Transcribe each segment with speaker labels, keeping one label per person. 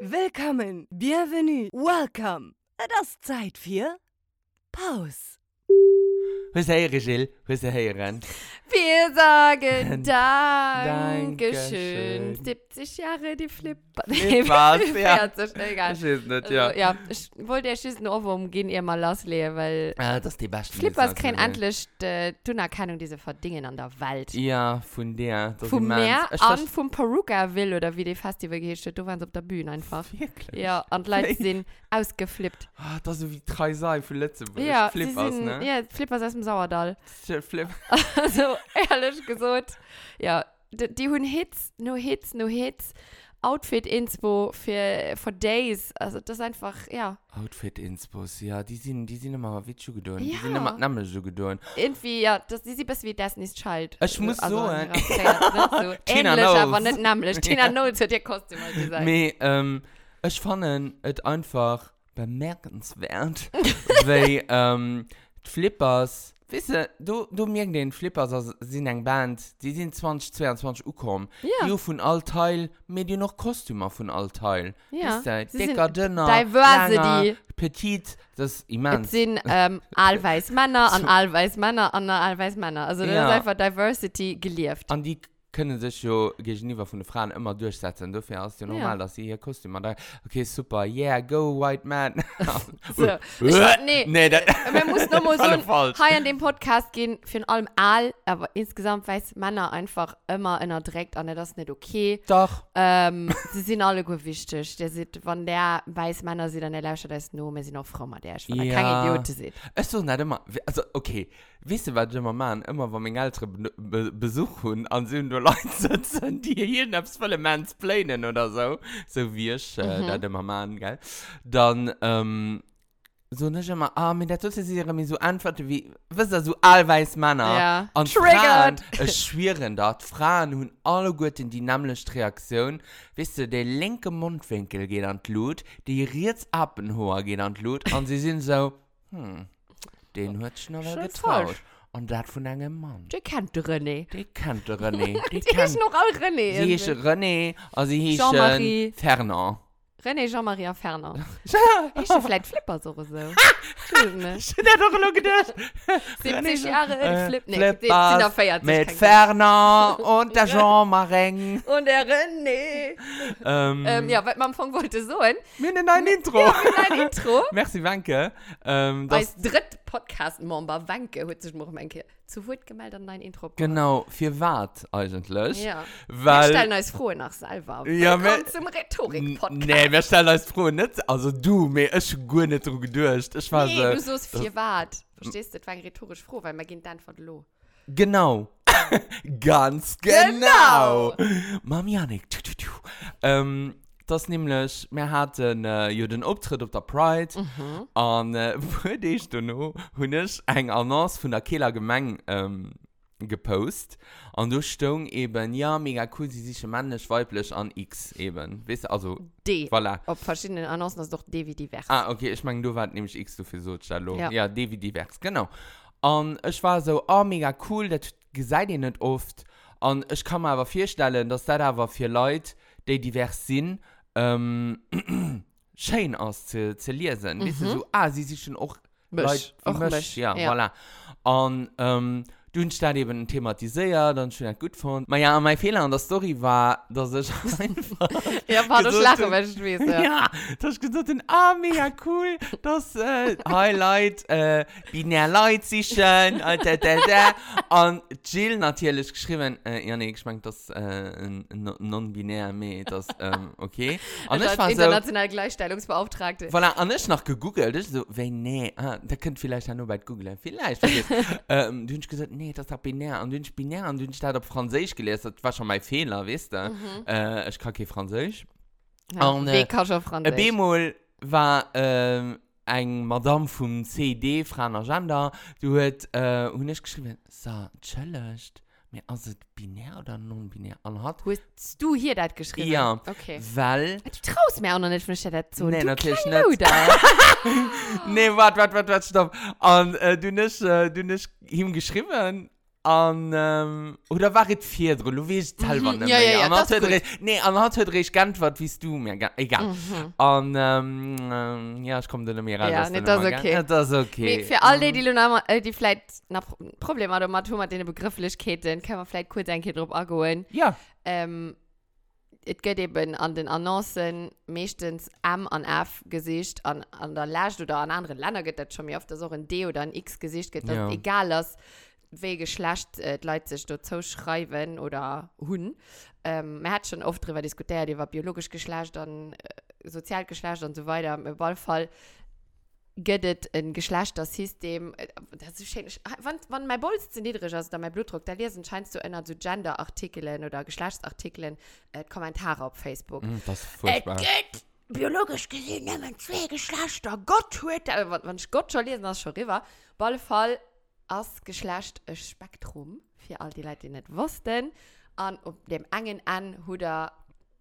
Speaker 1: Willkommen, bienvenue, welcome. Das Zeit für Pause.
Speaker 2: Hüse heiere, Gilles, hüse heieren.
Speaker 3: Wir sagen
Speaker 2: Dankeschön.
Speaker 3: Dankeschön. 70 Jahre die Flipper.
Speaker 2: Flipper,
Speaker 3: die
Speaker 2: ja.
Speaker 3: 40,
Speaker 2: Ich
Speaker 3: egal.
Speaker 2: weiß nicht,
Speaker 3: Also,
Speaker 2: ja.
Speaker 3: Äh, ja. ich wollte ja schießen, oh, warum gehen ihr mal loslegen, weil
Speaker 2: Ah, das ist die beste.
Speaker 3: Flipper ist
Speaker 2: Sache,
Speaker 3: kein
Speaker 2: ja.
Speaker 3: Antlitz, äh, Tunerkennung, diese Verdingen an der Welt.
Speaker 2: Ja, von der. das
Speaker 3: Vom
Speaker 2: immens.
Speaker 3: Meer
Speaker 2: Ich
Speaker 3: an,
Speaker 2: verste-
Speaker 3: vom Peruka will oder wie die Festival gehst, du warst auf der Bühne einfach.
Speaker 2: Wirklich?
Speaker 3: Ja, und Leute sind ausgeflippt.
Speaker 2: Ah, das ist wie drei Seil für Letzteburg.
Speaker 3: Ja,
Speaker 2: Flippers,
Speaker 3: sie sind,
Speaker 2: ne?
Speaker 3: ja, Flippers aus dem Sauerdal.
Speaker 2: Ja. Flip.
Speaker 3: Also, ehrlich gesagt, ja, die, die haben Hits, nur Hits, nur Hits. Outfit Inspo für, für Days. Also, das ist einfach, ja,
Speaker 2: Outfit Inspos, ja, die sind, die sind immer wie zu gedauert. Die
Speaker 3: Ja.
Speaker 2: sind immer Namen zu gedauert.
Speaker 3: irgendwie, ja, das die sieht besser wie Destiny's Child.
Speaker 2: Ich muss so,
Speaker 3: in
Speaker 2: äh.
Speaker 3: ihrer Zeit, ne? so
Speaker 2: Tina
Speaker 3: ähnlich,
Speaker 2: Knowles.
Speaker 3: aber nicht namentlich. Tina Knowles hat ihr Kostüm halt gesagt.
Speaker 2: Me, ähm, ich fand es einfach bemerkenswert, weil ähm, die Flippers, weißt du, du, du merkst den Flippers also, sind eine Band, die sind 2022 gekommen. Ja.
Speaker 3: ja,
Speaker 2: Die von Allteil, mir die noch Kostümer von Allteil.
Speaker 3: ja.
Speaker 2: Weißt du,
Speaker 3: Sie sind
Speaker 2: dicker, dünner,
Speaker 3: Diversity.
Speaker 2: langer, petit, das ist
Speaker 3: Es
Speaker 2: immens.
Speaker 3: sind ähm, allweis Männer an
Speaker 2: So.
Speaker 3: allweis Männer an allweis Männer. Also, das
Speaker 2: Ja.
Speaker 3: ist einfach Diversity gelieft.
Speaker 2: Und die können sich ja gegenüber von den Frauen immer durchsetzen. Dafür ist ja normal, dass sie ihr Kostüm haben. Okay, super. Yeah, go, white man. Äh,
Speaker 3: So. Ich, nee,
Speaker 2: nee, das
Speaker 3: Man muss noch mal so
Speaker 2: Alle
Speaker 3: ein
Speaker 2: falsch.
Speaker 3: Hi an dem Podcast gehen für allem all, aber insgesamt weiß Männer einfach immer in der direkt an, das ist nicht okay.
Speaker 2: Doch.
Speaker 3: Ähm, sie sind alle gut wichtig. Der sieht, wenn der weiß Männer sieht, dann der lauscht, der ist nur, wir sind auch froh, man, der ist,
Speaker 2: Ja.
Speaker 3: weil er kein Idiot sieht.
Speaker 2: Es ist nicht immer. Also, okay. Wisst ihr, was ich immer mache? Immer, wenn meine Eltern be be besuchen, an so nur Leute sitzen, die hier nebst volle Mansplainen oder so. So wie ich äh,
Speaker 3: Mhm.
Speaker 2: das immer mache, gell? Dann, ähm, so nicht immer, ah, mir das tut sich mir so Antworten wie, wisst ihr, so allweis Männer.
Speaker 3: Ja.
Speaker 2: Und Frauen,
Speaker 3: Triggered.
Speaker 2: es schweren dort, Frauen haben alle guten dynamische Reaktionen. Wisst ihr, der linke Mundwinkel geht an die Lut, die Ritzappenhoher geht an die Lut und sie sind so, hm, den hat schon aber
Speaker 3: Schon
Speaker 2: getraut.
Speaker 3: falsch.
Speaker 2: Und das von einem Mann.
Speaker 3: Die kennt René.
Speaker 2: Die kennt der René. Die
Speaker 3: Die ist
Speaker 2: kennt.
Speaker 3: noch all René.
Speaker 2: Sie ist
Speaker 3: irgendwie.
Speaker 2: René, also sie ist
Speaker 3: Jean-Marie.
Speaker 2: äh, Fernand.
Speaker 3: René Jean-Maria Ferner. Ich bin vielleicht Flipper so. so. Entschuldigung, ne?
Speaker 2: Ich hätte doch nur gedacht.
Speaker 3: 70 Jahre, äh, Flip, nee,
Speaker 2: Flippers
Speaker 3: die sind da feiert sich
Speaker 2: Mit
Speaker 3: kein
Speaker 2: Fernand und der Jean-Marie.
Speaker 3: Geld. Und der René.
Speaker 2: ähm,
Speaker 3: Ähm, ja, was man von wollte so ein
Speaker 2: Wir haben ein Intro.
Speaker 3: kleines Intro.
Speaker 2: Merci, Wanke. Ähm, das
Speaker 3: Als dritt Podcast-Member Wanke hat sich noch Manke zu Wort gemeldet an dein Intro.
Speaker 2: genau für was eigentlich?
Speaker 3: Ja. Wir stellen
Speaker 2: Weil.
Speaker 3: euch froh nach Salva.
Speaker 2: Ja,
Speaker 3: Willkommen
Speaker 2: wir-
Speaker 3: zum
Speaker 2: N-
Speaker 3: Rhetorik-Podcast.
Speaker 2: Nee, wir stellen uns froh nicht. Also du, mir ist gut nicht drüber gedurcht. Ich war
Speaker 3: Nee, du
Speaker 2: so.
Speaker 3: sollst viel wart. Verstehst du, das war rhetorisch froh, weil man geht dann von lo.
Speaker 2: Genau. Ganz genau. Mom Janik. Tu, tu, tu. Ähm, das nämlich, wir hatten äh, ja den Auftritt auf der Pride.
Speaker 3: Mhm.
Speaker 2: Und äh, wurde ich dann noch, habe ich eine Annonce von der Kieler Gemeng ähm, gepostet. Und da stand eben, ja, mega cool, sie sind männlich, weiblich an X eben. Weißt du, also,
Speaker 3: D.
Speaker 2: voilà.
Speaker 3: Ob verschiedenen Annoncen ist doch D wie divers.
Speaker 2: Ah, okay, ich meine, du warst nämlich X, du für so, Chalo. Ja,
Speaker 3: Ja.
Speaker 2: ja David divers, genau. Und ich war so, oh, mega cool, das seid ihr nicht oft. Und ich kann mir aber vorstellen, dass das aber für Leute, die divers sind, ähm, schön aus zu, zu lesen. Weißt du,
Speaker 3: Mhm.
Speaker 2: so, ah, sie sind schon auch
Speaker 3: Misch.
Speaker 2: Leute,
Speaker 3: Auch
Speaker 2: Misch,
Speaker 3: Misch,
Speaker 2: Ja,
Speaker 3: ja.
Speaker 2: voilà. Und ähm, du hast das eben thematisiert und schon gut fand. Aber ja, mein Fehler an der Story war, dass ich einfach.
Speaker 3: Ja, war doch
Speaker 2: Gesund-
Speaker 3: Lachen, wenn ich weiß,
Speaker 2: ja.
Speaker 3: ja.
Speaker 2: das ist gesagt, den, ah, mega cool, das äh, Highlight, äh, binär Leute sich schön, äh, da, da, da. Und Jill natürlich geschrieben, äh, ja, nee, ich meine, das äh, ein- ein non-binär, nee, das, ähm, okay. Und
Speaker 3: Also
Speaker 2: ich
Speaker 3: als
Speaker 2: war so.
Speaker 3: internationale Gleichstellungsbeauftragte.
Speaker 2: Weil er anders noch gegoogelt ist, so, wenn nee, ah, da könnt vielleicht auch nur bald googeln, vielleicht. vergiss. ähm, du hast gesagt, nee, das ist doch binär, und du hast binär, und du hast das auf Französisch gelesen, das war schon mein Fehler, weißt du.
Speaker 3: Mhm.
Speaker 2: Äh, ich kann kein Französisch.
Speaker 3: Ja,
Speaker 2: Und, äh,
Speaker 3: W. Kauscher
Speaker 2: Äh,
Speaker 3: Französisch.
Speaker 2: Bemol war ähm, eng Madame vum CD Franer Gender du huet äh, hun nicht geschrieben saëllecht mir as het binär oder non binär an hat
Speaker 3: Hast du hier das geschrieben?
Speaker 2: Ja.
Speaker 3: Okay.
Speaker 2: Well
Speaker 3: Du traust mir auch noch nicht, wenn ich dir das so.
Speaker 2: Nee,
Speaker 3: du
Speaker 2: natürlich
Speaker 3: kleine
Speaker 2: nicht.
Speaker 3: Luder.
Speaker 2: nee wat wat wat wat stop an äh, du nicht äh, du nicht ihm geschrieben an ähm, oder waret vier drin du weißt selber
Speaker 3: Mhm,
Speaker 2: nicht
Speaker 3: ja, ja,
Speaker 2: mehr.
Speaker 3: ja,
Speaker 2: An
Speaker 3: das
Speaker 2: hat
Speaker 3: ist Mhm.
Speaker 2: heute recht- nee an hat heute recht geantwortet wie du mir ge- egal an ähm, ähm, ja ich komme dann nicht mehr raus
Speaker 3: Ja,
Speaker 2: aus
Speaker 3: nee,
Speaker 2: der
Speaker 3: das
Speaker 2: Nummer,
Speaker 3: ist
Speaker 2: gell?
Speaker 3: okay.
Speaker 2: Ja, das ist okay ähm.
Speaker 3: Für all die, die, noch mal- äh, die vielleicht noch Pro- Probleme haben mit mit den Begrifflichkeiten, können wir vielleicht kurz ein bisschen drauf angehen.
Speaker 2: ja
Speaker 3: Ähm, es geht eben an den Annoncen meistens M an F Gesicht, an, an der Lage oder an anderen Ländern geht das schon mehr oft, dass auch ein D oder ein X Gesicht geht, das
Speaker 2: Ja.
Speaker 3: egal ist, wie Geschlecht äh, die Leute sich dazu schreiben oder hun. Ähm, man hat schon oft darüber diskutiert, über biologisch Geschlecht, dann äh, sozial Geschlecht und so weiter. Im Wahlfall geht es ein Geschlechtersystem. äh, Das ist schön. Wenn, wenn mein Puls zu niedrig ist, dann mein Blutdruck, dann lesen scheinst du immer so Gender-Artikeln oder Geschlechtsartikeln äh, Kommentare auf Facebook.
Speaker 2: Mm, das ist
Speaker 3: Es
Speaker 2: furchtbar
Speaker 3: geht biologisch gesehen nimmer zwei Geschlechter. Gott hört, äh, wenn- wenn ich Gott schon lesen, das ist schon rüber. Ballfall als Geschlecht ein Spektrum für all die Leute, die nicht wussten. Und auf dem einen an oder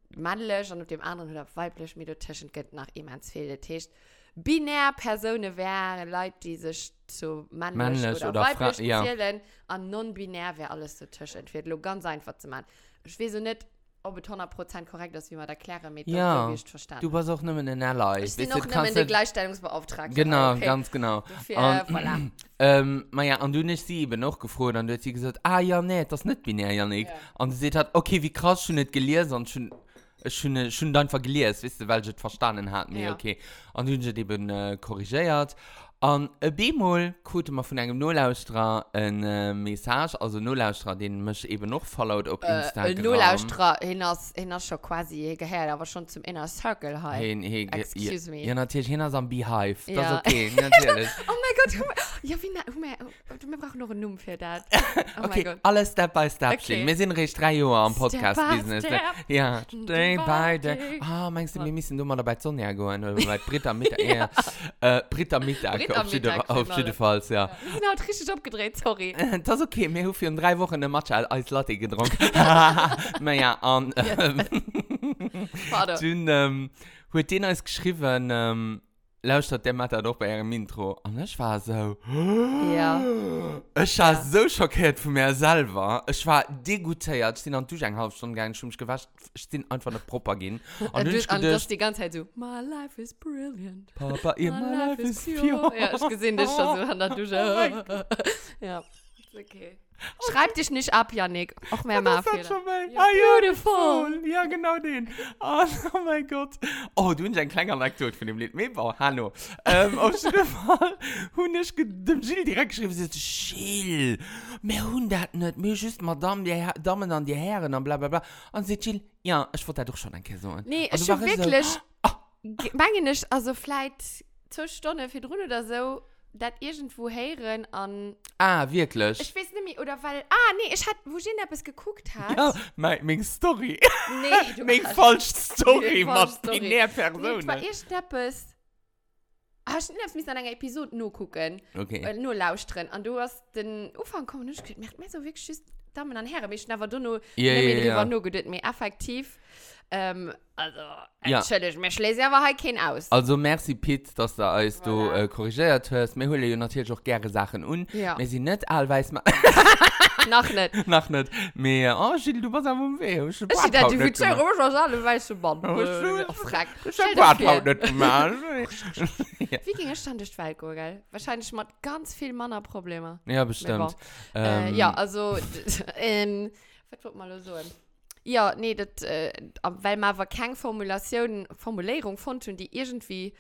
Speaker 3: männlich und auf dem anderen oder weiblich mit dazwischen geht nach immens viele Tisch. Binär Personen wären Leute, die sich zu männlich,
Speaker 2: Männlich
Speaker 3: oder,
Speaker 2: oder Fra-
Speaker 3: weiblich
Speaker 2: ja.
Speaker 3: zählen. Und non-binär wäre alles zu Tisch entwickelt. Nur Ganz einfach zu machen. Ich weiß auch nicht, ob es 100% korrekt ist, wie man das klären mit
Speaker 2: Ja.
Speaker 3: wie ich verstanden.
Speaker 2: du warst auch nicht mehr ein Ally
Speaker 3: ich bin
Speaker 2: Weißt du,
Speaker 3: noch
Speaker 2: kannst
Speaker 3: nicht mit
Speaker 2: nicht-
Speaker 3: Gleichstellungsbeauftragten.
Speaker 2: genau
Speaker 3: okay.
Speaker 2: ganz genau
Speaker 3: Für,
Speaker 2: Und-
Speaker 3: voilà. Äh,
Speaker 2: Ähm, ma ja, und du nicht sie eben noch gefroren, und du hast sie gesagt, ah ja, nee, das ist nicht binär, Janik.
Speaker 3: Ja.
Speaker 2: Und sie hat, okay, wie krass, schon nicht gelesen, und schon, äh, schon, äh, schon dann vergelesen, weißt du, weil sie es verstanden hat, mir,
Speaker 3: Ja.
Speaker 2: okay. Und du hast sie eben äh, korrigiert. Und ein B-Moll konnte man von einem Nullaustra ein äh, Message, also Nullaustra, den mich eben noch followt auf Instagram.
Speaker 3: Äh, null Austra, hinaus, hinaus schon quasi gehört, aber schon zum Inner Circle halt.
Speaker 2: Hey, hey, ge-
Speaker 3: Excuse
Speaker 2: ja,
Speaker 3: me.
Speaker 2: Ja, natürlich, hinter so einem Beehive. Das
Speaker 3: Ja.
Speaker 2: ist okay, natürlich.
Speaker 3: Oh mein Gott, ja, wie, na, oh mein, oh, wir brauchen noch einen Numm für das. Oh
Speaker 2: Okay,
Speaker 3: mein Gott.
Speaker 2: alles Step by Step.
Speaker 3: Okay.
Speaker 2: Okay. Wir sind recht drei Jahre am
Speaker 3: Step by
Speaker 2: Podcast-Business. ne?
Speaker 3: step.
Speaker 2: Ja, Day by
Speaker 3: by Oh.
Speaker 2: Day.
Speaker 3: day.
Speaker 2: Ah, meinst du, wir müssen nur mal dabei Sonja gehen oder bei Britta Mittag? ja. äh, Britta Mittag,
Speaker 3: Britta
Speaker 2: auf jeden
Speaker 3: Mittag,
Speaker 2: auf
Speaker 3: genau.
Speaker 2: jeden Fall, ja.
Speaker 3: Wir sind halt richtig abgedreht, sorry.
Speaker 2: Das ist okay, wir haben für drei Wochen eine Matcha als Latte getrunken. naja, und ähm,
Speaker 3: Pardon.
Speaker 2: dann ähm, hat den uns geschrieben, ähm, lauscht der Mathe doch bei ihrem Intro. Und ich war so...
Speaker 3: Ja.
Speaker 2: Ich war so schockiert von mir selber. Ich war degoutiert. Ich bin dann durch eine halbe Stunde gegangen, ich habe mich gewascht. Ich bin einfach nicht proper gehen. Und dann hab
Speaker 3: Und, Äh, du,
Speaker 2: ich
Speaker 3: und das
Speaker 2: gedacht,
Speaker 3: die ganze Zeit so, my life is brilliant.
Speaker 2: Papa, ihr
Speaker 3: My
Speaker 2: Life is pure. Oh
Speaker 3: Ja, ich gesehen das schon so an der Dusche. ja, ist okay. Schreib dich nicht ab, Yannick. Auch mehr mal
Speaker 2: Das hat
Speaker 3: Fehler.
Speaker 2: schon weg.
Speaker 3: You're
Speaker 2: Ah, ja,
Speaker 3: beautiful.
Speaker 2: beautiful. Ja, genau den. Oh, oh mein Gott. Oh, du hast einen kleinen Anekdote von dem Lied. Mir war Hanno. Ähm, auf jeden Fall habe ich ge- dem Gilles direkt geschrieben, sie ist Gilles, wir haben das nicht, wir just Madame, die Her- Damen und die Herren und bla bla bla. Und sie Gilles, ja, ich wollte das doch schon ein Käse sagen.
Speaker 3: Nee,
Speaker 2: Und
Speaker 3: ich
Speaker 2: du
Speaker 3: schon
Speaker 2: warst so,
Speaker 3: wirklich.
Speaker 2: Ah.
Speaker 3: ge- Meine ich, also vielleicht zwei Stunden, vier Stunden oder so, das irgendwo hören an.
Speaker 2: Ah, wirklich?
Speaker 3: Ich weiß nicht mehr, oder weil. Ah, nee, ich hatte, wo ich etwas geguckt hat.
Speaker 2: ja, mein, mein Story.
Speaker 3: Nee, du
Speaker 2: mein
Speaker 3: hast-
Speaker 2: falsche Story,
Speaker 3: Meine falsche
Speaker 2: mit
Speaker 3: Story.
Speaker 2: binär
Speaker 3: Nee, das war
Speaker 2: Personen.
Speaker 3: irgendetwas. Ah, ich muss an einer Episode nur gucken.
Speaker 2: Okay.
Speaker 3: äh, nur lauschen und du hast den Anfang kommen und ich gedacht, merkt mir so wirklich schüss Damen und Herren mich aber du nur
Speaker 2: Ja,
Speaker 3: nicht
Speaker 2: ja,
Speaker 3: mehr
Speaker 2: ja.
Speaker 3: drüber nur gedacht mir affektiv ähm, also
Speaker 2: Ja.
Speaker 3: entschuldigt mir schließe aber halt keinen aus
Speaker 2: Also, merci, Pete, dass du alles du
Speaker 3: Voilà.
Speaker 2: äh, korrigiert hast. Wir holen ja natürlich auch gerne Sachen und
Speaker 3: Ja.
Speaker 2: wir sind nicht allweis ma-
Speaker 3: noch nicht
Speaker 2: noch nicht mehr. Oh, Gilles, du bist auf dem Weg. Ich
Speaker 3: ich
Speaker 2: Brathaut
Speaker 3: dachte die
Speaker 2: nicht
Speaker 3: Witze
Speaker 2: gemacht.
Speaker 3: rüber alle weißt du Mann
Speaker 2: Oh, schön.
Speaker 3: Äh, frag
Speaker 2: Ich
Speaker 3: Stell
Speaker 2: hab
Speaker 3: dir
Speaker 2: Brathaut
Speaker 3: vor,
Speaker 2: nicht gemacht. ja.
Speaker 3: wie ging es stand durch die Welt gell? wahrscheinlich mit ganz viel Männerprobleme
Speaker 2: ja, bestimmt. Ähm,
Speaker 3: äh, ja, also, d- ähm, was wollt mal so? Ja, nee, das, äh, ab- weil man aber keine Formulation, Formulierung fand, und die irgendwie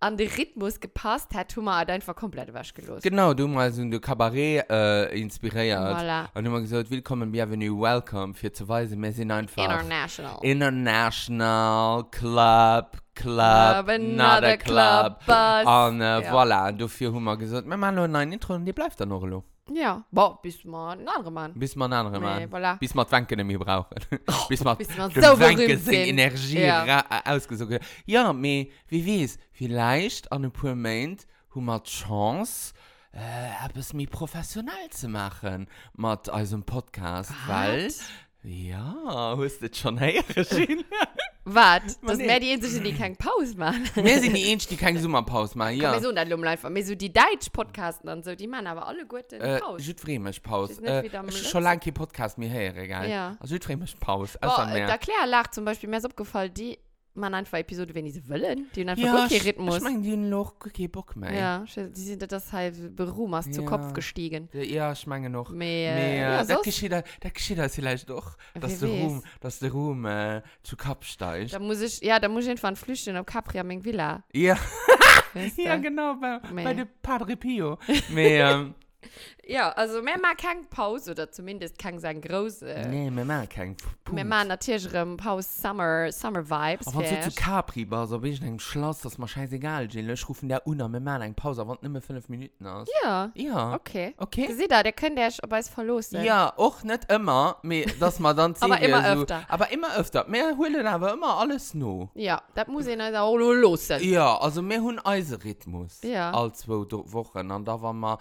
Speaker 3: an den Rhythmus gepasst hat, haben wir halt einfach komplett weggelost.
Speaker 2: Genau, du mal so ein Kabarett äh, inspiriert.
Speaker 3: Voilà.
Speaker 2: Und du mal gesagt, willkommen, bienvenue, welcome, für zu weisen, wir sind einfach.
Speaker 3: International.
Speaker 2: International Club Club
Speaker 3: Club,
Speaker 2: another
Speaker 3: Äh, another
Speaker 2: Club
Speaker 3: club, bus.
Speaker 2: an äh,
Speaker 3: Ja.
Speaker 2: voilà dofir hummer gesot man man nein intro und die bleibt dann noch lo
Speaker 3: ja, boah, bis man ein anderer Mann.
Speaker 2: bis man andere
Speaker 3: Nee,
Speaker 2: man
Speaker 3: voilà. Oh,
Speaker 2: bis man wanken mir brauchen bis man
Speaker 3: bis man
Speaker 2: dem
Speaker 3: so
Speaker 2: Wanken
Speaker 3: berühmt
Speaker 2: seine
Speaker 3: sind.
Speaker 2: Energie
Speaker 3: Ja.
Speaker 2: ja. ausgesucht ja me wie wies vielleicht an den pure Main hummer chance äh, hab es mir professionell zu machen mat als Podcast weil ja hustet schon her
Speaker 3: Was?
Speaker 2: Man
Speaker 3: Das
Speaker 2: nee.
Speaker 3: mehr die Einzigen, die keine Pause machen.
Speaker 2: Wir sind die Einzigen, die keine Sommerpause machen,
Speaker 3: Ja.
Speaker 2: ja.
Speaker 3: Wir so dann rumlaufen. Wir so die Deutsch-Podcasten und so, die machen aber alle gute
Speaker 2: Äh,
Speaker 3: Pause.
Speaker 2: Südfriemisch
Speaker 3: Ist
Speaker 2: Pause.
Speaker 3: nicht
Speaker 2: Äh,
Speaker 3: wieder am
Speaker 2: ist
Speaker 3: letzten-
Speaker 2: schon lange kein Podcast mehr her, egal. Also
Speaker 3: Ja.
Speaker 2: Südfriemisch Pause,
Speaker 3: Boah,
Speaker 2: außer
Speaker 3: äh,
Speaker 2: mehr.
Speaker 3: da Claire lacht zum Beispiel, mir ist aufgefallen, die machen einfach Episode, wenn die sie wollen. Die haben einfach
Speaker 2: Ja,
Speaker 3: okay
Speaker 2: ich, ich
Speaker 3: Rhythmus.
Speaker 2: meine, die haben noch keinen Bock mehr.
Speaker 3: ja, sch- die sind das halt Beruhm aus zu
Speaker 2: Ja.
Speaker 3: Kopf gestiegen.
Speaker 2: Ja, ich meine noch.
Speaker 3: Mehr.
Speaker 2: Mehr. äh,
Speaker 3: ja,
Speaker 2: das,
Speaker 3: sonst,
Speaker 2: geschieht, das geschieht das vielleicht doch, dass
Speaker 3: Wer
Speaker 2: der
Speaker 3: weiß.
Speaker 2: Ruhm, dass der Ruhm äh, zu Kopf steigt.
Speaker 3: da muss ich, ja, da muss ich einfach flüchten auf Capri am Villa.
Speaker 2: Ja,
Speaker 3: weißt du?
Speaker 2: ja genau, bei,
Speaker 3: Mehr. Äh.
Speaker 2: bei dem Padre Pio. Mehr,
Speaker 3: ja, also mehr mal keine Pause oder zumindest kann sein große.
Speaker 2: ähm, nee, wir machen keinen Punkt.
Speaker 3: Wir machen natürlich ähm, Pause Summer, Summer Vibes.
Speaker 2: Aber wenn du
Speaker 3: fährst.
Speaker 2: zu Capri bist, so bin ich in einem Schloss, das ist mir scheißegal, Jill. Ich rufe da unter, wir machen eine Pause, aber nicht mehr fünf Minuten aus.
Speaker 3: ja,
Speaker 2: Ja.
Speaker 3: okay.
Speaker 2: Okay.
Speaker 3: Seht ihr, der könnte ja aber es verlosen.
Speaker 2: Ja, auch nicht immer, mehr, dass man dann
Speaker 3: Aber
Speaker 2: sehen,
Speaker 3: immer öfter.
Speaker 2: Aber immer öfter. Wir holen aber immer alles noch.
Speaker 3: Ja, das muss ich dann auch loslassen.
Speaker 2: Ja, also wir haben unseren Rhythmus.
Speaker 3: Ja.
Speaker 2: Als zwei Do- Wochen. Und da waren wir.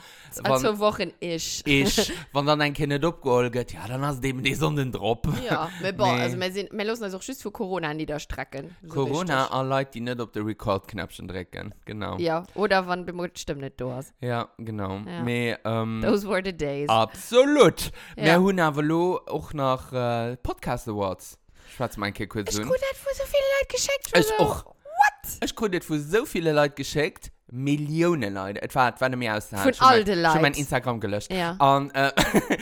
Speaker 3: Also Wochen ich.
Speaker 2: ich, wenn dann ein Kind nicht abgeholt wird, ja, dann hast du eben die Sonne drauf.
Speaker 3: Ja, wir, boah,
Speaker 2: Nee.
Speaker 3: also wir, sind, wir lassen uns auch schon für Corona an die da strecken. So
Speaker 2: Corona
Speaker 3: richtig.
Speaker 2: an Leute, die nicht auf den Record-Knöpfchen drücken. Genau. Ja,
Speaker 3: Ja, oder wann bemut stimmt nicht durch.
Speaker 2: genau.
Speaker 3: Ja.
Speaker 2: Mehr, ähm,
Speaker 3: Those were the days.
Speaker 2: Absolut. Ja.
Speaker 3: Ja.
Speaker 2: Wir haben aber lo auch nach äh, Podcast Awards. Ich weiß mein Kick kurz
Speaker 3: Ich
Speaker 2: hin.
Speaker 3: gut, hat wo so viele Leute geschenkt
Speaker 2: Ich
Speaker 3: wurde.
Speaker 2: auch. Ich konnte für so viele Leute geschickt. Millionen Leute. Etwa, etwa eine mehr ne aus der Hand.
Speaker 3: Von
Speaker 2: Schon mein-
Speaker 3: all den Leuten.
Speaker 2: Schon mein Instagram gelöscht.
Speaker 3: Ja.
Speaker 2: Und, äh,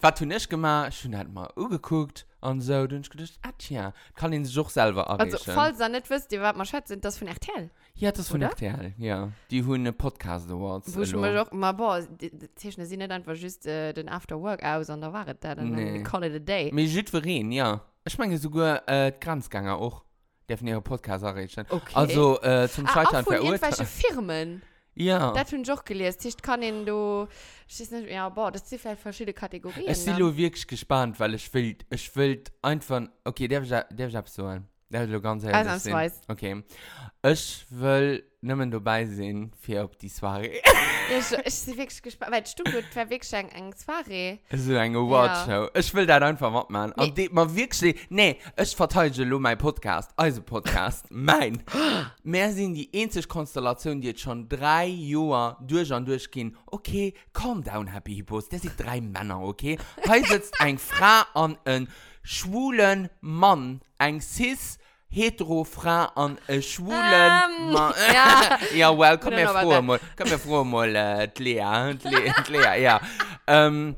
Speaker 2: was du nicht gemacht hast, schon hat mal angeguckt und so. Und ich gedacht, ah tja, kann ihn sich auch selber
Speaker 3: Also,
Speaker 2: erreichen.
Speaker 3: falls ihr nicht wisst, ihr wart mal schätzen, sind das von RTL.
Speaker 2: Ja, das von
Speaker 3: Oder?
Speaker 2: RTL, ja. Die haben eine Podcast Awards.
Speaker 3: Wo ich
Speaker 2: lo.
Speaker 3: mir auch immer, boah, die- die Tischne sind nicht einfach just äh, den After Work aus, sondern war es da dann
Speaker 2: Nee.
Speaker 3: nee. Call it a Day.
Speaker 2: Mir jüt für ihn, ja. Ich meine sogar äh, Grenzgänger auch. Dürfen ihre Podcast erreichen.
Speaker 3: Okay.
Speaker 2: Also äh, zum
Speaker 3: Ah, auch
Speaker 2: Scheitern
Speaker 3: von irgendwelchen
Speaker 2: verurteilt. Ah.
Speaker 3: Firmen.
Speaker 2: Ja.
Speaker 3: Das habe ich auch gelesen. Ich kann ihn, du, ich weiß nicht, ja, boah, das sind vielleicht verschiedene Kategorien. ne?
Speaker 2: Ich bin
Speaker 3: dann.
Speaker 2: nur wirklich gespannt, weil ich will, ich will einfach, okay, darf ich, darf ich absuchen? Darf ich ganz ehrlich
Speaker 3: Ausnahmsweise.
Speaker 2: sein? Okay. Ich will nicht mehr dabei sein, für ob die Soiree.
Speaker 3: Ja, ich, ich bin wirklich gespannt, weil du wird verwirkst ein ein Soiree.
Speaker 2: so eine Awardshow. Ich will das einfach was machen. Und die, man wirklich, nee, ich verteidige nur meinen Podcast, also Podcast, mein. Mehr sind die einzige Konstellation, die jetzt schon drei Jahre durch und durch gehen. Okay, calm down, Happy Hippos. Das sind drei Männer, okay? Heute sitzt ein Frau an einen schwulen Mann, ein cis hetero Frau an einen schwulen
Speaker 3: Ähm,
Speaker 2: Mann.
Speaker 3: ja.
Speaker 2: ja, well, komm
Speaker 3: Oder
Speaker 2: mir
Speaker 3: noch was
Speaker 2: froh
Speaker 3: ganz-
Speaker 2: mal, komm mir froh mal, äh, die Lea, die Lea, die Lea, ja. Ähm,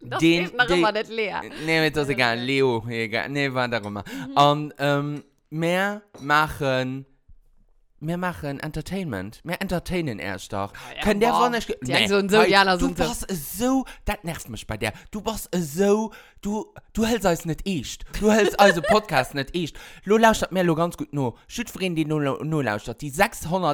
Speaker 3: Das
Speaker 2: Den-
Speaker 3: ist noch
Speaker 2: den-
Speaker 3: immer nicht Mhm. leer.
Speaker 2: Nee, mir ist das egal. Leo, egal. Nee, war darum. mal. Und ähm, mehr machen. Mehr machen Entertainment. Mehr entertainen erst doch.
Speaker 3: Ah, ja,
Speaker 2: Können der
Speaker 3: boah.
Speaker 2: von nicht.
Speaker 3: Die so und so,
Speaker 2: halt,
Speaker 3: Jana
Speaker 2: du
Speaker 3: sind sie.
Speaker 2: warst so. Das nervt mich bei der. Du warst so. Du, du hältst alles nicht echt. Du hältst also Podcast nicht echt. Lo lauscht mir lo ganz gut no. Schütt für ihn, die no, no lauscht. Die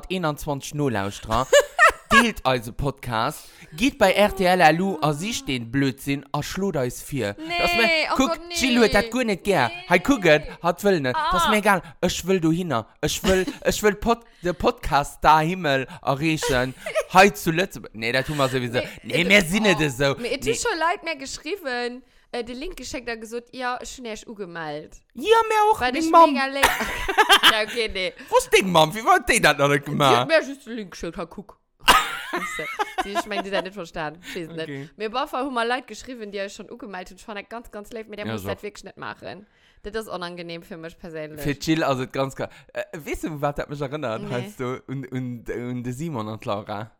Speaker 2: 621 no lauscht. Deelt also Podcast, geht bei RTL Lu an sich den oh, Blödsinn an Schluder ist vier.
Speaker 3: Nee,
Speaker 2: Das
Speaker 3: oh
Speaker 2: guck,
Speaker 3: Gott, nee.
Speaker 2: Gilles hat das gut nicht gern.
Speaker 3: Nee. Ah.
Speaker 2: Hey, gucken, hat will nicht. Das ist mir egal. Ich will du hin. Ich will, ich will Pod, den Podcast da Himmel erreichen. Heute zuletzt. Nee, das tun wir sowieso. Nee, mehr sind nicht so.
Speaker 3: Mir hat
Speaker 2: Nee.
Speaker 3: schon Leute mehr geschrieben, äh, den Link geschickt, da gesagt, ja, ich bin erst angemeldet.
Speaker 2: Ja, mir auch.
Speaker 3: Weil
Speaker 2: Ding
Speaker 3: ich
Speaker 2: Mom.
Speaker 3: mega leck. ja, okay, nee.
Speaker 2: Wo ist Ding Mom? Wie wollt ihr das noch nicht
Speaker 3: Die hat
Speaker 2: gemacht?
Speaker 3: mir erst den Link geschickt, ha, guck. Weißt du, die- ich meine, die hat nicht verstanden. Ich weiß nicht.
Speaker 2: Okay.
Speaker 3: Mir war vorher mal Leute geschrieben, die haben schon angemeldet und ich fand das ganz, ganz leid, mit der
Speaker 2: Ja,
Speaker 3: muss
Speaker 2: so.
Speaker 3: das wirklich nicht machen. Das ist unangenehm für mich persönlich.
Speaker 2: Für Jill, also ganz klar. Äh, weißt du, was das mich erinnert?
Speaker 3: Nee.
Speaker 2: Heißt du, und, und, und der Simon und Laura.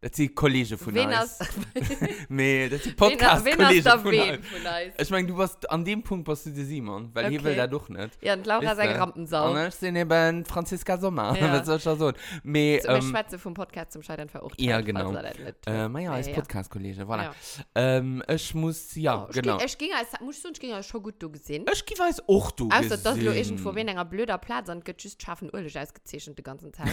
Speaker 2: Das sind Kollegen von
Speaker 3: Wen
Speaker 2: uns.
Speaker 3: hast du
Speaker 2: Nee, das ist
Speaker 3: da
Speaker 2: Podcast-Kollege von
Speaker 3: wen
Speaker 2: euch.
Speaker 3: von uns?
Speaker 2: Ich meine, du warst an dem Punkt, warst du der Simon, weil hier
Speaker 3: Okay.
Speaker 2: will der doch nicht.
Speaker 3: Ja, und Laura ist
Speaker 2: Wisst
Speaker 3: eine
Speaker 2: ihr?
Speaker 3: Rampensau.
Speaker 2: Und ich sind eben Franziska Sommer,
Speaker 3: Ja.
Speaker 2: was soll ich da sagen? Me,
Speaker 3: So, wir
Speaker 2: ähm,
Speaker 3: schwätzen vom Podcast zum Scheitern verurteilt.
Speaker 2: Ja, genau.
Speaker 3: falls ihr das nicht-
Speaker 2: äh, Maja
Speaker 3: Ja,
Speaker 2: ist
Speaker 3: ja.
Speaker 2: Podcast-Kollege, voilà.
Speaker 3: Ja.
Speaker 2: Ähm, ich muss, ja,
Speaker 3: Oh,
Speaker 2: genau.
Speaker 3: Ich, ging- ich ging als, muss ich sagen, ich ging als schon gut du gesehen.
Speaker 2: Ich gebe es auch, du
Speaker 3: Außer, dass du
Speaker 2: gesehen.
Speaker 3: irgendwo wen einer blöder Platz und geht just schaffen, urlich ausgezeichnet den ganzen Tag.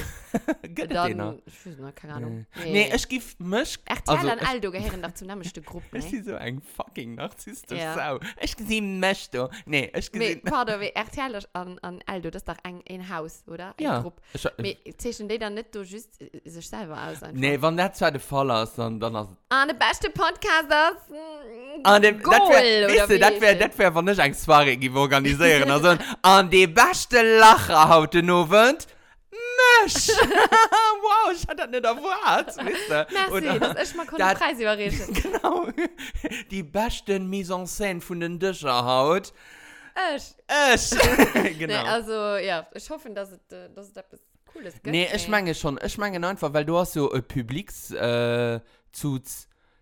Speaker 2: Geht das denen?
Speaker 3: Dann, ich weiß nicht, keine Ahnung.
Speaker 2: Genau. Äh, Nee, ich gebe mich.
Speaker 3: RTL
Speaker 2: Also,
Speaker 3: und Aldo gehören doch zu namenste Gruppe.
Speaker 2: Ich
Speaker 3: Ne?
Speaker 2: bin so ein fucking narzisstische
Speaker 3: Ja.
Speaker 2: Sau. Ich gesehen mich da. Nee, ich
Speaker 3: Me,
Speaker 2: gesehen.
Speaker 3: pardon, wie RTL und, und Aldo, das ist doch ein, ein Haus, oder? Eine
Speaker 2: Ja.
Speaker 3: Gruppe.
Speaker 2: Ich,
Speaker 3: Me, zwischen denen nicht so just äh, sich selber aus. Einfach.
Speaker 2: nee, wenn das zwar der Fall ist, dann, dann ist
Speaker 3: Ah, der beste Podcast aus. mm,
Speaker 2: An dem,
Speaker 3: Goal,
Speaker 2: Ah, das wär, weißt du,
Speaker 3: wie
Speaker 2: das wär,
Speaker 3: ist
Speaker 2: das wär, wenn ich eine Soiree gebe organisieren, also, an die beste Lacher heute Abend, mich! wow, ich hatte das nicht erwartet, weißt du?
Speaker 3: Merci,
Speaker 2: Und,
Speaker 3: dass ich mal konnte
Speaker 2: das-
Speaker 3: Preis überreden.
Speaker 2: genau, die besten Mise en Scène von den Discher haut,
Speaker 3: Ich.
Speaker 2: ich, genau.
Speaker 3: Nee,
Speaker 2: Nee,
Speaker 3: also, ja, ich hoffe, dass es, äh, dass es etwas Cooles gibt.
Speaker 2: ich meine schon, ich meine einfach, weil du hast so ein Publiks, äh, zu,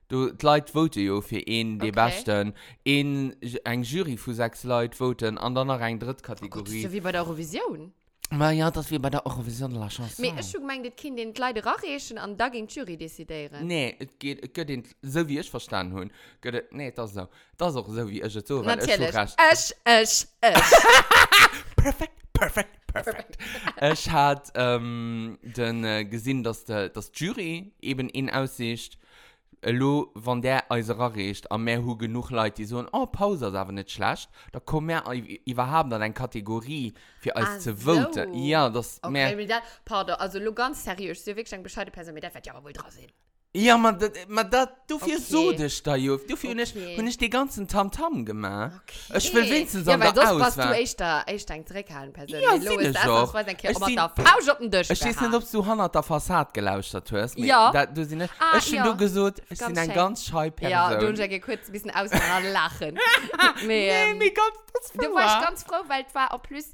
Speaker 2: du, die Leute voten ja für einen, die
Speaker 3: Okay.
Speaker 2: besten, in, ein Jury von sechs Leuten voten, und dann noch eine
Speaker 3: Gut, das
Speaker 2: Drittkategorie.
Speaker 3: ist ja wie bei der Eurovision.
Speaker 2: Ma ja, dass wir bei der Eurovision la Chance.
Speaker 3: Mir ist schon gemeint, das Kind den Kleider rachen und da ging die Jury dezidieren.
Speaker 2: Nee, es geht, es geht nicht, so wie ich verstanden habe. Geht, es- nee, das ist so. Das ist auch so, wie ich es so, weil ich so
Speaker 3: Natürlich.
Speaker 2: rasch.
Speaker 3: Ich, ich, ich.
Speaker 2: Perfekt, perfekt, perfekt. ich hatte ähm, dann äh, gesehen, dass der dass die Jury eben in Aussicht, äh, lo, wenn der unserer riecht, und mehr haben genug Leute, die sagen, oh, Pause ist aber nicht schlecht, da kommen mehr, äh, wir haben dann eine Kategorie für uns
Speaker 3: Ach
Speaker 2: zu
Speaker 3: Ah, so.
Speaker 2: voten. Ja, das
Speaker 3: Okay,
Speaker 2: mehr.
Speaker 3: mir dat, pardon, also nur ganz seriös, so wirklich eine bescheidene Person, mir das wird ja aber wohl draus sehen.
Speaker 2: Ja, man, dat, man, dat, du
Speaker 3: Okay.
Speaker 2: viel so dich da, Juf. Du viel okay. nicht,
Speaker 3: Okay.
Speaker 2: und nicht die ganzen Tamtam gemacht.
Speaker 3: Okay.
Speaker 2: Ich will wenigstens
Speaker 3: Ja,
Speaker 2: an
Speaker 3: weil
Speaker 2: der
Speaker 3: sonst warst du
Speaker 2: Auswahl.
Speaker 3: echt da, echt ein Dreckhallen Person.
Speaker 2: Ja,
Speaker 3: Lo
Speaker 2: sieh
Speaker 3: ist
Speaker 2: das
Speaker 3: das,
Speaker 2: doch.
Speaker 3: was weiß ein Kerl,
Speaker 2: Ich
Speaker 3: aber
Speaker 2: sieh-
Speaker 3: da Pausch auf den Tisch.
Speaker 2: Ich weiß nicht, ob du Hannah der Fassade gelauscht hast. mir.
Speaker 3: Ja.
Speaker 2: Da, du sie nicht.
Speaker 3: Ah,
Speaker 2: ich
Speaker 3: ja.
Speaker 2: habe gesagt, ich
Speaker 3: Ganz
Speaker 2: bin ein
Speaker 3: schön.
Speaker 2: ganz scheu Person.
Speaker 3: Ja, du und ich kurz ein bisschen aus und lachen.
Speaker 2: Nee,
Speaker 3: nee,
Speaker 2: mir kommt das vor.
Speaker 3: Du warst ganz froh, weil es war auch plus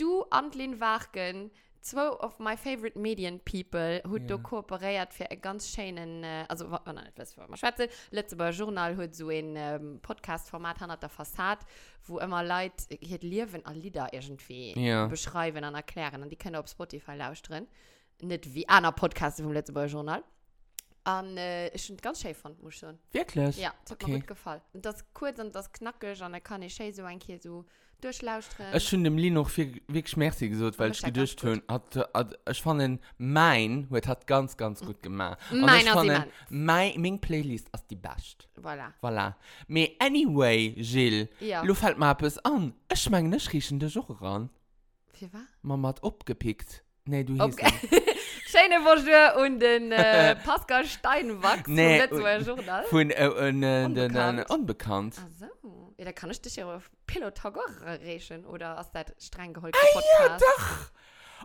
Speaker 3: du, Antlin Wagen, zwei of my favorite Medien People, hat
Speaker 2: Ja.
Speaker 3: du kooperiert für einen ganz schönen, äh, also, wa- nein, das war mal schwarze, letzte Mal Journal hat so ein ähm, Podcast-Format, Hannah der Fassade, wo immer Leute hier Leben an Lieder irgendwie
Speaker 2: Ja.
Speaker 3: beschreiben und erklären. Und die können auf Spotify lauschen. Nicht wie einer Podcast vom letzten Mal Journal. Und äh, ich finde ganz schön fand, muss ich sagen.
Speaker 2: Wirklich?
Speaker 3: Ja, das hat
Speaker 2: Okay.
Speaker 3: mir gut gefallen. Und das ist kurz und das knackig und dann kann ich schön so ein bisschen so durchlauschen.
Speaker 2: Ich habe dem Lino viel, wirklich merci gesagt, weil
Speaker 3: Aber
Speaker 2: ich
Speaker 3: das war
Speaker 2: gedacht habe, hat, hat, ich fand den, mein, hat, hat ganz, ganz
Speaker 3: Hm.
Speaker 2: gut gemacht.
Speaker 3: Meiner
Speaker 2: ich fand,
Speaker 3: Simon.
Speaker 2: den, mein, mein Playlist ist die beste.
Speaker 3: Voilà.
Speaker 2: Voilà. Aber anyway, Gilles,
Speaker 3: Ja.
Speaker 2: du fällt mir etwas an. Ich meine, ich rieche den Joch ran.
Speaker 3: Wie war?
Speaker 2: Mama hat abgepickt. Nee, du hieß
Speaker 3: Okay.
Speaker 2: nicht.
Speaker 3: Schöne Bonjour und den äh, Pascal Steinwachs
Speaker 2: Nee,
Speaker 3: vom letzten Mal Journal.
Speaker 2: Von äh, äh, äh, den äh,
Speaker 3: Unbekannt.
Speaker 2: Unbekannt.
Speaker 3: Ach so. Ja, da kann ich dich ja auf Pilotagora rechnen oder aus der streng geholten
Speaker 2: Ah,
Speaker 3: Podcast. Ja,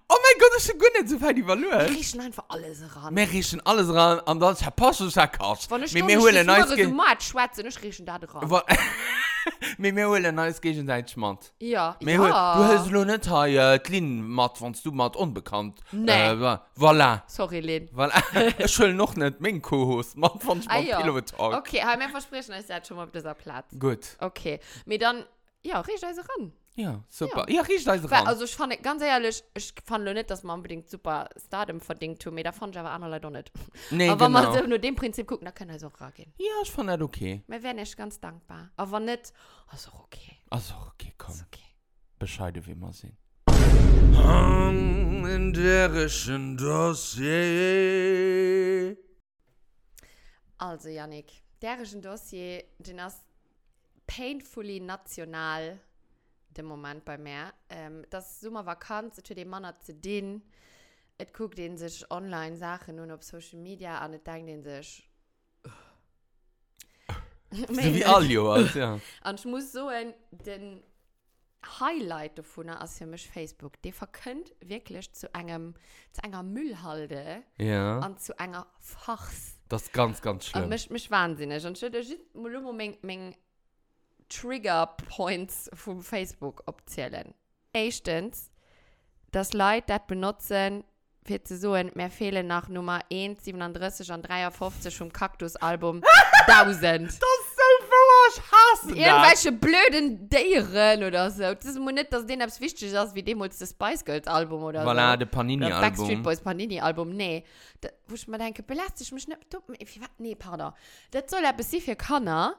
Speaker 2: Oh mein Gott, ich bin gut nicht so weit
Speaker 3: Wir
Speaker 2: überlöst.
Speaker 3: riechen einfach alles ran.
Speaker 2: Wir riechen alles ran und dann verpassen wir es Couch.
Speaker 3: Wenn ich
Speaker 2: Wir
Speaker 3: da
Speaker 2: wir
Speaker 3: nicht
Speaker 2: holen
Speaker 3: das
Speaker 2: ein neues
Speaker 3: Möhre so
Speaker 2: Ge-
Speaker 3: matt schwätze, ich riechen da dran.
Speaker 2: Wa- Wir wir holen ein neues Gegenseits Schmatt.
Speaker 3: Ja.
Speaker 2: Wir
Speaker 3: ja.
Speaker 2: holen- Du hast nur nicht hier äh, Lin Matt, wenn du Matt unbekannt.
Speaker 3: Nee.
Speaker 2: Äh, wa- voilà.
Speaker 3: Sorry, Len.
Speaker 2: Voilà. ich will noch nicht meinen Co-Host Matt, wenn ich
Speaker 3: Ah,
Speaker 2: Matt
Speaker 3: ja.
Speaker 2: Pilot habe.
Speaker 3: Okay, aber mein Versprechen ist jetzt schon mal auf dieser Platz.
Speaker 2: Gut.
Speaker 3: Okay. Mir dann, ja, riecht also ran.
Speaker 2: Ja, super. Ja, riecht also
Speaker 3: Weil,
Speaker 2: ran.
Speaker 3: also ich fand, ganz ehrlich, ich fand nur nicht, dass man unbedingt super Stardom verdient tut. Mir da fand ich aber andere Leute auch nicht.
Speaker 2: nee,
Speaker 3: aber
Speaker 2: genau.
Speaker 3: wenn man so nur dem Prinzip gucken, dann können wir so rangehen.
Speaker 2: Ja, ich fand das okay.
Speaker 3: Wir wären echt ganz dankbar. Aber nicht, also okay,
Speaker 2: Also, okay, komm.
Speaker 3: ist okay.
Speaker 2: Bescheide wie immer sehen.
Speaker 4: in derischen Dossier.
Speaker 3: Also, Yannick, der ist ein Dossier, den ist painfully national dem Moment bei mir. Ähm, das Summer Vakanz für den Mann hat zu den. Et guckt den sich online Sachen und auf Social Media an, et denkt den sich.
Speaker 2: So wie alle Jahre, ja.
Speaker 3: Und ich muss so ein, den Highlight davon ist für mich Facebook. Der verkönnt wirklich zu, einem, zu einer Müllhalde
Speaker 2: Ja,
Speaker 3: und zu einer Fachs.
Speaker 2: das ist ganz, ganz
Speaker 3: Und
Speaker 2: schlimm.
Speaker 3: mich, mich wahnsinnig. Und ich würde just mal nur mein, mein Trigger Points von Facebook abzählen. Erstens, dass Leute das benutzen, für zu sagen, mir fehlen nach Nummer 1, 37 und 53 vom Kaktus-Album 1000.
Speaker 2: so verarsch,
Speaker 3: irgendwelche blöden Deieren oder so. Das ist mir nicht, dass denen etwas wichtig ist, wie dem das Spice Girls Album oder
Speaker 2: Voilà,
Speaker 3: so.
Speaker 2: der
Speaker 3: Oder Backstreet
Speaker 2: er Panini-Album.
Speaker 3: Boys Panini Album, nee. Da, wo ich mir denke, belast ich mich nicht. Du, wie, wat? nee, pardon. Das soll ja bis für Kanner,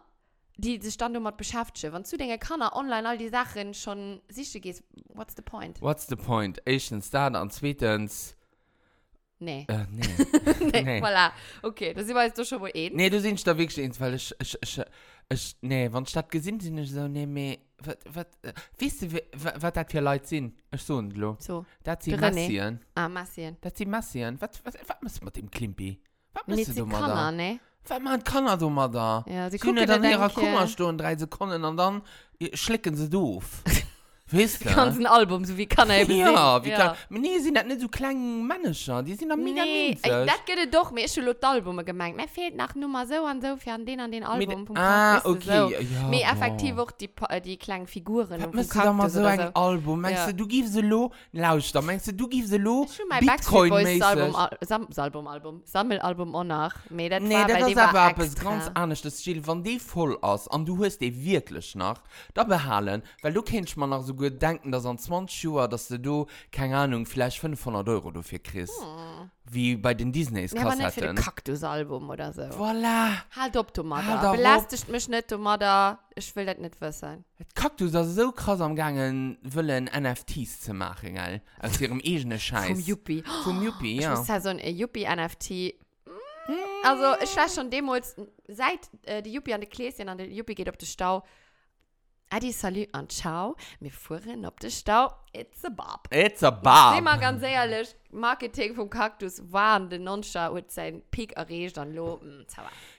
Speaker 3: die sich dann damit beschäftigen. Wenn du den Kanner online all die Sachen schon sicher gehst, what's the point?
Speaker 2: What's the point? Erstens, dann, und zweitens,
Speaker 3: Nee.
Speaker 2: Äh, nee.
Speaker 3: nee.
Speaker 2: nee.
Speaker 3: Voilà. Okay, das war jetzt doch schon wohl eh.
Speaker 2: nee, du siehst da wirklich eins, weil ich, ich, ich, ich nee, wenn ich das gesehen sind, ich so, nee, mehr, was, was, äh, weißt du, was das für Leute sind? Ich so, und lo,
Speaker 3: So,
Speaker 2: das sind
Speaker 3: René.
Speaker 2: Massien,
Speaker 3: ah, Massien.
Speaker 2: das sind Massien, was, was, was müssen wir mit dem Klimpi? Was
Speaker 3: Nee,
Speaker 2: müssen
Speaker 3: sie
Speaker 2: du
Speaker 3: kann
Speaker 2: mal da?
Speaker 3: er, ne?
Speaker 2: Was man kann er so mal da?
Speaker 3: Ja, sie
Speaker 2: Sie können
Speaker 3: gucken
Speaker 2: dann
Speaker 3: da,
Speaker 2: in ihrer
Speaker 3: denke ich,
Speaker 2: Kummerstunde drei Sekunden und dann äh, schlicken sie doof. weißt du?
Speaker 3: Ganz ein Album, so wie kann er eben
Speaker 2: ja,
Speaker 3: singen.
Speaker 2: wie klar. Nee, sind das nicht so kleine Manager, die sind doch mega
Speaker 3: Nee,
Speaker 2: winzig.
Speaker 3: ey, das geht er doch, mir ist schon laut Albume gemeint. Mir fehlt nach Nummer so und so für an den an den Album.
Speaker 2: Mit,
Speaker 3: vom
Speaker 2: ah,
Speaker 3: Kaktus,
Speaker 2: okay.
Speaker 3: So.
Speaker 2: Ja,
Speaker 3: Mir
Speaker 2: boah.
Speaker 3: effektiv auch die, Pa- äh, die kleinen Figuren. vom
Speaker 2: Meinst du da mal
Speaker 3: Kaktus
Speaker 2: so
Speaker 3: oder
Speaker 2: ein Album? Meinst
Speaker 3: Ja.
Speaker 2: du, du gibst sie lo, lausch da, meinst du, du gibst sie lo,
Speaker 3: Schon mein Backstreet Boys Album,
Speaker 2: Bitcoin-mäßig?
Speaker 3: Al Sam Album, Album, Sammelalbum auch nach. Nee, das
Speaker 2: Nee,
Speaker 3: war, weil
Speaker 2: das
Speaker 3: die
Speaker 2: ist
Speaker 3: war
Speaker 2: aber etwas
Speaker 3: extra.
Speaker 2: ganz anderes. Das Stil, wenn die voll ist und du hast die wirklich noch, da behalten, weil du kannst man noch so gut denken, dass an 20 Jahren, dass du da, keine Ahnung, vielleicht 500 Euro dafür kriegst. Wie bei den Disneys
Speaker 3: Hm. Ja, aber
Speaker 2: krass
Speaker 3: nicht für
Speaker 2: hätten.
Speaker 3: den Kaktusalbum oder so.
Speaker 2: Voilà.
Speaker 3: Halt ab, du
Speaker 2: Halt
Speaker 3: Mada.
Speaker 2: doch
Speaker 3: Belastet mich nicht, du Mada. Ich will das nicht wissen.
Speaker 2: Et Kaktus ist so krass am Gangen, wollen NFTs zu machen, gell? Aus ihrem eigenen Scheiß.
Speaker 3: Vom Yuppie.
Speaker 2: Vom Yuppie,
Speaker 3: Ich
Speaker 2: ja.
Speaker 3: muss ja so ein äh, Yuppie-NFT. Also, ich war schon damals, seit äh, die Yuppie an den Gläschen, an den Yuppie geht auf den Stau. Adi, salut und ciao. Wir fuhren auf den Stau. It's a Bob.
Speaker 2: It's a
Speaker 3: Seh mal
Speaker 2: bar.
Speaker 3: ganz ehrlich, Marketing vom Kaktus war an den Nonscha und sein Peak erreicht dann mm, loben.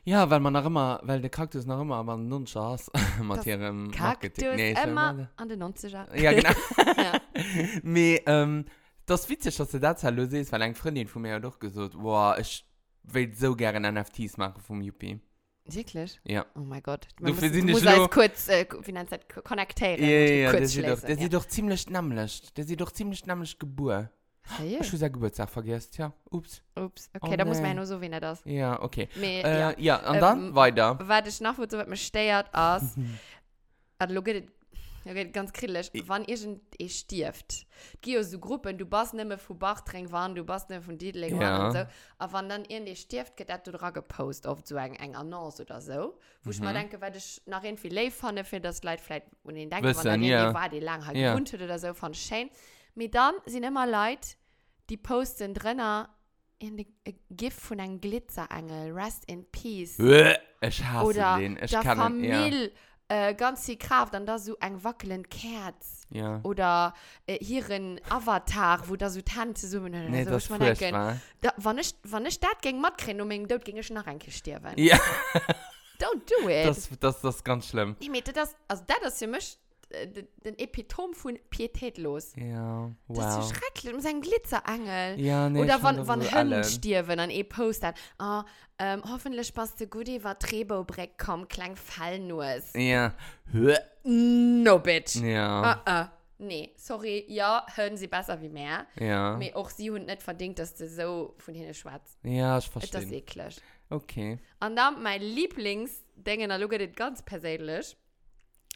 Speaker 2: Ja, weil man noch immer, weil der Kaktus noch immer aber nun schaß mit ihrem
Speaker 3: Kaktus
Speaker 2: Marketing. ich will
Speaker 3: immer
Speaker 2: mal-
Speaker 3: an den Nonscha.
Speaker 2: Ja, genau.
Speaker 3: Ja.
Speaker 2: Me, ähm, das ist witzig, dass du das hallo siehst, weil eine Freundin von mir hat auch gesagt, boah, ich will so gerne NFTs machen vom Yuppie.
Speaker 3: Wirklich?
Speaker 2: Ja.
Speaker 3: Oh mein Gott.
Speaker 2: Du verdienst
Speaker 3: muss
Speaker 2: nur-
Speaker 3: als kurz, äh, wie nennt es das, connectieren.
Speaker 2: Ja, ja, ja, der
Speaker 3: kurz
Speaker 2: sieht doch, der
Speaker 3: schließen,
Speaker 2: sieht doch ziemlich namlich, der sieht doch ziemlich namlich Geburt.
Speaker 3: ja.
Speaker 2: Ich habe seinen Geburtstag vergessen, ja, ups.
Speaker 3: Ups, okay,
Speaker 2: Oh
Speaker 3: da muss man ja
Speaker 2: nein.
Speaker 3: nur so wenig das.
Speaker 2: Ja, okay.
Speaker 3: Me,
Speaker 2: Äh,
Speaker 3: ja.
Speaker 2: ja. und
Speaker 3: Ähm,
Speaker 2: dann weiter.
Speaker 3: Was ich nachvollziehe, was mir steuert, ist, also, schau dir- schau dir ganz kritisch, wenn ihr stirbt, geh aus so Gruppen, du bist nicht mehr von Bachtring waren, du bist nicht mehr von Diedling waren
Speaker 2: Ja.
Speaker 3: und so, aber wenn dann irgendwie stirbt, geht das dran gepostet auf so eine eine Annonce oder so, wo ich
Speaker 2: Mhm.
Speaker 3: mir denke, weil ich nach irgendwie live fand, für das Leute vielleicht, und ich denke,
Speaker 2: Wissen,
Speaker 3: wenn dann
Speaker 2: ja.
Speaker 3: irgendwie war, die lange halt
Speaker 2: Ja.
Speaker 3: gewohnt hat oder so, fand ich schön. Aber dann sind immer Leute, die posten drinnen, in den Gift von einem Glitzerengel, Rest in Peace
Speaker 2: Äh, Ich hasse
Speaker 3: oder
Speaker 2: den. Ich
Speaker 3: der
Speaker 2: kann ihn.
Speaker 3: Familie äh, ganz viel Kraft und da so ein wackelnd Kerz
Speaker 2: Ja. ja.
Speaker 3: oder äh, hier ein Avatar, wo da so Tante so mit
Speaker 2: Nee,
Speaker 3: so,
Speaker 2: das ist
Speaker 3: muss man denken,
Speaker 2: furchtbar.
Speaker 3: Da, wenn ich, wenn ich das gegen Matt kriege, um dort ging ich nach Ranke sterben.
Speaker 2: Ja,
Speaker 3: Don't do it.
Speaker 2: das, das, das ist ganz schlimm.
Speaker 3: ich meine, das, also das ist für mich äh, d- den Epitom von pietätlos.
Speaker 2: Ja, wow.
Speaker 3: Das ist so schrecklich, mit seinem Glitzerengel.
Speaker 2: ja, nee,
Speaker 3: Oder
Speaker 2: ich fand
Speaker 3: wann,
Speaker 2: das
Speaker 3: wann
Speaker 2: so
Speaker 3: Hünden
Speaker 2: alle.
Speaker 3: stirben, dann eh postet. Ah, ähm, hoffentlich passt der Goodie, war Trebobreck, komm, klang Fallnuss.
Speaker 2: Ja. Hö.
Speaker 3: No, bitch.
Speaker 2: Ja.
Speaker 3: Ah, ah. Nee, sorry, ja, hören sie besser wie mehr.
Speaker 2: Ja.
Speaker 3: Mir auch sie und nicht verdient, dass du so von hinten schwarz.
Speaker 2: Ja, ich
Speaker 3: Das ist
Speaker 2: verstehe.
Speaker 3: eklig.
Speaker 2: Okay.
Speaker 3: Und dann mein Lieblingsding, da schaue das ganz persönlich.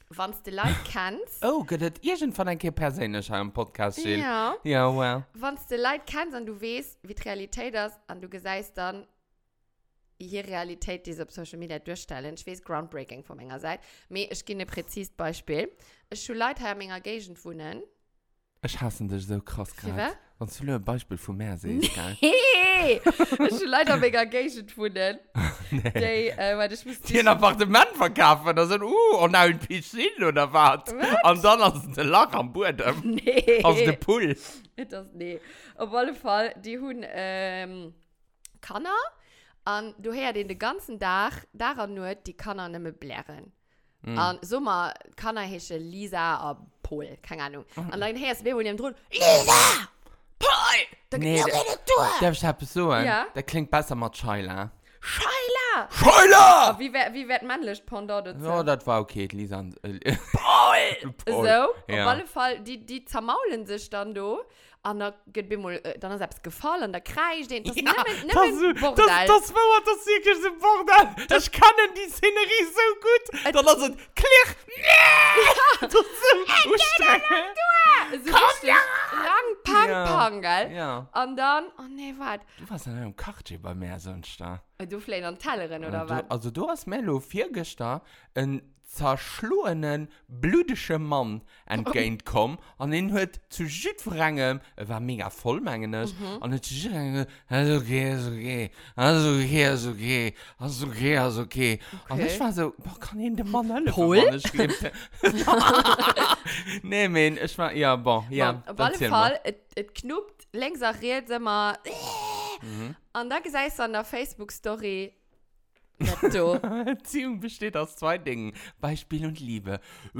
Speaker 3: Wenn du die Leute kennst,
Speaker 2: Oh, geht das irgend von ein Kind persönlich am Podcast stehen?
Speaker 3: ja,
Speaker 2: Ja, wow.
Speaker 3: wenn du die Leute kennst und du weißt, wie die Realität ist, und du sagst dann, hier Realität, die sie auf Social Media durchstellen, ich weiß, groundbreaking von meiner Seite. Mir, ich gebe ein präzises Beispiel. Ich habe Leute, die in meiner Gegend wohnen.
Speaker 2: Ich hasse dich so krass
Speaker 3: Für
Speaker 2: gerade. Und du nur ein Beispiel von mir siehst, gell?
Speaker 3: Hey! Ich bin leider mega Gagent von denen. Nee, äh, weil ich muss
Speaker 2: Die ein Appartement verkaufen, da sind, uh, und auch ein Piscine oder was? Und dann hast du den Lach am Boden.
Speaker 3: Nee.
Speaker 2: Aus dem Pool.
Speaker 3: Das, nee. Auf alle Fall, die haben ähm, Kanner. Und du hörst den den ganzen Tag daran nur, die Kanner nicht mehr blären.
Speaker 2: Mhm.
Speaker 3: Und so mal Kanner heißt Lisa und Paul, keine Ahnung.
Speaker 2: Mhm.
Speaker 3: Und dann hörst du, wer drin, Lisa! Paul! Da
Speaker 2: Nee,
Speaker 3: gibt's
Speaker 2: der-
Speaker 3: auch keine Tour!
Speaker 2: Darf ich etwas sagen?
Speaker 3: Ja.
Speaker 2: Der klingt besser mit Scheila.
Speaker 3: Scheila!
Speaker 2: Scheila!
Speaker 3: Wie, wär- wie wird männlich Pendant dazu?
Speaker 2: Ja, das war okay, Lisa. und- äh,
Speaker 3: So,
Speaker 2: Paul!
Speaker 3: auf
Speaker 2: Ja.
Speaker 3: alle Fall, die, die zermaulen sich dann do. Und da geht mir mal, äh, dann ist selbst gefallen, da kreischt den. Das ja, nimmt,
Speaker 2: Ah, das,
Speaker 3: nimmt
Speaker 2: das, das war das wirklich so Bordel. Ich kann in die Szenerie so gut. Dann lass es klick. Nee! Das ist so anstrengend.
Speaker 3: so Komm Rang, pang,
Speaker 2: Ja.
Speaker 3: pang, gell?
Speaker 2: Ja.
Speaker 3: Und dann, oh nee, warte.
Speaker 2: Du warst in einem Kartje bei mir, sonst da.
Speaker 3: Äh, Du vielleicht an Tellerin oder
Speaker 2: Ja,
Speaker 3: was?
Speaker 2: du, also du hast Mello viergester en zerschluenen blüdesche Mann entgeint kom an den huet zu Südfrangem war mega vollmengen ist an mhm. also okay ist okay also okay ist okay also okay also okay und
Speaker 3: Okay.
Speaker 2: ich war so boah, kann ihn dem Mann helfen,
Speaker 3: Pol?
Speaker 2: Mann? Ich glaub- nee mein, ich war ja bon ja
Speaker 3: auf
Speaker 2: dann
Speaker 3: alle
Speaker 2: erzähl mal.
Speaker 3: Fall, et, et knuppt, längs auch redet immer.
Speaker 2: Mhm.
Speaker 3: Und da gesagt es an der Facebook-Story. nicht so.
Speaker 2: Beziehung besteht aus zwei Dingen Beispiel und Liebe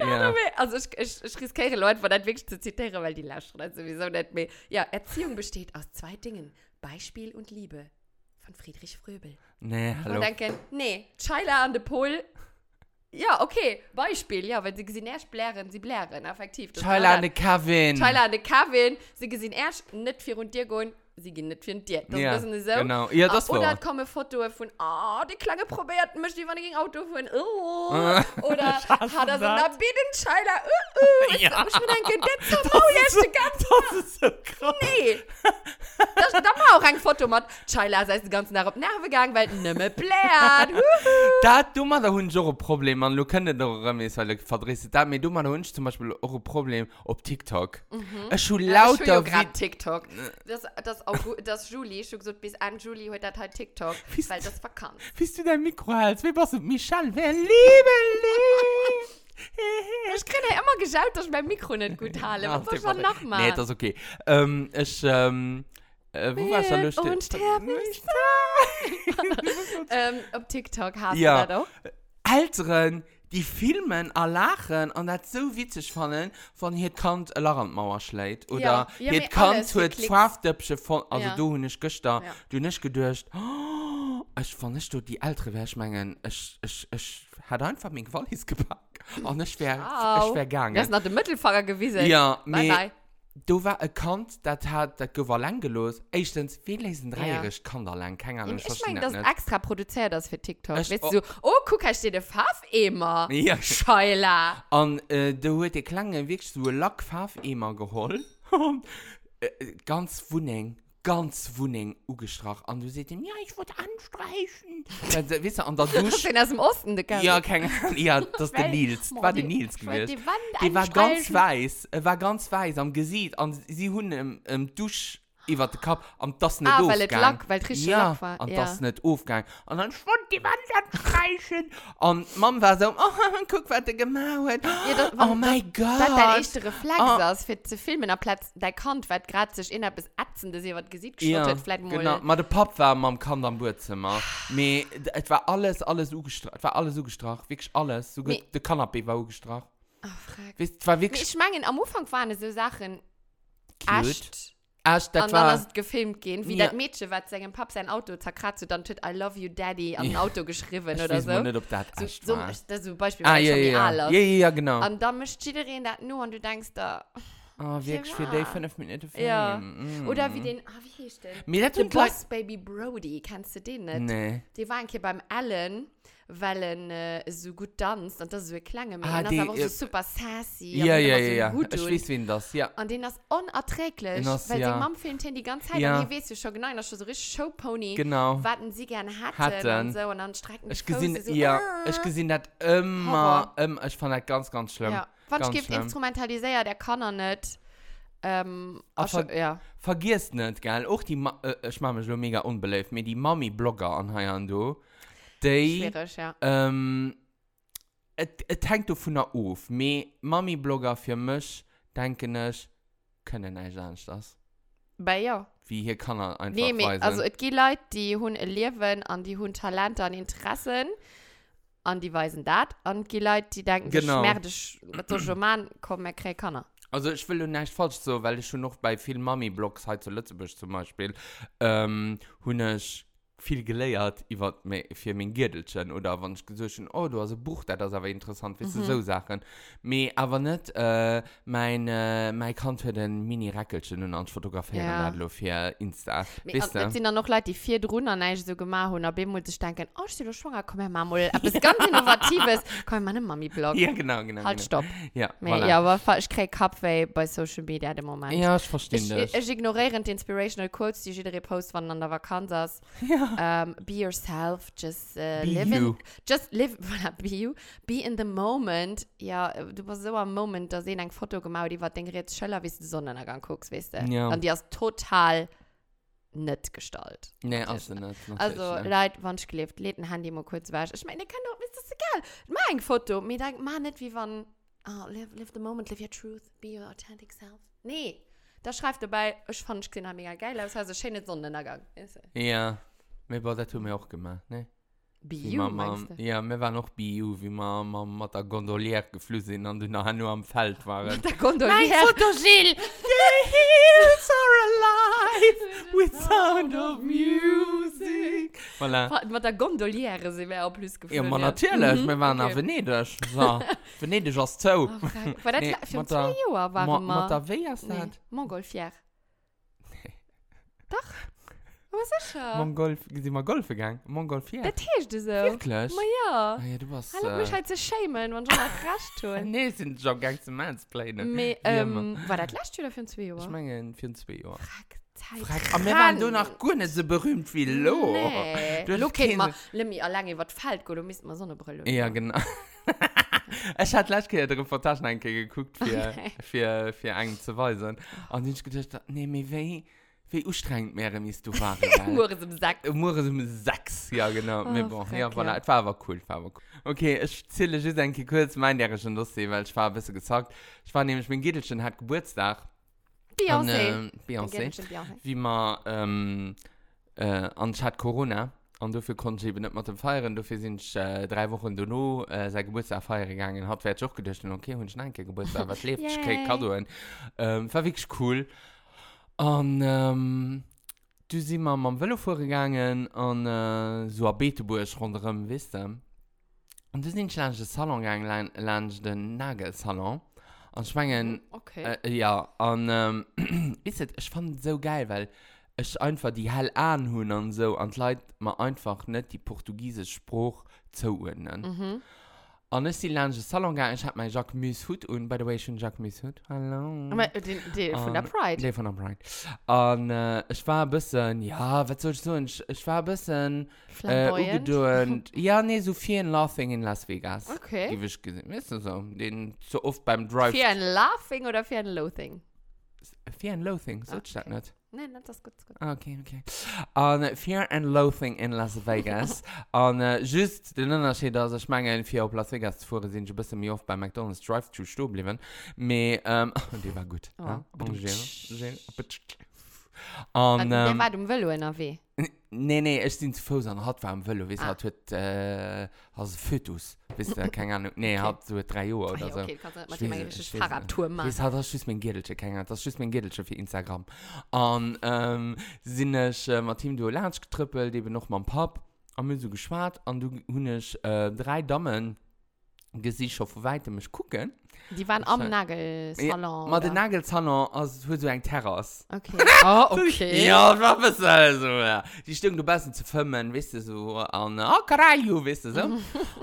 Speaker 2: ja.
Speaker 3: Also ich, ich, ich riskiere Leute, von das wirklich zu zitieren, weil die lachen das sowieso nicht mehr. Ja, Erziehung besteht aus zwei Dingen. Beispiel und Liebe. Von Friedrich Fröbel.
Speaker 2: nee hallo
Speaker 3: Und denken, nee, Chila an de Pol. Ja, okay, Beispiel, ja, weil sie gesehen erst blären, sie blären, effektiv. Das war
Speaker 2: Thailand
Speaker 3: das.
Speaker 2: Kevin
Speaker 3: Tyler und Kevin, sie gesehen erst nicht für und dir gehen, sie gehen nicht für und dir. Das
Speaker 2: ja,
Speaker 3: wissen sie so.
Speaker 2: genau ja das
Speaker 3: Oder
Speaker 2: war
Speaker 3: hat kommen Foto von, ah, die Klange probiert, möchte ich gegen Auto fahren, oh. Oder hat er so
Speaker 2: das.
Speaker 3: einen Binnenscheiler, uh, uh.
Speaker 2: Ja.
Speaker 3: Ja. Ich mir denke, das ist so Oh, jetzt die ganze
Speaker 2: das ist so krass
Speaker 3: Nee. Das, da war auch ein Foto mit, Tyler sei den ganzen Tag auf die Nerven gegangen, weil nimmer blärt. Uhu.
Speaker 2: da hat du mal da hun so ein Problem an du könnt doch remis weil verdrehst da mir du mal hun zum Beispiel auch ein Problem auf TikTok es schon
Speaker 3: Mhm. Ja,
Speaker 2: lauter
Speaker 3: gerade
Speaker 2: wie
Speaker 3: TikTok. Das, das, auch, das Juli, ich habe gesagt, bis an Juli heute hat halt TikTok,
Speaker 2: Wisst-
Speaker 3: weil das verkannt.
Speaker 2: bist du dein Mikro als wie warst du Michel wer liebe liebt
Speaker 3: Ich kriege ja immer geschaut, dass ich mein Mikro nicht gut halte.
Speaker 2: Ah,
Speaker 3: Was soll ich
Speaker 2: Thema-
Speaker 3: schon noch machen?
Speaker 2: nee das ist okay ähm, ich ähm, äh, wo warst du
Speaker 3: Mit
Speaker 2: lustig?
Speaker 3: unsterblich ähm, auf TikTok hast
Speaker 2: Ja.
Speaker 3: du das auch.
Speaker 2: Älteren, die filmen und lachen und das so witzig fanden, von hier kommt eine Landmauer schlägt. Oder
Speaker 3: Ja, ja,
Speaker 2: hier
Speaker 3: mir
Speaker 2: kommt
Speaker 3: alles,
Speaker 2: zu
Speaker 3: die Klicks.
Speaker 2: Zwaftöpfchen von, also
Speaker 3: Ja.
Speaker 2: du nicht gestern,
Speaker 3: Ja.
Speaker 2: du nicht gedacht, oh, ich fand nicht, du die ältere wäre, ich meine, ich, ich, ich hätte einfach mein Wallis gepackt. Und ich wäre,
Speaker 3: Au.
Speaker 2: ich wäre
Speaker 3: Das ist
Speaker 2: gegangen.
Speaker 3: noch der Mittelfahrer gewesen.
Speaker 2: Ja,
Speaker 3: Bye,
Speaker 2: mir-
Speaker 3: bye.
Speaker 2: Du war erkannt, das hat, das war lang gelos. Erstens, wir lesen dreijährig, kann da lang, keine Ahnung,
Speaker 3: Ich meine,
Speaker 2: verstehe
Speaker 3: das ist extra produziert das für TikTok.
Speaker 2: Ich-
Speaker 3: weißt
Speaker 2: oh.
Speaker 3: du, oh, guck, da steht der Pfaff immer.
Speaker 2: nicht. Ja,
Speaker 3: Scheuler.
Speaker 2: Und äh, da hat die Klange wirklich so einen Lackpfaff immer geholt. Und äh, ganz wunning, ganz wunning angestrahlt. Und du siehst ihm, ja, ich wollte anstreichen. Weil, äh, weißt du, und der
Speaker 3: Das
Speaker 2: Dusch.
Speaker 3: sind aus dem Osten, Digga.
Speaker 2: ja, keine Ahnung. Ja, das ist der
Speaker 3: Weil-
Speaker 2: Nils. Das war der Nils
Speaker 3: Ich wollte
Speaker 2: gewesen.
Speaker 3: die Wand
Speaker 2: Die war ganz
Speaker 3: anstreichen.
Speaker 2: weiß. äh, war ganz weiß am Gesicht. Und sie haben im, im Dusch über den Kopf. Und das nicht
Speaker 3: Ah, weil
Speaker 2: aufgegangen.
Speaker 3: es Lack- weil es richtig
Speaker 2: ja,
Speaker 3: Lack war,
Speaker 2: Und
Speaker 3: ja.
Speaker 2: das nicht aufgegangen. Und dann schwund die Wand anstreichen. und Mom war so, oh, guck, was er gemacht hat.
Speaker 3: Ja, das-
Speaker 2: oh mein Gott.
Speaker 3: Das ist dein echter Reflex
Speaker 2: Ah.
Speaker 3: aus, für zu filmen. Am Platz, der Kant wird gerade sich innerhalb des Atzendes, ihr wird Gesicht
Speaker 2: Ja,
Speaker 3: geschottet, vielleicht mal.
Speaker 2: genau. Ma de Pap war mam kann am Buzimmer. Me et war alles alles ugestracht war alles ugestracht wirklich alles so
Speaker 3: Nee.
Speaker 2: de Kanapé war ugestracht.
Speaker 3: Ah, frag.
Speaker 2: Wisst war
Speaker 3: Nee,
Speaker 2: wirklich
Speaker 3: Ich meine, am Anfang waren es so Sachen,
Speaker 2: cute.
Speaker 3: Ascht,
Speaker 2: Asch,
Speaker 3: und
Speaker 2: dat
Speaker 3: dann
Speaker 2: war
Speaker 3: hast du gefilmt gehen, wie
Speaker 2: Ja.
Speaker 3: das Mädchen, was seinem Pap sein Auto zerkratzt und dann tut I love you daddy an ein Auto geschrieben oder
Speaker 2: weiß
Speaker 3: so.
Speaker 2: mal nicht, ob dat
Speaker 3: so,
Speaker 2: echt
Speaker 3: so
Speaker 2: war.
Speaker 3: das ist so ein Beispiel,
Speaker 2: Ah
Speaker 3: weil
Speaker 2: ja
Speaker 3: schon wie
Speaker 2: ja.
Speaker 3: alles.
Speaker 2: Ja ja ja genau.
Speaker 3: Und dann möchte jeder reden, das nur und du denkst da,
Speaker 2: Ah wirklich für
Speaker 3: Ja.
Speaker 2: de 5 Minuten Film.
Speaker 3: ja.
Speaker 2: Mm.
Speaker 3: Oder wie den, ah, wie hieß der?
Speaker 2: Mir dat
Speaker 3: Den
Speaker 2: tut leid-
Speaker 3: Boss Baby Brody, kennst du den nicht?
Speaker 2: Nee.
Speaker 3: Die waren hier beim Allen, weil er äh, so gut tanzt und das ist so ein Klang im
Speaker 2: Ah,
Speaker 3: Und das
Speaker 2: die-
Speaker 3: ist aber auch so
Speaker 2: ja.
Speaker 3: super sassy.
Speaker 2: Ja
Speaker 3: und
Speaker 2: ja
Speaker 3: hat immer so
Speaker 2: ja
Speaker 3: einen
Speaker 2: ja.
Speaker 3: Hut
Speaker 2: Ich
Speaker 3: und-
Speaker 2: schließ wen das. Ja.
Speaker 3: Und den das unerträglich,
Speaker 2: Den das-
Speaker 3: weil
Speaker 2: ja.
Speaker 3: die Mom filmt ihn die ganze Zeit
Speaker 2: Ja.
Speaker 3: und die weiß ja schon genau, das ist schon so richtig Showpony,
Speaker 2: Genau.
Speaker 3: warten sie gerne hatten,
Speaker 2: Hatten.
Speaker 3: und so und dann strecken die
Speaker 2: Ich gesehen
Speaker 3: Füße so, "Ah!"
Speaker 2: ja, ich gesehen dat immer
Speaker 3: Horror.
Speaker 2: ähm, ich fand dat ganz ganz schlimm.
Speaker 3: ja. Wann
Speaker 2: Ganz
Speaker 3: gibt
Speaker 2: schlimm.
Speaker 3: Instrumentalisäer, der kann er nicht. Ähm,
Speaker 2: Aber
Speaker 3: auch schon, ja.
Speaker 2: Vergiss nicht, gell? Auch die, Ma äh, ich mache mich so mega unbelebt, mir die Mami-Blogger anheuern, du. Die,
Speaker 3: Schwierig, ja.
Speaker 2: ähm, es es hängt davon ab, auf. Mir Mami-Blogger für mich, denke ich, können nicht ernst das.
Speaker 3: Bei ja.
Speaker 2: Wie hier kann er einfach
Speaker 3: Nee, me,
Speaker 2: weisen.
Speaker 3: also es gibt Leute, die hun ein Leben an die hun Talente an Interessen an die weisen dat und die Leute die denken
Speaker 2: Genau.
Speaker 3: schmerdisch mit so Schumann kommen er krieg kann er
Speaker 2: Also ich will nicht falsch so, weil ich schon noch bei vielen Mami-Blogs halt zu Lützebüsch zum Beispiel, ähm, hun ich viel geleiert über me- für mein Gürtelchen oder wenn ich gesagt habe, oh, du hast ein Buch, das ist aber interessant, weißt du,
Speaker 3: Mhm.
Speaker 2: so Sachen. Me, aber nicht äh, mein, äh, mein Kant für den Mini-Rackelchen und dann fotografieren
Speaker 3: Ja.
Speaker 2: ja. für Insta.
Speaker 3: Mir-
Speaker 2: Weißt
Speaker 3: äh,
Speaker 2: du?
Speaker 3: es sind dann noch Leute die vier drunter neige so gemacht haben, und ab dem muss ich denken oh ich bin doch schwanger komm her Mama aber das ganz innovatives komm meine Mami Blog
Speaker 2: Ja, genau, genau.
Speaker 3: halt
Speaker 2: genau.
Speaker 3: stopp
Speaker 2: Ja,
Speaker 3: Me,
Speaker 2: voilà.
Speaker 3: ja aber fa- ich krieg Kopfweh bei Social Media im Moment
Speaker 2: ja, ich verstehe
Speaker 3: Ich,
Speaker 2: das.
Speaker 3: ich ignoriere die inspirational Quotes, die jeder post, wenn an der Vakanz ist. Ja. Um, be yourself, just uh,
Speaker 2: Be
Speaker 3: live
Speaker 2: you.
Speaker 3: in, just live, voilà, be you, be in the moment. Ja, äh, du warst so am Moment, da sehen ein Foto gemacht, die war den jetzt schneller, wie du den Sonnenuntergang guckst, weißt du?
Speaker 2: Ja.
Speaker 3: Und die ist total nett gestaltet.
Speaker 2: Nee, also nicht.
Speaker 3: Also,
Speaker 2: natürlich, ne.
Speaker 3: Leute, wenn ich gelebt, lädt ein Handy mal kurz weg. Ich meine, ich kann doch, ist das egal. Mach ein Foto. Mir denkt, mach nicht wie wenn, oh, live, live the moment, live your truth, be your authentic self. Nee, da schreibt dabei, ich fand, ich gesehen habe, mega geil aus, also schöne Sonnenuntergang. Weißt du?
Speaker 2: Ja, mir war das haben wir auch gemacht, ne?
Speaker 3: Be
Speaker 2: Wie
Speaker 3: you,
Speaker 2: man- man-
Speaker 3: meinst du?
Speaker 2: Ja, wir waren auch bei you, wie wir wir- mit der Gondolier geflüssen sind und nachher nur am Feld waren.
Speaker 3: Da kommt doch hier.
Speaker 2: Gilles! The hills are alive with sound of music. Voilà.
Speaker 3: Mit der Gondoliere sind wir auch plus
Speaker 2: Ja,
Speaker 3: gefühlt.
Speaker 2: man, natürlich, wir waren
Speaker 3: Mhm, okay.
Speaker 2: nach Venedig. So, Venedig ist so.
Speaker 3: Oh, fuck. War das
Speaker 2: Nee,
Speaker 3: la- für
Speaker 2: mit
Speaker 3: zwei
Speaker 2: der-
Speaker 3: Jahre
Speaker 2: Ma-
Speaker 3: waren
Speaker 2: ma
Speaker 3: wir.
Speaker 2: da wie ist
Speaker 3: Nee,
Speaker 2: das?
Speaker 3: Montgolfier. Doch. Was ist das?
Speaker 2: Mongol, sind wir Golf gegangen? Mongolf, ja.
Speaker 3: Das heißt du so.
Speaker 2: Wirklich?
Speaker 3: Ma ja.
Speaker 2: Ah ja, du warst...
Speaker 3: Hallo, mich
Speaker 2: äh,
Speaker 3: halt zu schämen, wenn schon mal rasch tun.
Speaker 2: Nee, sind schon ganz zum Mansplänen.
Speaker 3: Me, ähm, war das letzte oder für ein zwei
Speaker 2: Ich
Speaker 3: Jahre?
Speaker 2: meine, in 24 Jahren.
Speaker 3: Frag Zeit.
Speaker 2: Frag, aber wir waren doch noch gar nicht so berühmt wie Lo.
Speaker 3: Nee.
Speaker 2: Du hast
Speaker 3: Lo kennt man.
Speaker 2: keine-
Speaker 3: Lass mich alleine was fällt, gut, du müsst mal so eine Brille.
Speaker 2: Ja, genau. ich hatte letztens eine Reportage einke geguckt, für,
Speaker 3: Okay.
Speaker 2: für, für einen zu weisen. Und ich gedacht, nee, mir wie, wie anstrengend mehr müsst du waren. gell?
Speaker 3: Uhr ist im Sack.
Speaker 2: Morgen sind wir sechs, ja genau.
Speaker 3: Oh,
Speaker 2: Mir bon. ja,
Speaker 3: Freck, ja.
Speaker 2: voilà. Es war aber cool, es war aber cool. Okay, ich zähle jetzt ein bisschen kurz mein derischen Lustig, weil ich war ein bisschen gesagt. Ich war nämlich, mein Gädelchen hat Geburtstag. Und,
Speaker 3: Beyoncé.
Speaker 2: ähm, Beyoncé.
Speaker 3: Beyoncé. Beyoncé.
Speaker 2: wie man ähm, äh, anstatt Corona und dafür konnte ich eben nicht mit dem feiern dafür sind ich äh, drei Wochen danach äh, sein Geburtstag feiern gegangen hat wäre ich auch gedacht okay und ich nein kein Geburtstag was lebt ich
Speaker 3: Yay.
Speaker 2: krieg Kadoen ähm, war wirklich cool und ähm, du sind wir mit dem Velo vorgegangen und äh, so ein Beteburg rundherum wisst ihr und du sind ich lang in den Salon gegangen lang, lang in den Nagelsalon und ich meine
Speaker 3: Okay.
Speaker 2: äh, ja, und ähm, wisst ihr, ich fand es so geil, weil ich einfach die hell anhören und so und die Leute mir einfach nicht die portugiesische Spruch zuordnen.
Speaker 3: Mhm.
Speaker 2: Und ich bin in den Salon gegangen, ich habe meinen Jacques Mushut und by the way, schon Jacques Mushut, hallo.
Speaker 3: Aber äh, den, den von der
Speaker 2: Ähm,
Speaker 3: Pride.
Speaker 2: Nee, von der Pride. Und äh, ich war ein bisschen, ja, was soll ich sagen, ich, ich war ein bisschen äh,
Speaker 3: Flamboyant.
Speaker 2: ungeduldig. ja, nee, so viel in Laughing in Las Vegas.
Speaker 3: Okay.
Speaker 2: Die ich gesehen, weißt du so, den so oft beim Drive.
Speaker 3: Für ein Laughing oder für ein Loathing?
Speaker 2: Fear and Loathing, so okay. steht
Speaker 3: Ah, Okay.
Speaker 2: nicht.
Speaker 3: Nein, nein, das ist gut. das ist gut.
Speaker 2: Ah, Okay, okay. Und äh, Fear and Loathing in Las Vegas. und äh, just den Unterschied, dass ich meine, in Fear auf Las Vegas zu fahren, sind ich ein bisschen mehr oft bei McDonald's Drive-Thru stehen geblieben. Aber, ähm, die war gut.
Speaker 3: Oh.
Speaker 2: Ja? Und, Gene-
Speaker 3: Und
Speaker 2: und
Speaker 3: der
Speaker 2: ähm,
Speaker 3: war dem Velo NRW.
Speaker 2: nee, nee, ich bin zu Fuß und hat warm Velo, weißt du,
Speaker 3: Ah.
Speaker 2: hat heute, äh, also Fötus, weißt du, keine Ahnung, nee,
Speaker 3: Okay.
Speaker 2: hat so drei Jahre
Speaker 3: Ah
Speaker 2: oder
Speaker 3: ja,
Speaker 2: so.
Speaker 3: Okay, kannst du nicht
Speaker 2: Ich
Speaker 3: mit dem
Speaker 2: weiß-
Speaker 3: englischen
Speaker 2: ich weiß-
Speaker 3: Fahrradtour machen.
Speaker 2: Das hat das schüss mein Gädelchen, keine Ahnung, das schüss mein Gädelchen für Instagram. Und ähm, sind ich äh, mit Team Duolange getrippelt, eben noch mein Pop, und mir so geschwart, und du habe ich äh, drei Damen gesehen, schon von weitem mich gucken.
Speaker 3: Die waren am Nagelsalon.
Speaker 2: Mit dem
Speaker 3: oder?
Speaker 2: Nagelsalon, also für so ein Terrasse.
Speaker 3: Okay. Oh, okay.
Speaker 2: Ja, das war besser also, ja. Die Stimme, du bist zu filmen, weißt du, so, und, oh, Caralho, weißt du, so.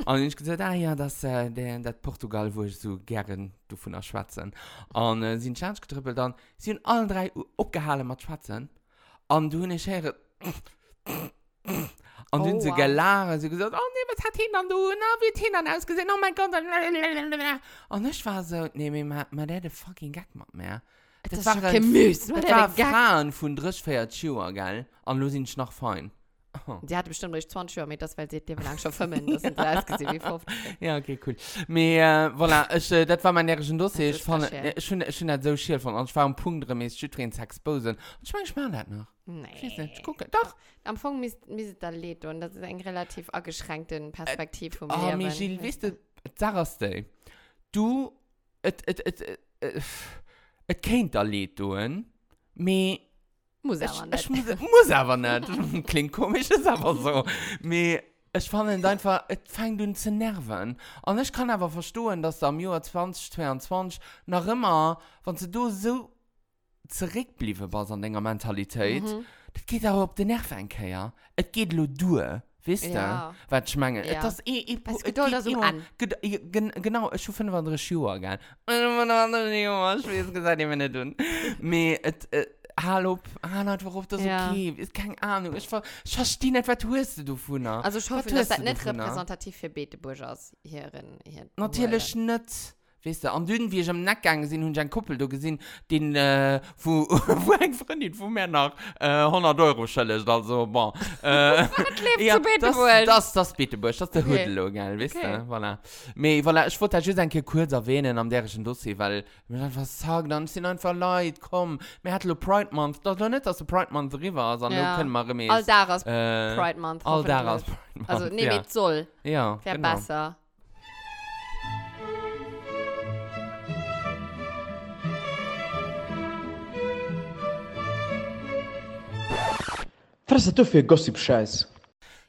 Speaker 2: und ich gesagt, ah ja, das, äh, der, das Portugal, wo ich so gern davon auch schwätzen. Und äh, sie sind Chance getrippelt, dann sie sind alle drei u- abgehalten mit Schwätzen. Und du und ich höre, und
Speaker 3: Oh,
Speaker 2: dann sie
Speaker 3: wow.
Speaker 2: gelachen, sie gesagt, oh nee, was hat hin dann du, na, wie hat hin dann ausgesehen, oh mein Gott, und ich war so, nee, mir, mir, der hat fucking Gag mit mir.
Speaker 3: Das ist
Speaker 2: war
Speaker 3: schon
Speaker 2: ein-
Speaker 3: Gemüse.
Speaker 2: das
Speaker 3: oder?
Speaker 2: war
Speaker 3: Der Gag.
Speaker 2: Frauen von 30, 40 Jahren, gell? Und du sind noch fein. Oh,
Speaker 3: Die hatte bestimmt richtig 20 Jahre mit, das, weil sie dir lang schon vermindert ist. Und da ist gesehen, wie 50.
Speaker 2: Ja, okay, cool. Aber, äh, voilà, ich, äh, das war mein nervischen Dossier.
Speaker 3: Das
Speaker 2: Ich
Speaker 3: ist
Speaker 2: fand,
Speaker 3: fair.
Speaker 2: äh, ich finde ich find das so schön von uns. Ich war am Punkt drin, ich schüttere ihn zu exposen. Und ich meine, ich mache das noch. Ich weiß nicht,
Speaker 3: Nee.
Speaker 2: ich gucke. Doch.
Speaker 3: Am Anfang müsste da Lied und das ist ein relativ abgeschränkten Perspektiv vom
Speaker 2: Oh,
Speaker 3: Leben.
Speaker 2: Michel, weißt du, Sarah's Day. Du, et, et, et, et, et, et kennt da Lied tun, aber
Speaker 3: Muss
Speaker 2: Ich,
Speaker 3: aber
Speaker 2: ich
Speaker 3: nicht.
Speaker 2: muss, muss aber nicht. Klingt komisch, ist aber so. Me, ich fand es einfach, es fängt an zu nerven. Und ich kann aber verstehen, dass da im Jahr 2022 noch immer, wenn sie da so zurückbleiben bei so einer Mentalität,
Speaker 3: Mhm.
Speaker 2: das geht auch auf den Nerven ein Kehr, ja. Es geht nur durch. Wisst ihr,
Speaker 3: Ja.
Speaker 2: was ich meine?
Speaker 3: Ja.
Speaker 2: Das eh, eh,
Speaker 3: Was
Speaker 2: es
Speaker 3: geht um da
Speaker 2: geht
Speaker 3: so
Speaker 2: immer-
Speaker 3: an?
Speaker 2: Ged- ja, gen- Genau, ich finde andere Schuhe gern. Andere Schuhe, ich weiß gesagt, ich will nicht tun. Mir, et, äh, hallo, hallo, warum das
Speaker 3: Ja.
Speaker 2: okay ist, keine Ahnung. Ich, ver ich verstehe nicht, was tust du davon?
Speaker 3: Also ich
Speaker 2: Was
Speaker 3: hoffe, dass
Speaker 2: tust
Speaker 3: das
Speaker 2: du
Speaker 3: nicht
Speaker 2: davon, ne?
Speaker 3: repräsentativ für Beteburg ist. Hier in, hier in
Speaker 2: Natürlich nicht. Weißt du, und dünn, wie ich im Nackgang gesehen habe, ich einen Kuppel da gesehen, den, äh, wo, wo ein Freundin von mir nach äh, 100 Euro schlägt, also, bon. Äh,
Speaker 3: Klebt zu
Speaker 2: das,
Speaker 3: Beteburg.
Speaker 2: das, das Beeteburg, das ist der
Speaker 3: Okay.
Speaker 2: okay. Hüdel, gell, weißt
Speaker 3: Okay.
Speaker 2: du, voilà. Me, voilà, ich wollte das just ein bisschen kurz erwähnen am derischen Dossier, weil mir einfach sagen, dann sind einfach Leute, komm, mir hat lo Pride Month, das ist doch nicht, dass der Pride Month rüber ist, sondern
Speaker 3: Ja.
Speaker 2: ja. können wir remäß.
Speaker 3: All daraus
Speaker 2: äh,
Speaker 3: Pride Month.
Speaker 2: All daraus
Speaker 3: hoffentlich.
Speaker 2: Pride Month,
Speaker 3: Also, nee,
Speaker 2: ja.
Speaker 3: mit Soll.
Speaker 2: ja,
Speaker 3: Wäre
Speaker 2: genau.
Speaker 3: besser.
Speaker 4: Was ist das denn für ein Gossip-Scheiß?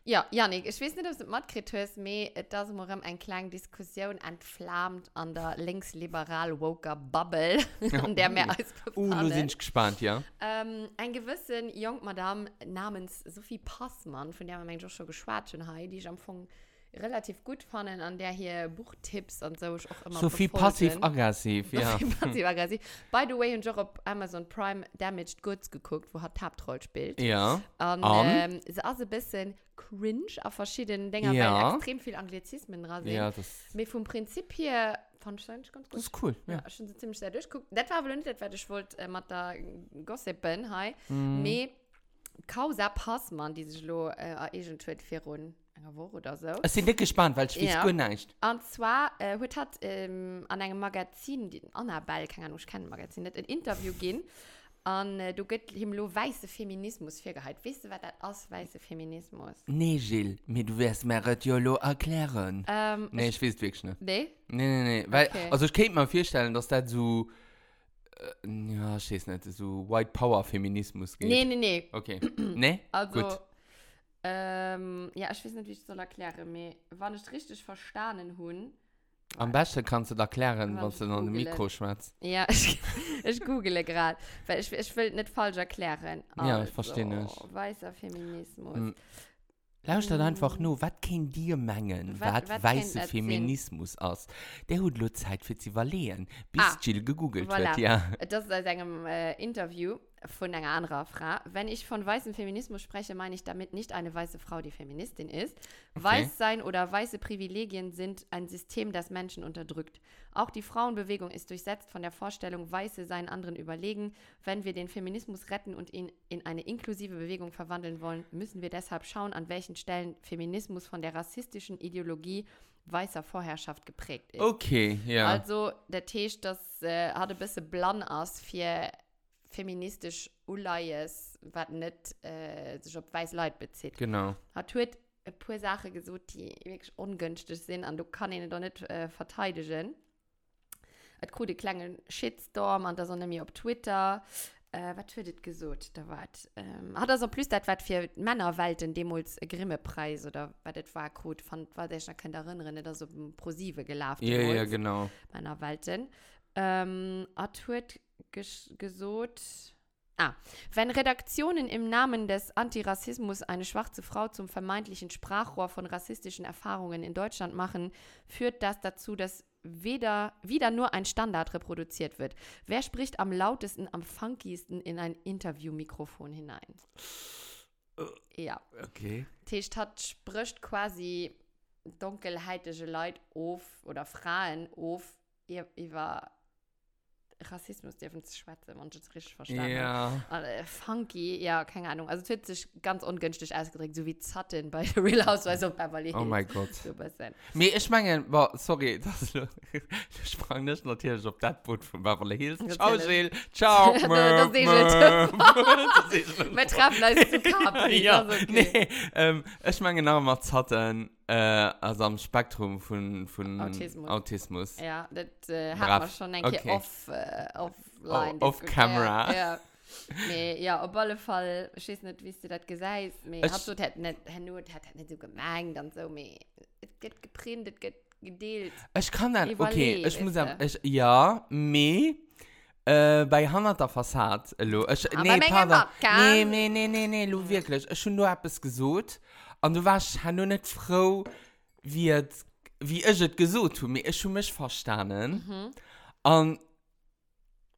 Speaker 3: Ja, Janik, ich weiß nicht, ob es mitkriegt hast, aber da sind äh, wir eine kleine Diskussion entflammt an der linksliberal-woker-Bubble, an der wir uns
Speaker 2: Uh, du
Speaker 3: befinden.
Speaker 2: sind gespannt, ja.
Speaker 3: Ähm, ein gewissen jung Madame namens Sophie Passmann, von der wir eigentlich auch schon geschwatzt haben, die ich am Anfang relativ gut fand, an der hier Buchtipps und so ich auch immer
Speaker 2: Sophie
Speaker 3: befolgen.
Speaker 2: passiv-aggressiv, ja. Hm.
Speaker 3: Sophie passiv-aggressiv. By the way, und auch auf Amazon Prime Damaged Goods geguckt, wo hat Tabtroll spielt.
Speaker 2: Ja.
Speaker 3: Und
Speaker 2: An?
Speaker 3: ähm, sie ist ein bisschen cringe auf verschiedenen Dingen, weil
Speaker 2: Ja.
Speaker 3: extrem viel Anglizismen dran sind.
Speaker 2: Ja, das,
Speaker 3: Aber vom Prinzip her fand ich eigentlich ganz gut.
Speaker 2: das ist cool,
Speaker 3: Ja,
Speaker 2: ja.
Speaker 3: ja schon so ziemlich sehr durchguckt. Das war aber nicht, das, was ich wollte äh, mit der Gossipen, hi.
Speaker 2: Mhm.
Speaker 3: Mm. Me, Causa Passmann, die sich lo äh, irgendwie für rund einer Woche oder so.
Speaker 2: Ich bin nicht gespannt, weil ich weiß
Speaker 3: Ja.
Speaker 2: ja. gut nicht.
Speaker 3: Und zwar äh, heute hat ähm, an einem Magazin, die Annabelle, keine Ahnung, ich kenne ein Magazin nicht, ein Interview gehen. Und äh, du gibst ihm lo weiße Feminismus vorgehalten. Weißt du, was das ist, weiße Feminismus?
Speaker 2: Nee, Gilles, mir du wirst mir das ja lo erklären.
Speaker 3: Ähm,
Speaker 2: Nee, ich weiß wirklich nicht.
Speaker 3: Nee?
Speaker 2: Nee, nee, nee. Weil,
Speaker 3: Okay.
Speaker 2: Also ich könnte mir vorstellen, dass das so, äh, ja, ich weiß nicht, so White Power Feminismus geht.
Speaker 3: Nee, nee, nee.
Speaker 2: Okay. nee?
Speaker 3: Also,
Speaker 2: Gut.
Speaker 3: ähm, ja, ich weiß nicht, wie ich es soll erklären, aber wann ich richtig verstanden habe,
Speaker 2: Am besten kannst du das erklären,
Speaker 3: Warte,
Speaker 2: wenn du noch ein
Speaker 3: google.
Speaker 2: Mikro schmerzt.
Speaker 3: ja, ich, ich google gerade, weil ich, ich will nicht falsch erklären. Also,
Speaker 2: Ja, ich verstehe nicht.
Speaker 3: Weißer Feminismus.
Speaker 2: Hm. Lauscht das einfach nur, was kann dir mengen, was
Speaker 3: Wat- wat Mm. kann
Speaker 2: weiße
Speaker 3: dat
Speaker 2: Feminismus aus? Der hat nur Zeit für zu valieren, bis
Speaker 3: Ah,
Speaker 2: Jill gegoogelt
Speaker 3: voilà.
Speaker 2: wird, ja.
Speaker 3: Das ist aus einem äh, Interview von einer anderen Frau. Wenn ich von weißem Feminismus spreche, meine ich damit nicht eine weiße Frau, die Feministin ist. Weiß sein oder weiße Privilegien sind ein System, das Menschen unterdrückt. Auch die Frauenbewegung ist durchsetzt von der Vorstellung, Weiße seien anderen überlegen. Wenn wir den Feminismus retten und ihn in eine inklusive Bewegung verwandeln wollen, müssen wir deshalb schauen, an welchen Stellen Feminismus von der rassistischen Ideologie weißer Vorherrschaft geprägt ist.
Speaker 2: Oh, Okay, ja.
Speaker 3: Also, der Tisch, das äh, hat ein bisschen blann aus für feministisch Ulaies, was nicht äh, sich auf weiß Leute bezieht.
Speaker 2: genau.
Speaker 3: Hat heute ein paar Sachen gesucht, die wirklich ungünstig sind und du kannst ihn doch nicht äh, verteidigen. Hat gute kleinen Shitstorm und da so nämlich auf Twitter. Äh, was wird das gesucht? Da war et, ähm, Hat er so plus das, was für Männerwelt in demals Grimme-Preis oder was das war, gut, fand, war der ich noch kann darin, erinnern, da so Prosive gelaufen
Speaker 2: Ja, ja,
Speaker 3: demolz
Speaker 2: genau.
Speaker 3: meiner Waltin. Ähm, Artuet gesot. Ah, wenn Redaktionen im Namen des Antirassismus eine schwarze Frau zum vermeintlichen Sprachrohr von rassistischen Erfahrungen in Deutschland machen, führt das dazu, dass weder wieder nur ein Standard reproduziert wird. Wer spricht am lautesten, am funkiesten in ein Interviewmikrofon hinein? Ja.
Speaker 2: Okay.
Speaker 3: Die Stadt spricht quasi dunkelheitische Leute auf oder Frauen auf ihr- über Rassismus dürfen zu schwätzen, manche es richtig verstanden.
Speaker 2: Ja.
Speaker 3: Also, äh, funky, ja, keine Ahnung. Also es wird sich ganz ungünstig ausgedrückt, so wie Zatten bei The Real Housewives of Beverly Hills.
Speaker 2: Oh mein Gott.
Speaker 3: So ein bisschen.
Speaker 2: Mir, ich meine, boah, sorry, das ich sprang nicht natürlich auf das Boot von Beverly Hills.
Speaker 3: Das
Speaker 2: Ciao,
Speaker 3: kann
Speaker 2: Jill. Ciao.
Speaker 3: Das- das
Speaker 2: Mö,
Speaker 3: sehe ich
Speaker 2: mö.
Speaker 3: nicht.
Speaker 2: Das sehe ich nicht.
Speaker 3: Wir treffen uns zu Capri,
Speaker 2: ja,
Speaker 3: das ist okay.
Speaker 2: nee, ähm, ich meine genau mal Zaten, äh, also am Spektrum von, von
Speaker 3: Autismus.
Speaker 2: Autismus.
Speaker 3: Ja, das äh, hat
Speaker 2: Brav.
Speaker 3: man schon, denke ich,
Speaker 2: Okay.
Speaker 3: off, äh, offline.
Speaker 2: Oh, off
Speaker 3: diskutiert.
Speaker 2: camera.
Speaker 3: Ja. Me, ja, auf alle Fall, ich weiß nicht, wie du das gesagt hast. Ich
Speaker 2: Es-
Speaker 3: hab das nicht, hat nicht, hat nicht so gemeint und so. Me, es geht geprintet, es geht gedealt.
Speaker 2: Ich kann dann,
Speaker 3: Überleg,
Speaker 2: okay, ich muss
Speaker 3: weißt
Speaker 2: sagen,
Speaker 3: du.
Speaker 2: ich, ja, meh, äh, bei Hannah der Fassade, lo, ich,
Speaker 3: Aber
Speaker 2: nee,
Speaker 3: Menge
Speaker 2: pardon,
Speaker 3: Wodka.
Speaker 2: nee, nee, nee, nee, nee, lo, wirklich, ich schon nur etwas gesucht und du warst ja nur nicht froh, wie es, wie ich es gesucht habe, ich habe mich verstanden
Speaker 3: Mhm.
Speaker 2: und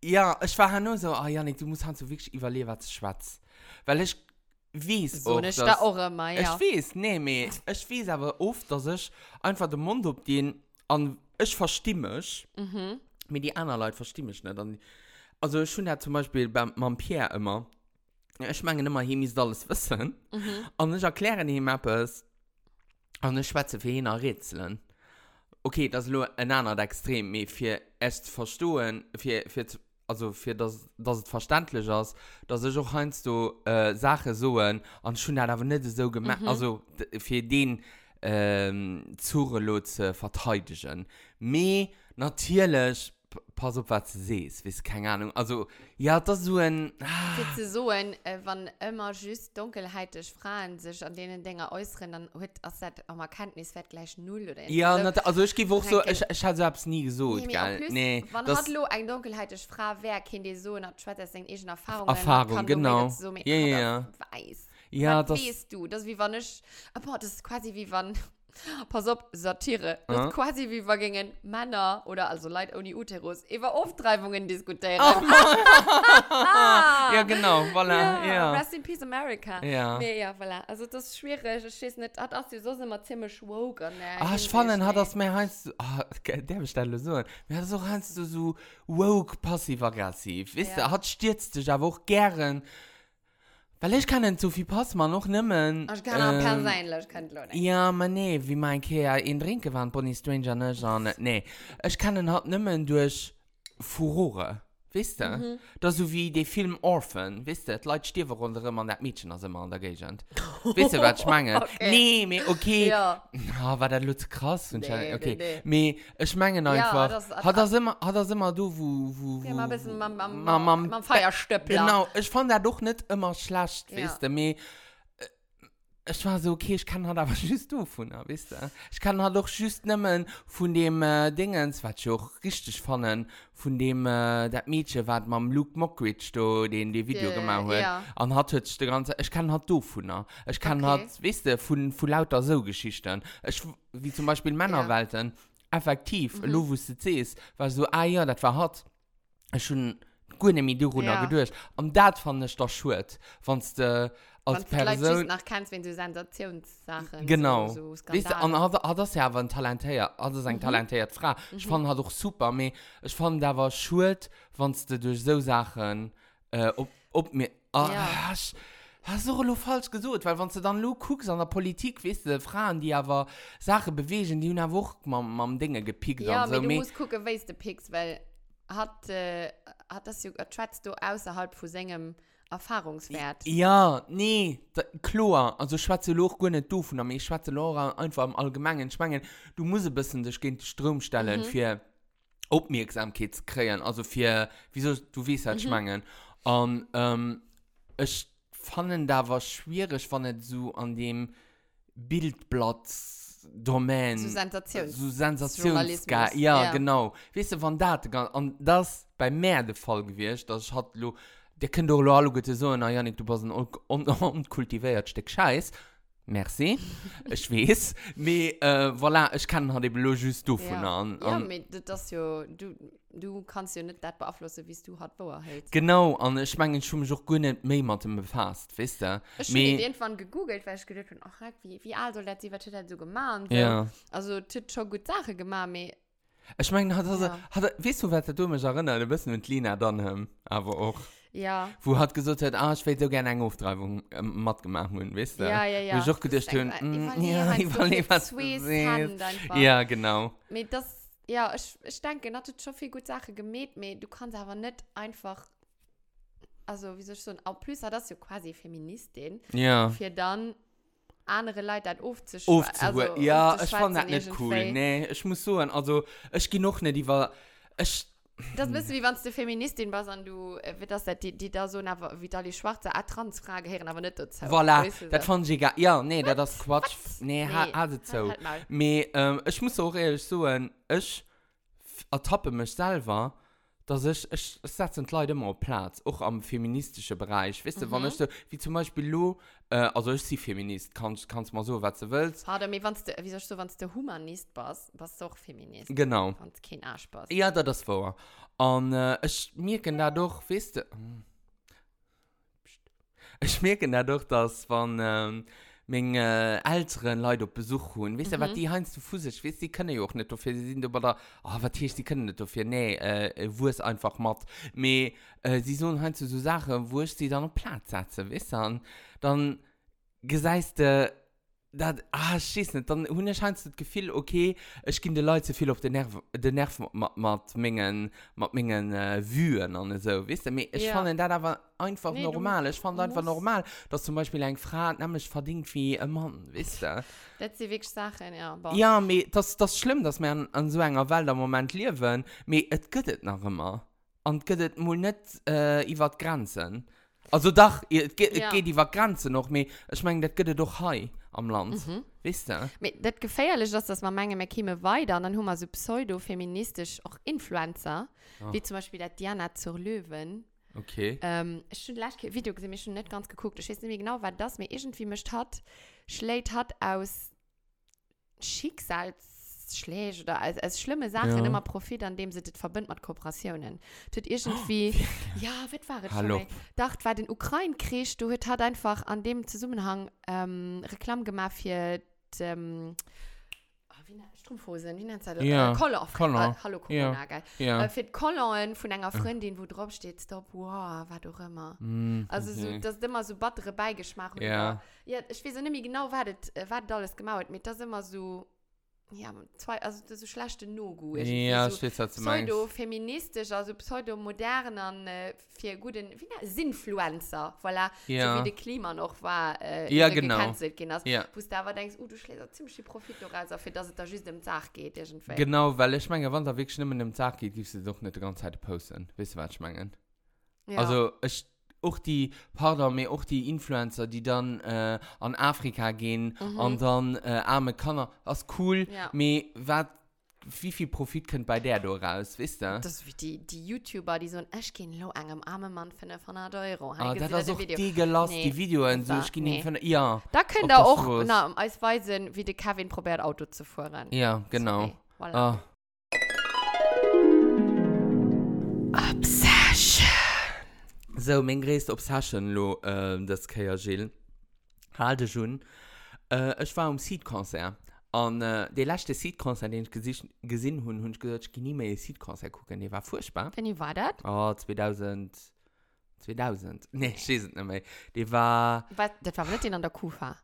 Speaker 2: ja, ich war ja nur so, ah, oh, Janik, du musst halt so wirklich überlegen, was ich schwätze, weil ich weiß
Speaker 3: So nicht da auch immer, ja.
Speaker 2: Oh, Ich weiß, nee, meh. Ich weiß aber oft, dass ich einfach den Mund abdehne und ich verstehe mich.
Speaker 3: Mhm.
Speaker 2: Mit die anderen Leute verstehe ich nicht. Und also ich finde ja zum Beispiel beim beim Pierre immer, ich meine immer, er muss alles wissen.
Speaker 3: Mhm.
Speaker 2: Und ich erkläre ihm etwas. Und ich schwätze für ihn ein Rätseln. Okay, das ist nur ein anderes Extrem, aber für es zu verstehen, für, für, zu- also für das, dass es verständlich ist, dass ich auch eins so äh, Sachen so und schon hat aber nicht so gemacht,
Speaker 3: Mhm.
Speaker 2: also d- für den ähm, Zurelot zu verteidigen. Aber natürlich, p- pass auf, was du siehst, weißt du, keine Ahnung. Also, ja, das ist so ein. Ah,
Speaker 3: Sitze so, ein, äh, wenn immer just dunkelheitig Frauen sich an denen Dinge äußern, dann wird das am Erkenntniswert gleich null oder
Speaker 2: Ja,
Speaker 3: so.
Speaker 2: also, also ich gebe auch so,
Speaker 3: Äh, Danke.
Speaker 2: ich, ich habe selbst nie gesucht,
Speaker 3: mir auch
Speaker 2: gell?
Speaker 3: plus,
Speaker 2: Nee,
Speaker 3: wann
Speaker 2: das
Speaker 3: hat lo ein dunkelheitig Frau wer kind die so hat Schweizer seine eigenen Erfahrungen
Speaker 2: Erfahrung,
Speaker 3: kann
Speaker 2: genau.
Speaker 3: nur so mit-
Speaker 2: Ja, ja,
Speaker 3: Ah,
Speaker 2: ja.
Speaker 3: das weiß
Speaker 2: Ja,
Speaker 3: das
Speaker 2: das-
Speaker 3: weißt du das ist wie wann ich aber das ist quasi wie wann Pass auf, Satire. Das
Speaker 2: Ja.
Speaker 3: ist quasi wie wir gingen Männer oder also Leute ohne Uterus über Auftreibungen diskutieren.
Speaker 2: ja genau, voilà, ja.
Speaker 3: Rest in Peace America.
Speaker 2: Ja.
Speaker 3: Nee, ja, voilà. Also das ist schwierig. Ich weiß nicht, hat das so immer ziemlich woke. an der
Speaker 2: Ah, ich
Speaker 3: Hinsicht,
Speaker 2: fand, dann hat
Speaker 3: nee.
Speaker 2: das mehr heißt, ah, ge- der bestelle so, mir hat das auch heißt so, so woke passiv-aggressiv, wisst
Speaker 3: Ja.
Speaker 2: ihr, hat stürzt dich aber auch gern, weil ich kann nicht so viel Pass mal noch nimmen.
Speaker 3: Ah, Ich kann auch
Speaker 2: ähm,
Speaker 3: persönlich, kann ich auch nicht.
Speaker 2: Ja, aber nee, wie mein Kerl in Trinken waren, Bonnie Stranger nicht, und, äh, nee, ich kann ihn halt nimmen durch Furore. Wisst ihr?
Speaker 3: Mhm.
Speaker 2: Das ist so wie der Film Orphan, wisst ihr? Die Leute sterben unter immer und das Mädchen ist immer in der Gegend. wisst ihr, was ich meine?
Speaker 3: Okay.
Speaker 2: Nee, mir okay.
Speaker 3: Ja.
Speaker 2: Na, war das Lutz krass? Und
Speaker 3: Nee,
Speaker 2: ich, okay.
Speaker 3: nee,
Speaker 2: Mir, ich meine einfach,
Speaker 3: das-
Speaker 2: hat, das immer, hat das immer du, wo, wo, wo.
Speaker 3: Ja, mal ein bisschen mam, mam,
Speaker 2: ma-
Speaker 3: mam,
Speaker 2: ma-
Speaker 3: mam, mam Feierstöppler.
Speaker 2: Genau, ich fand das doch nicht immer schlecht,
Speaker 3: Ja.
Speaker 2: weißt du, mir, ich war so, okay, ich kann halt aber just du von, weißt du. Ich kann halt auch just nehmen von dem äh, Dingens, was ich auch richtig fand, von dem, äh, das Mädchen, was mit dem Luke Mockridge da, den die Video
Speaker 3: Äh,
Speaker 2: gemacht hat.
Speaker 3: ja.
Speaker 2: Und hat halt die ganze, ich kann halt du von, ich kann
Speaker 3: Okay.
Speaker 2: halt, weißt du, von, von lauter so Geschichten. Ich, wie zum Beispiel Männerwelten, effektiv, mhm. lo, wo du siehst, war so, ah ja, das war hart. Ich Äh, schon gut nicht mehr darüber
Speaker 3: Ja.
Speaker 2: gedacht. Und das fand ich doch schuld, wenn es als
Speaker 3: Sonst Person. Leute
Speaker 2: Person...
Speaker 3: schießen nach kannst, wenn du Sensationssachen.
Speaker 2: Genau.
Speaker 3: So, Mhm. so
Speaker 2: weißt du, und
Speaker 3: Skandale.
Speaker 2: hat, hat das ja aber ein talentiert, hat das eine talentierte Frau.
Speaker 3: Mhm.
Speaker 2: Ich fand das auch super, aber ich fand, da war schuld, wenn es dir durch so Sachen äh, ob, ob mir... Ah,
Speaker 3: Ja.
Speaker 2: ich, Hast du auch falsch gesagt, weil wenn du dann nur guckst an der Politik, weißt du, Frauen, die aber Sachen bewegen, die haben aber auch mit, mit Dingen gepickt
Speaker 3: Ja,
Speaker 2: und
Speaker 3: aber
Speaker 2: so.
Speaker 3: du
Speaker 2: meh-
Speaker 3: musst gucken, weißt du, Picks, weil hat, äh, hat das, trägst du außerhalb von seinem Erfahrungswert.
Speaker 2: Ja, nee, da, klar. Also, ich schwätze auch gar nicht doof, aber ich schwätze auch einfach im Allgemeinen. Ich meine, du musst ein bisschen dich gegen den Strom stellen, für Aufmerksamkeit zu kriegen. Also, für, wieso, du weißt halt, ich meine. Und, ähm, ich fand da was schwierig, wenn es so an dem Bildblatt-Domain.
Speaker 3: So Sensations-
Speaker 2: So Sensations. Ja,
Speaker 3: Journalismus,
Speaker 2: ja,
Speaker 3: ja.
Speaker 2: genau. Genau, weißt du, wenn das, gan- und das bei mir der Fall gewesen, dass ich hat, lo, der kann doch lo alle gut sagen, na Janik, du bist ein un un unkultiviert Stück Scheiß. Merci, ich weiß, aber äh, voilà, ich kann halt eben lo just davon an. ähm,
Speaker 3: ja
Speaker 2: an
Speaker 3: mit, das ist ja, du, du kannst ja nicht das beeinflussen, wie du halt Bauer hältst.
Speaker 2: genau, und ich meine, ich habe mich auch gar nicht mehr mit dem befasst, weißt du.
Speaker 3: Ich
Speaker 2: Me-
Speaker 3: habe irgendwann gegoogelt, weil ich gedacht habe, ach, wie, wie alt soll das sein, was hat er so gemacht? und so.
Speaker 2: Ja.
Speaker 3: Also, das hat schon gute Sachen gemacht, aber
Speaker 2: ich meine, hat, also,
Speaker 3: Ja.
Speaker 2: hat, weißt du, was du mich erinnert, ein bisschen mit Lina Dunham, aber auch.
Speaker 3: ja.
Speaker 2: Wo hat gesagt hat, ah, ich will so gerne eine Auftreibung ähm, matt gemacht haben, weißt du?
Speaker 3: Ja, ja, ja.
Speaker 2: Wo ich auch gedacht
Speaker 3: Das ist
Speaker 2: habe,
Speaker 3: einfach-
Speaker 2: mm,
Speaker 3: ich
Speaker 2: ja,
Speaker 3: verliere
Speaker 2: ich
Speaker 3: halt so
Speaker 2: will was
Speaker 3: viel Swiss
Speaker 2: gesehen.
Speaker 3: Hand einfach.
Speaker 2: Ja, genau.
Speaker 3: Mit das, ja, ich, ich denke, das hat schon viel gute Sachen gemäht, aber du kannst aber nicht einfach, also wie soll ich so ein, plus hat das ja quasi Feministin,
Speaker 2: Ja.
Speaker 3: für dann andere Leute das aufzuschreiben.
Speaker 2: Aufzuhören. also, ja, ich fand das nicht cool. Nee, ich muss sagen, also, ich gehe noch nicht über. Ich
Speaker 3: Das bist wie wenn du Feministin bist und du, äh, wird das, die, die da so eine Vitali Schwarze eine Transfrage hören, aber nicht dazu.
Speaker 2: Voilà,
Speaker 3: Weißt du
Speaker 2: das
Speaker 3: so?
Speaker 2: fand ich geil. Ja, nee, das ist Quatsch. Nee, ha-
Speaker 3: Nee,
Speaker 2: also so.
Speaker 3: Halt mal.
Speaker 2: Me, ähm, ich muss auch ehrlich sagen, ich f- ertappe mich selber, dass ich, ich setze die Leute immer auf Platz, auch am feministischen Bereich. Weißt du,
Speaker 3: Mhm.
Speaker 2: wenn ich so, wie zum Beispiel du, äh, also ich bin Feminist, kannst kannst mal so, was du willst.
Speaker 3: Pardon, mir, wenn's de, wie sagst du, wenn du Humanist bist, bist du auch Feminist.
Speaker 2: Genau.
Speaker 3: Wenn du kein Arsch bist.
Speaker 2: Ja, das ist wahr. Und äh, ich merke dadurch, weißt du, hm. Psst. ich merke dadurch, dass von ähm, meinen äh, älteren Leuten auf Besuch holen, weißt du, was die haben zu Fuß, ich weiß, die können ja auch nicht dafür, sie sind aber da, ah, was heißt, die können nicht dafür, nee, äh, wo es einfach macht. Aber äh, sie sollen halt so Sachen, wo ich sie dann auf Platz setze, weißt du, und dann gesagt, äh, dat ah, schiss net dann hun erscheint das gefühl okay ich kind de leute viel auf den nerven den nerven mat mat mengen mat mengen äh, wühen an so wisst ihr mir ich
Speaker 3: Ja.
Speaker 2: fand dat aber einfach
Speaker 3: Nee, du
Speaker 2: normal ich fand
Speaker 3: du
Speaker 2: einfach
Speaker 3: musst-
Speaker 2: normal dass zum beispiel ein fra nämlich verdient wie ein mann wisst ihr
Speaker 3: Das sind wirklich Sachen, ja. boah.
Speaker 2: ja mir das das ist schlimm dass wir an, an so einer welt am moment leben mir et göttet nach immer und göttet mul net äh, iwwer die grenzen also dach ihr geht
Speaker 3: Ja.
Speaker 2: ja. iwwer grenze noch mir ich mein dat göttet doch hei am land
Speaker 3: Mhm.
Speaker 2: wisst ihr
Speaker 3: Mit- Das gefährlich ist, dass man manchmal käme weiter und dann haben wir so pseudo-feministisch auch Influencer,
Speaker 2: Ah.
Speaker 3: wie zum Beispiel der Diana zur Löwen.
Speaker 2: okay
Speaker 3: Ähm, ich habe schon leicht kein Video gesehen, ich habe schon nicht ganz geguckt. Ich weiß nicht mehr genau, was das mir irgendwie mischt hat, schlägt hat aus Schicksalsschläge oder als, als schlimme Sachen
Speaker 2: Ja.
Speaker 3: immer Profit, an dem sie das verbindet mit Kooperationen. Tut irgendwie, ja, was war das schon,
Speaker 2: Oh, Hallo.
Speaker 3: ey? Dacht, weil den Ukraine-Krieg, du hat einfach an dem Zusammenhang ähm, Reklam gemacht für die, ähm, oh, wie nennt- Strumpfhosen, wie nennt sie das?
Speaker 2: Ja,
Speaker 3: Äh, Collar.
Speaker 2: Collar.
Speaker 3: Äh, Hallo Corona,
Speaker 2: Ja.
Speaker 3: geil.
Speaker 2: ja
Speaker 3: Äh, für die Kolonnen von einer Freundin, wo drauf steht, stop, wow, war doch immer.
Speaker 2: Mm,
Speaker 3: Also, so,
Speaker 2: okay.
Speaker 3: das ist immer so battere Beigeschmack. und
Speaker 2: Ja.
Speaker 3: da- ja. Ich weiß nicht mehr genau, was das, äh, was das alles gemacht hat. Mir das immer so, ja, zwei, also das so schlechte No-Go. irgendwie
Speaker 2: ja
Speaker 3: so
Speaker 2: ich weiß, was du meinst.
Speaker 3: pseudo-feministisch, also pseudo-modernen, äh, für guten, wie nennt- Sinfluencer, voilà.
Speaker 2: Ja.
Speaker 3: So wie der Klima noch war, äh,
Speaker 2: Ja,
Speaker 3: ihre
Speaker 2: genau.
Speaker 3: gecancelt gehen hast.
Speaker 2: Ja.
Speaker 3: Wo du aber denkst, oh, du schlägst da ziemlich viel Profit daraus, für das es da just dem Tag geht, irgendwie.
Speaker 2: genau weil ich meine wann der wirklich schlimm dem Tag geht gibst du doch nicht die ganze Zeit posten wisst ihr, was ich meine
Speaker 3: Ja.
Speaker 2: Ja. Also, ich, auch die, pardon, mir auch die Influencer, die dann äh, an Afrika gehen
Speaker 3: Mhm.
Speaker 2: und dann äh, arme Kanner, das ist cool,
Speaker 3: Ja.
Speaker 2: mir wat, wie viel Profit könnt bei der da raus, wisst ihr?
Speaker 3: Das ist wie die, die YouTuber, die so ein ich gehen low an einem armen Mann für 500 Euro.
Speaker 2: ah,
Speaker 3: Hab ich
Speaker 2: das
Speaker 3: gesehen,
Speaker 2: ist auch
Speaker 3: Video.
Speaker 2: die gelassen,
Speaker 3: Nee,
Speaker 2: die Videos, so,
Speaker 3: war-
Speaker 2: ich ging
Speaker 3: nee.
Speaker 2: nee. von, ja,
Speaker 3: Da könnt
Speaker 2: Ob
Speaker 3: ihr
Speaker 2: das
Speaker 3: auch
Speaker 2: was-
Speaker 3: na, um als Weisen, wie der Kevin probiert, Auto zu fahren.
Speaker 2: ja, genau.
Speaker 3: Sorry. Voilà.
Speaker 2: Ah, Ähm.
Speaker 3: Obsession.
Speaker 2: so, mein größtes Obsession, lo, äh, das kann ja Gilles. Halte schon. Äh, ich war am Seed-Konzert. Und äh, der letzte Seed-Konzert, den ich gesi- gesehen habe, habe ich gesagt, ich kann nie mehr ein Seed-Konzert gucken, der war furchtbar.
Speaker 3: Wenn ihr war das?
Speaker 2: Oh, 2000. 2000. Nee, ich weiß es nicht mehr. Die war.
Speaker 3: Was- Das war nicht in an der Kufa.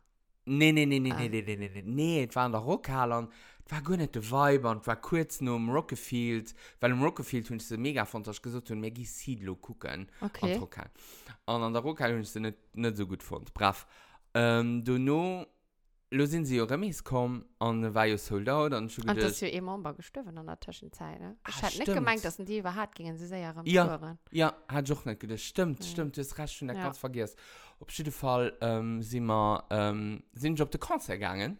Speaker 2: Nee, nee, nee, nee,
Speaker 3: Ah.
Speaker 2: nee, nee, nee, nee, nee, nee, es war in der Rockhalle und es war gar nicht der Vibe und es war kurz nur im Rockefield, weil um im Rockefield haben sie mega von sich gesagt und mir gehst Sidlo gucken. Okay. An der
Speaker 3: Okay.
Speaker 2: Rockhalle. Und an der Rockhalle haben sie nicht, nicht so gut gefunden. Brav. Ähm, Dono, lo sind sie ja Remis gekommen und es war ja sold out und schon
Speaker 3: Und das
Speaker 2: gedacht-
Speaker 3: ist ja immer Umbau gestorben in der Zwischenzeit. Ne? Ich
Speaker 2: Ah,
Speaker 3: hatte nicht
Speaker 2: stimmt.
Speaker 3: gemeint, dass die über hart gingen, sie sehr Jahre
Speaker 2: Ja.
Speaker 3: Touren.
Speaker 2: Ja, hat ich auch nicht gedacht. Stimmt,
Speaker 3: Mhm.
Speaker 2: stimmt, du hast recht, schon
Speaker 3: Ja.
Speaker 2: ja. ganz vergessen. Auf jeden Fall ähm, sind wir ähm, sind wir auf den Konzert gegangen.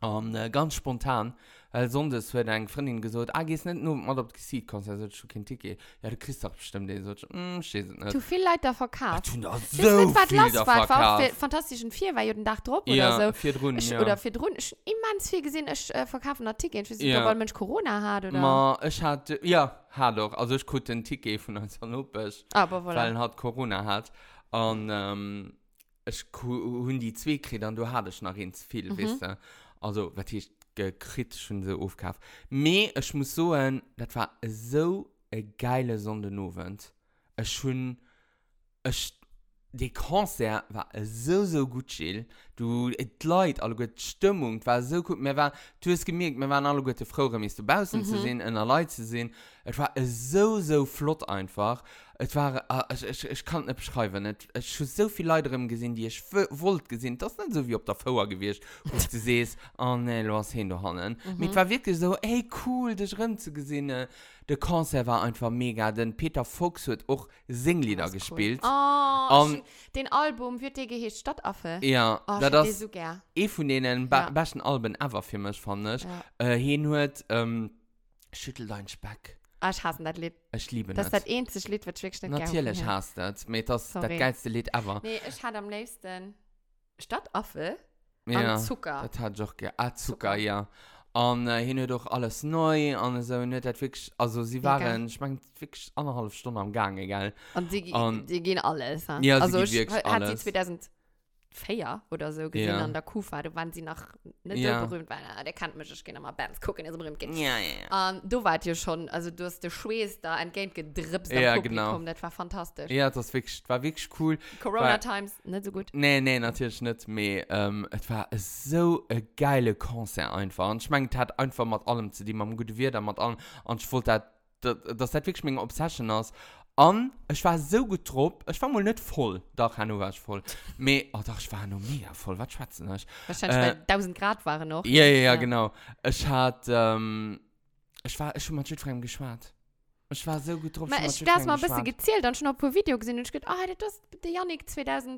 Speaker 2: Und äh, ganz spontan, weil sonst wird eine Freundin gesagt, ah, gehst nicht nur mal auf das Konzert, sonst schon kein Ticket. Ja, du kriegst doch bestimmt den, sonst, hm, ich weiß es nicht.
Speaker 3: Zu viel Leute da
Speaker 2: Ah,
Speaker 3: verkauft.
Speaker 2: tun da
Speaker 3: Das ist
Speaker 2: so
Speaker 3: nicht, was
Speaker 2: viel
Speaker 3: los
Speaker 2: da
Speaker 3: war. Ich war auf der
Speaker 2: verkauft.
Speaker 3: Fantastischen Vier, war ja den Tag drauf oder so.
Speaker 2: Ja, vier Runden,
Speaker 3: Ich,
Speaker 2: ja.
Speaker 3: Oder für drunten. Ich habe immens viel gesehen, ich äh, verkaufe noch Tickets. Ich weiß nicht,
Speaker 2: Ja.
Speaker 3: ob ein Mensch Corona hat oder.
Speaker 2: Ma, ich hatte, ja, hat doch. Also ich konnte ein Ticket von uns anrufen.
Speaker 3: Ah, Aber voilà.
Speaker 2: weil er hat Corona hat und ähm, ich hun die zwei gekriegt und du hattest noch eins viel mhm. weißt du also was ich gekriegt schon so aufkauf mir ich muss sagen das war so eine geile Sondernovent ich schon ich die Konzert war so so gut chill du et Leute alle gut die Stimmung war so gut mir war du hast gemerkt mir waren alle
Speaker 3: Mhm.
Speaker 2: gute Frauen mich zu Bausen zu sehen in der Leute zu sehen es war so so flott einfach Es war, äh, ich, ich, ich kann nicht beschreiben. Ich, ich habe so viele Leute drin gesehen, die ich w- wollte gesehen. Das ist nicht so wie auf der Fauer gewesen, wo du siehst, oh nee, du hast hin, du Hannen. Mhm. Mit war wirklich so, ey, cool, dich drin zu gesehen. äh, Der Konzert war einfach mega. Denn Peter Fox hat auch Singlieder
Speaker 3: Das ist
Speaker 2: gespielt.
Speaker 3: Cool. Oh,
Speaker 2: Ähm,
Speaker 3: schön. den Album wird dir gehört, Stadtaffe.
Speaker 2: Ja,
Speaker 3: Oh,
Speaker 2: da
Speaker 3: ich das
Speaker 2: das
Speaker 3: so gern.
Speaker 2: eh von denen ba-
Speaker 3: Ja.
Speaker 2: besten Alben ever für mich fand ich.
Speaker 3: Ja.
Speaker 2: Äh, hin hat, ähm, schüttel dein Speck.
Speaker 3: Ah, ich hasse das Lied.
Speaker 2: Ich liebe
Speaker 3: Das
Speaker 2: es.
Speaker 3: ist das einzige Lied, was ich wirklich nicht gern
Speaker 2: Natürlich
Speaker 3: kann.
Speaker 2: hast du das. Mit das, das
Speaker 3: Sorry.
Speaker 2: geilste Lied ever.
Speaker 3: Nee, ich hatte am liebsten Stadtaffe
Speaker 2: ja,
Speaker 3: und Zucker.
Speaker 2: das hat doch ge... Ah, Zucker,
Speaker 3: Zucker.
Speaker 2: ja. Und äh, hin hat doch alles neu und so. Und das wirklich... Also sie
Speaker 3: Mega.
Speaker 2: waren, ich meine, wirklich anderthalb Stunden am Gang, egal.
Speaker 3: Und die,
Speaker 2: Und-
Speaker 3: die gehen alles. ha?
Speaker 2: Ja, sie
Speaker 3: also
Speaker 2: gehen
Speaker 3: ich
Speaker 2: wirklich
Speaker 3: hat
Speaker 2: alles.
Speaker 3: sie 2004 oder so gesehen
Speaker 2: Ja.
Speaker 3: an der Kufa, da waren sie noch nicht
Speaker 2: Ja.
Speaker 3: so berühmt, weil ah, der kannte mich, ich gehe nochmal Bands gucken, also, der so berühmt geht.
Speaker 2: Ja, ja, ja.
Speaker 3: Ähm, du wart ja schon, also du hast die Schwester da entgegen gedripst am
Speaker 2: Ja,
Speaker 3: Publikum,
Speaker 2: genau.
Speaker 3: das war fantastisch.
Speaker 2: Ja, das wirklich, war wirklich cool.
Speaker 3: Corona Times, nicht so gut.
Speaker 2: Nee, nee, natürlich nicht mehr. Ähm, es war so ein geiles Konzert einfach. Und ich meine, es hat einfach mit allem zu tun, mit dem guten Wetter, mit allem. Und ich wollte, dass das, das hat wirklich meine Obsession ist. Und ich war so gut drauf, ich war mal nicht voll. Doch, Hanno war ich voll. Me, oh doch, ich war noch mega voll, was schwätzen ich?
Speaker 3: Wahrscheinlich,
Speaker 2: Äh,
Speaker 3: weil 1000 Grad waren noch.
Speaker 2: Ja, ja,
Speaker 3: Ja.
Speaker 2: ja, genau. Ich hat, ähm, ich war schon mal mit Schüttfremd geschwärzt. Ich war so gut drauf,
Speaker 3: Ma,
Speaker 2: schon mit
Speaker 3: ich das mal ein
Speaker 2: Schüttfremd
Speaker 3: bisschen
Speaker 2: geschwärzt.
Speaker 3: gezählt, dann schon auf ein Video gesehen und ich gedacht, ah, das ist der Janik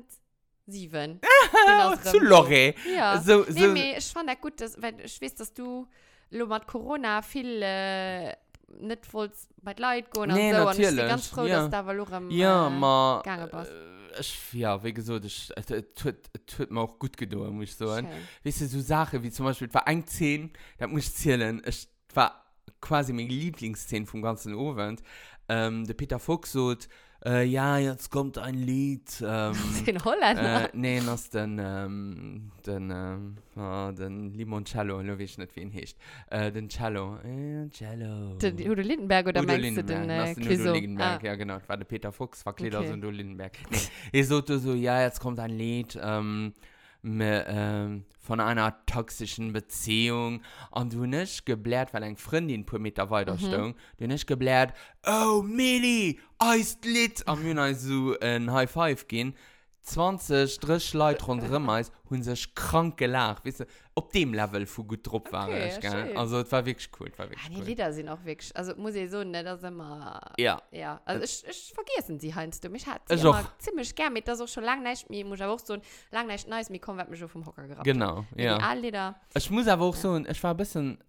Speaker 3: 2007. Ah,
Speaker 2: Zu Lore.
Speaker 3: Ja.
Speaker 2: So,
Speaker 3: nee,
Speaker 2: so.
Speaker 3: nee, ich fand das gut, dass, weil ich weiß, dass du lo mit Corona viel äh, nicht wolltest mit Leuten gehen
Speaker 2: Nee,
Speaker 3: und so. Und ich bin
Speaker 2: natürlich,
Speaker 3: ganz froh,
Speaker 2: ja.
Speaker 3: dass da Valorem
Speaker 2: Ja, ma.
Speaker 3: gegangen bist.
Speaker 2: Ich, ja, wie gesagt, ich, es es tut, es tut mir auch gut gedauert, muss ich sagen.
Speaker 3: Schön.
Speaker 2: Weißt du, so Sachen wie zum Beispiel, es war ein 10, das muss ich zählen, es war quasi meine Lieblingsszene vom ganzen Abend. Ähm, der Peter Fuchs sagt, äh, ja, jetzt kommt ein Lied. Ähm,
Speaker 3: Den Holländer.
Speaker 2: äh, nee, das ist den, ähm, den, ähm, ah, den Limoncello, ich weiß nicht, wie ihn heißt. Äh, den Cello. Äh, Cello.
Speaker 3: Den Udo Lindenberg oder
Speaker 2: Udo
Speaker 3: meinst du den
Speaker 2: Lindenberg, das
Speaker 3: äh,
Speaker 2: ist den Udo
Speaker 3: Quiso?
Speaker 2: Lindenberg,
Speaker 3: Ah,
Speaker 2: ja genau, das war der Peter Fuchs, war Kleider
Speaker 3: Okay.
Speaker 2: aus Udo Lindenberg. Nee, ich sagte so, ja, jetzt kommt ein Lied ähm, mit, ähm, von einer toxischen Beziehung und du nicht geblärt, weil ein Freundin ein paar Meter
Speaker 3: Mhm.
Speaker 2: weiter stand, du nicht geblärt, oh Milli, eist Lied, und wir haben so ein High Five gehen. 20, 30 Leute rundherum ist, haben sich krank gelacht, weißt du, auf dem Level von gut drauf war
Speaker 3: Okay,
Speaker 2: ich, gell?
Speaker 3: schön.
Speaker 2: Also, es war wirklich cool, es war wirklich
Speaker 3: Ah, die
Speaker 2: cool.
Speaker 3: Lieder sind auch wirklich, also muss ich so, ne, das ist immer...
Speaker 2: Ja.
Speaker 3: Ja, also ich, ich vergessen sie Heinz, du mich hat sie
Speaker 2: Ist
Speaker 3: immer
Speaker 2: auch.
Speaker 3: ziemlich gern mit, das auch schon lange nicht, mir muss aber auch so ein lange nicht nice, mir kommen, wird mir schon vom Hocker gerappt.
Speaker 2: Genau, ja.
Speaker 3: Die Allieder.
Speaker 2: Ich muss aber auch so, ich war ein bisschen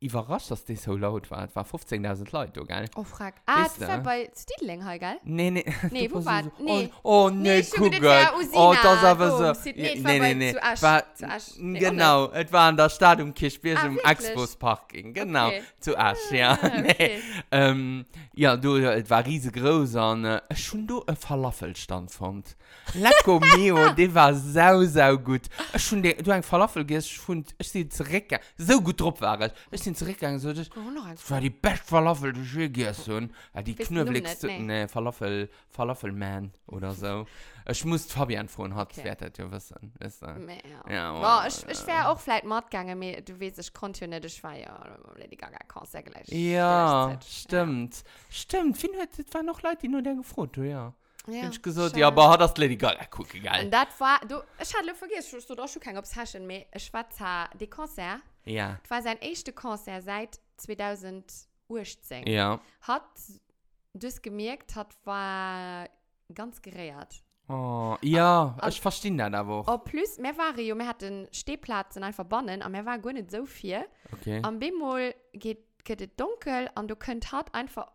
Speaker 2: überrascht, dass das so laut war. Es war 15.000 Leute, gell?
Speaker 3: Oh, frag. Ah,
Speaker 2: Wisst
Speaker 3: das war
Speaker 2: ihr?
Speaker 3: bei Stiedling, he, gell?
Speaker 2: Nee, nee.
Speaker 3: Nee,
Speaker 2: Du
Speaker 3: wo
Speaker 2: warst
Speaker 3: war- nee.
Speaker 2: Oh, oh nee,
Speaker 3: Nee,
Speaker 2: nee
Speaker 3: ich hab
Speaker 2: guck
Speaker 3: gedacht,
Speaker 2: mal.
Speaker 3: es war
Speaker 2: Oh, das
Speaker 3: Usina,
Speaker 2: aber so.
Speaker 3: Dom, Sydney, es war bei- zu Asch- zu Asch. Nee,
Speaker 2: genau, es war an der Stadion Kirchbirch
Speaker 3: Ah,
Speaker 2: im
Speaker 3: wirklich?
Speaker 2: Axbus-Parking. Genau,
Speaker 3: Okay.
Speaker 2: zu Asch, ja.
Speaker 3: Ah, okay.
Speaker 2: nee. ähm, ja, du, ja, es war riesengroß und äh, schon du ein Falafelstand fand. Lecco mio, der war sau, sau gut. Ich Schon de, du ein Falafel gehst, ich fand, ich bin zurückgegangen. So gut drauf war ich. Ich bin zurückgegangen, so, ich,
Speaker 3: Ich hol Oh, noch eins.
Speaker 2: Das war die beste Falafel, die ich je gegessen habe. Äh, Die
Speaker 3: Wissen du
Speaker 2: knuffligste,
Speaker 3: nicht,
Speaker 2: ne, Falafel, Falafelman oder so. Ich muss Fabian fragen, hat
Speaker 3: Okay.
Speaker 2: okay. werdet ihr wissen. Ist er.
Speaker 3: Mehr.
Speaker 2: Ja,
Speaker 3: Boah,
Speaker 2: aber-
Speaker 3: ich, ich wäre auch vielleicht Mord gegangen, aber du weißt, ich konnte ja nicht, ich war ja äh, Lady Gaga Konzert gleich.
Speaker 2: Ja,
Speaker 3: gleichzeitig.
Speaker 2: stimmt. Stimmt. Finn hat, es waren noch Leute, die nur der gefroht, haben, ja.
Speaker 3: Ja.
Speaker 2: ja. Ich gesagt,
Speaker 3: schade.
Speaker 2: ja, aber hat das Lady Gaga gucken,
Speaker 3: Und
Speaker 2: geil.
Speaker 3: das war, du, ich hatte vergessen, ich wusste auch schon keine Obsession mehr, ich war zwar die Konzert,
Speaker 2: Ja.
Speaker 3: das war sein erstes Konzert seit 2018.
Speaker 2: Ja.
Speaker 3: Hat das gemerkt, hat war ganz gereiert.
Speaker 2: Oh, ja,
Speaker 3: Ah,
Speaker 2: ich verstehe das aber auch.
Speaker 3: Oh, plus, mehr war ja, wir hatten Stehplatz und einfach Bonnen, und mir war gar nicht so viel.
Speaker 2: Okay.
Speaker 3: Am Bemol geht, geht es dunkel und du könnt halt einfach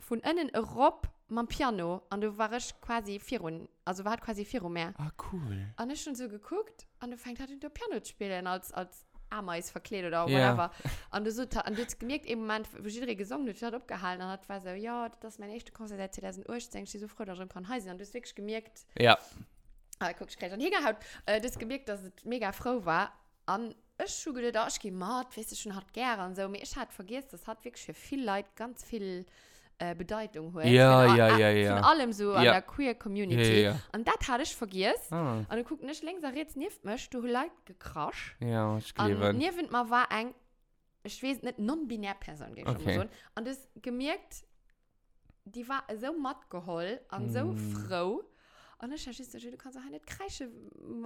Speaker 3: von innen rob mein Piano und du warst quasi vier und, also war halt quasi vier und mehr.
Speaker 2: Ah, cool.
Speaker 3: Und ich schon so geguckt und du fängst halt an, du Piano zu spielen als, als Ameis verkleidet oder
Speaker 2: Ja.
Speaker 3: whatever. Und du so, ta- und du hast gemerkt, im Moment, wo Gidre gesungen hat, hat abgehalten und hat war so, ja, das ist mein echter Konzert seit 2018, ich bin so froh, dass ich kann heißen. Und du hast wirklich gemerkt,
Speaker 2: Ja.
Speaker 3: Ah, guck, ich krieg schon hingehaut. Äh, das gemerkt, dass es mega froh war. Und ich schon gedacht, ich gehe mad, weißt du, schon hat gerne und so. Aber ich hatte vergessen, das hat wirklich für viele Leute ganz viel äh, Bedeutung. Halt.
Speaker 2: Ja,
Speaker 3: von, a-
Speaker 2: ja,
Speaker 3: a-
Speaker 2: ja, ja.
Speaker 3: Von äh, allem so an
Speaker 2: Ja.
Speaker 3: der queer Community.
Speaker 2: Ja, ja, ja.
Speaker 3: Und das hatte ich vergessen.
Speaker 2: Ah.
Speaker 3: Und du guckst nicht links und rechts, nicht mich, du hast Leute gekrascht.
Speaker 2: Ja, ich
Speaker 3: Und
Speaker 2: glaube.
Speaker 3: nirgend mal war ein, ich weiß nicht, non-binär Person, geh ich schon mal
Speaker 2: Okay.
Speaker 3: so. Und das gemerkt, die war so matt geholt und so froh. Und dann schau ich so, du kannst auch nicht kreischen,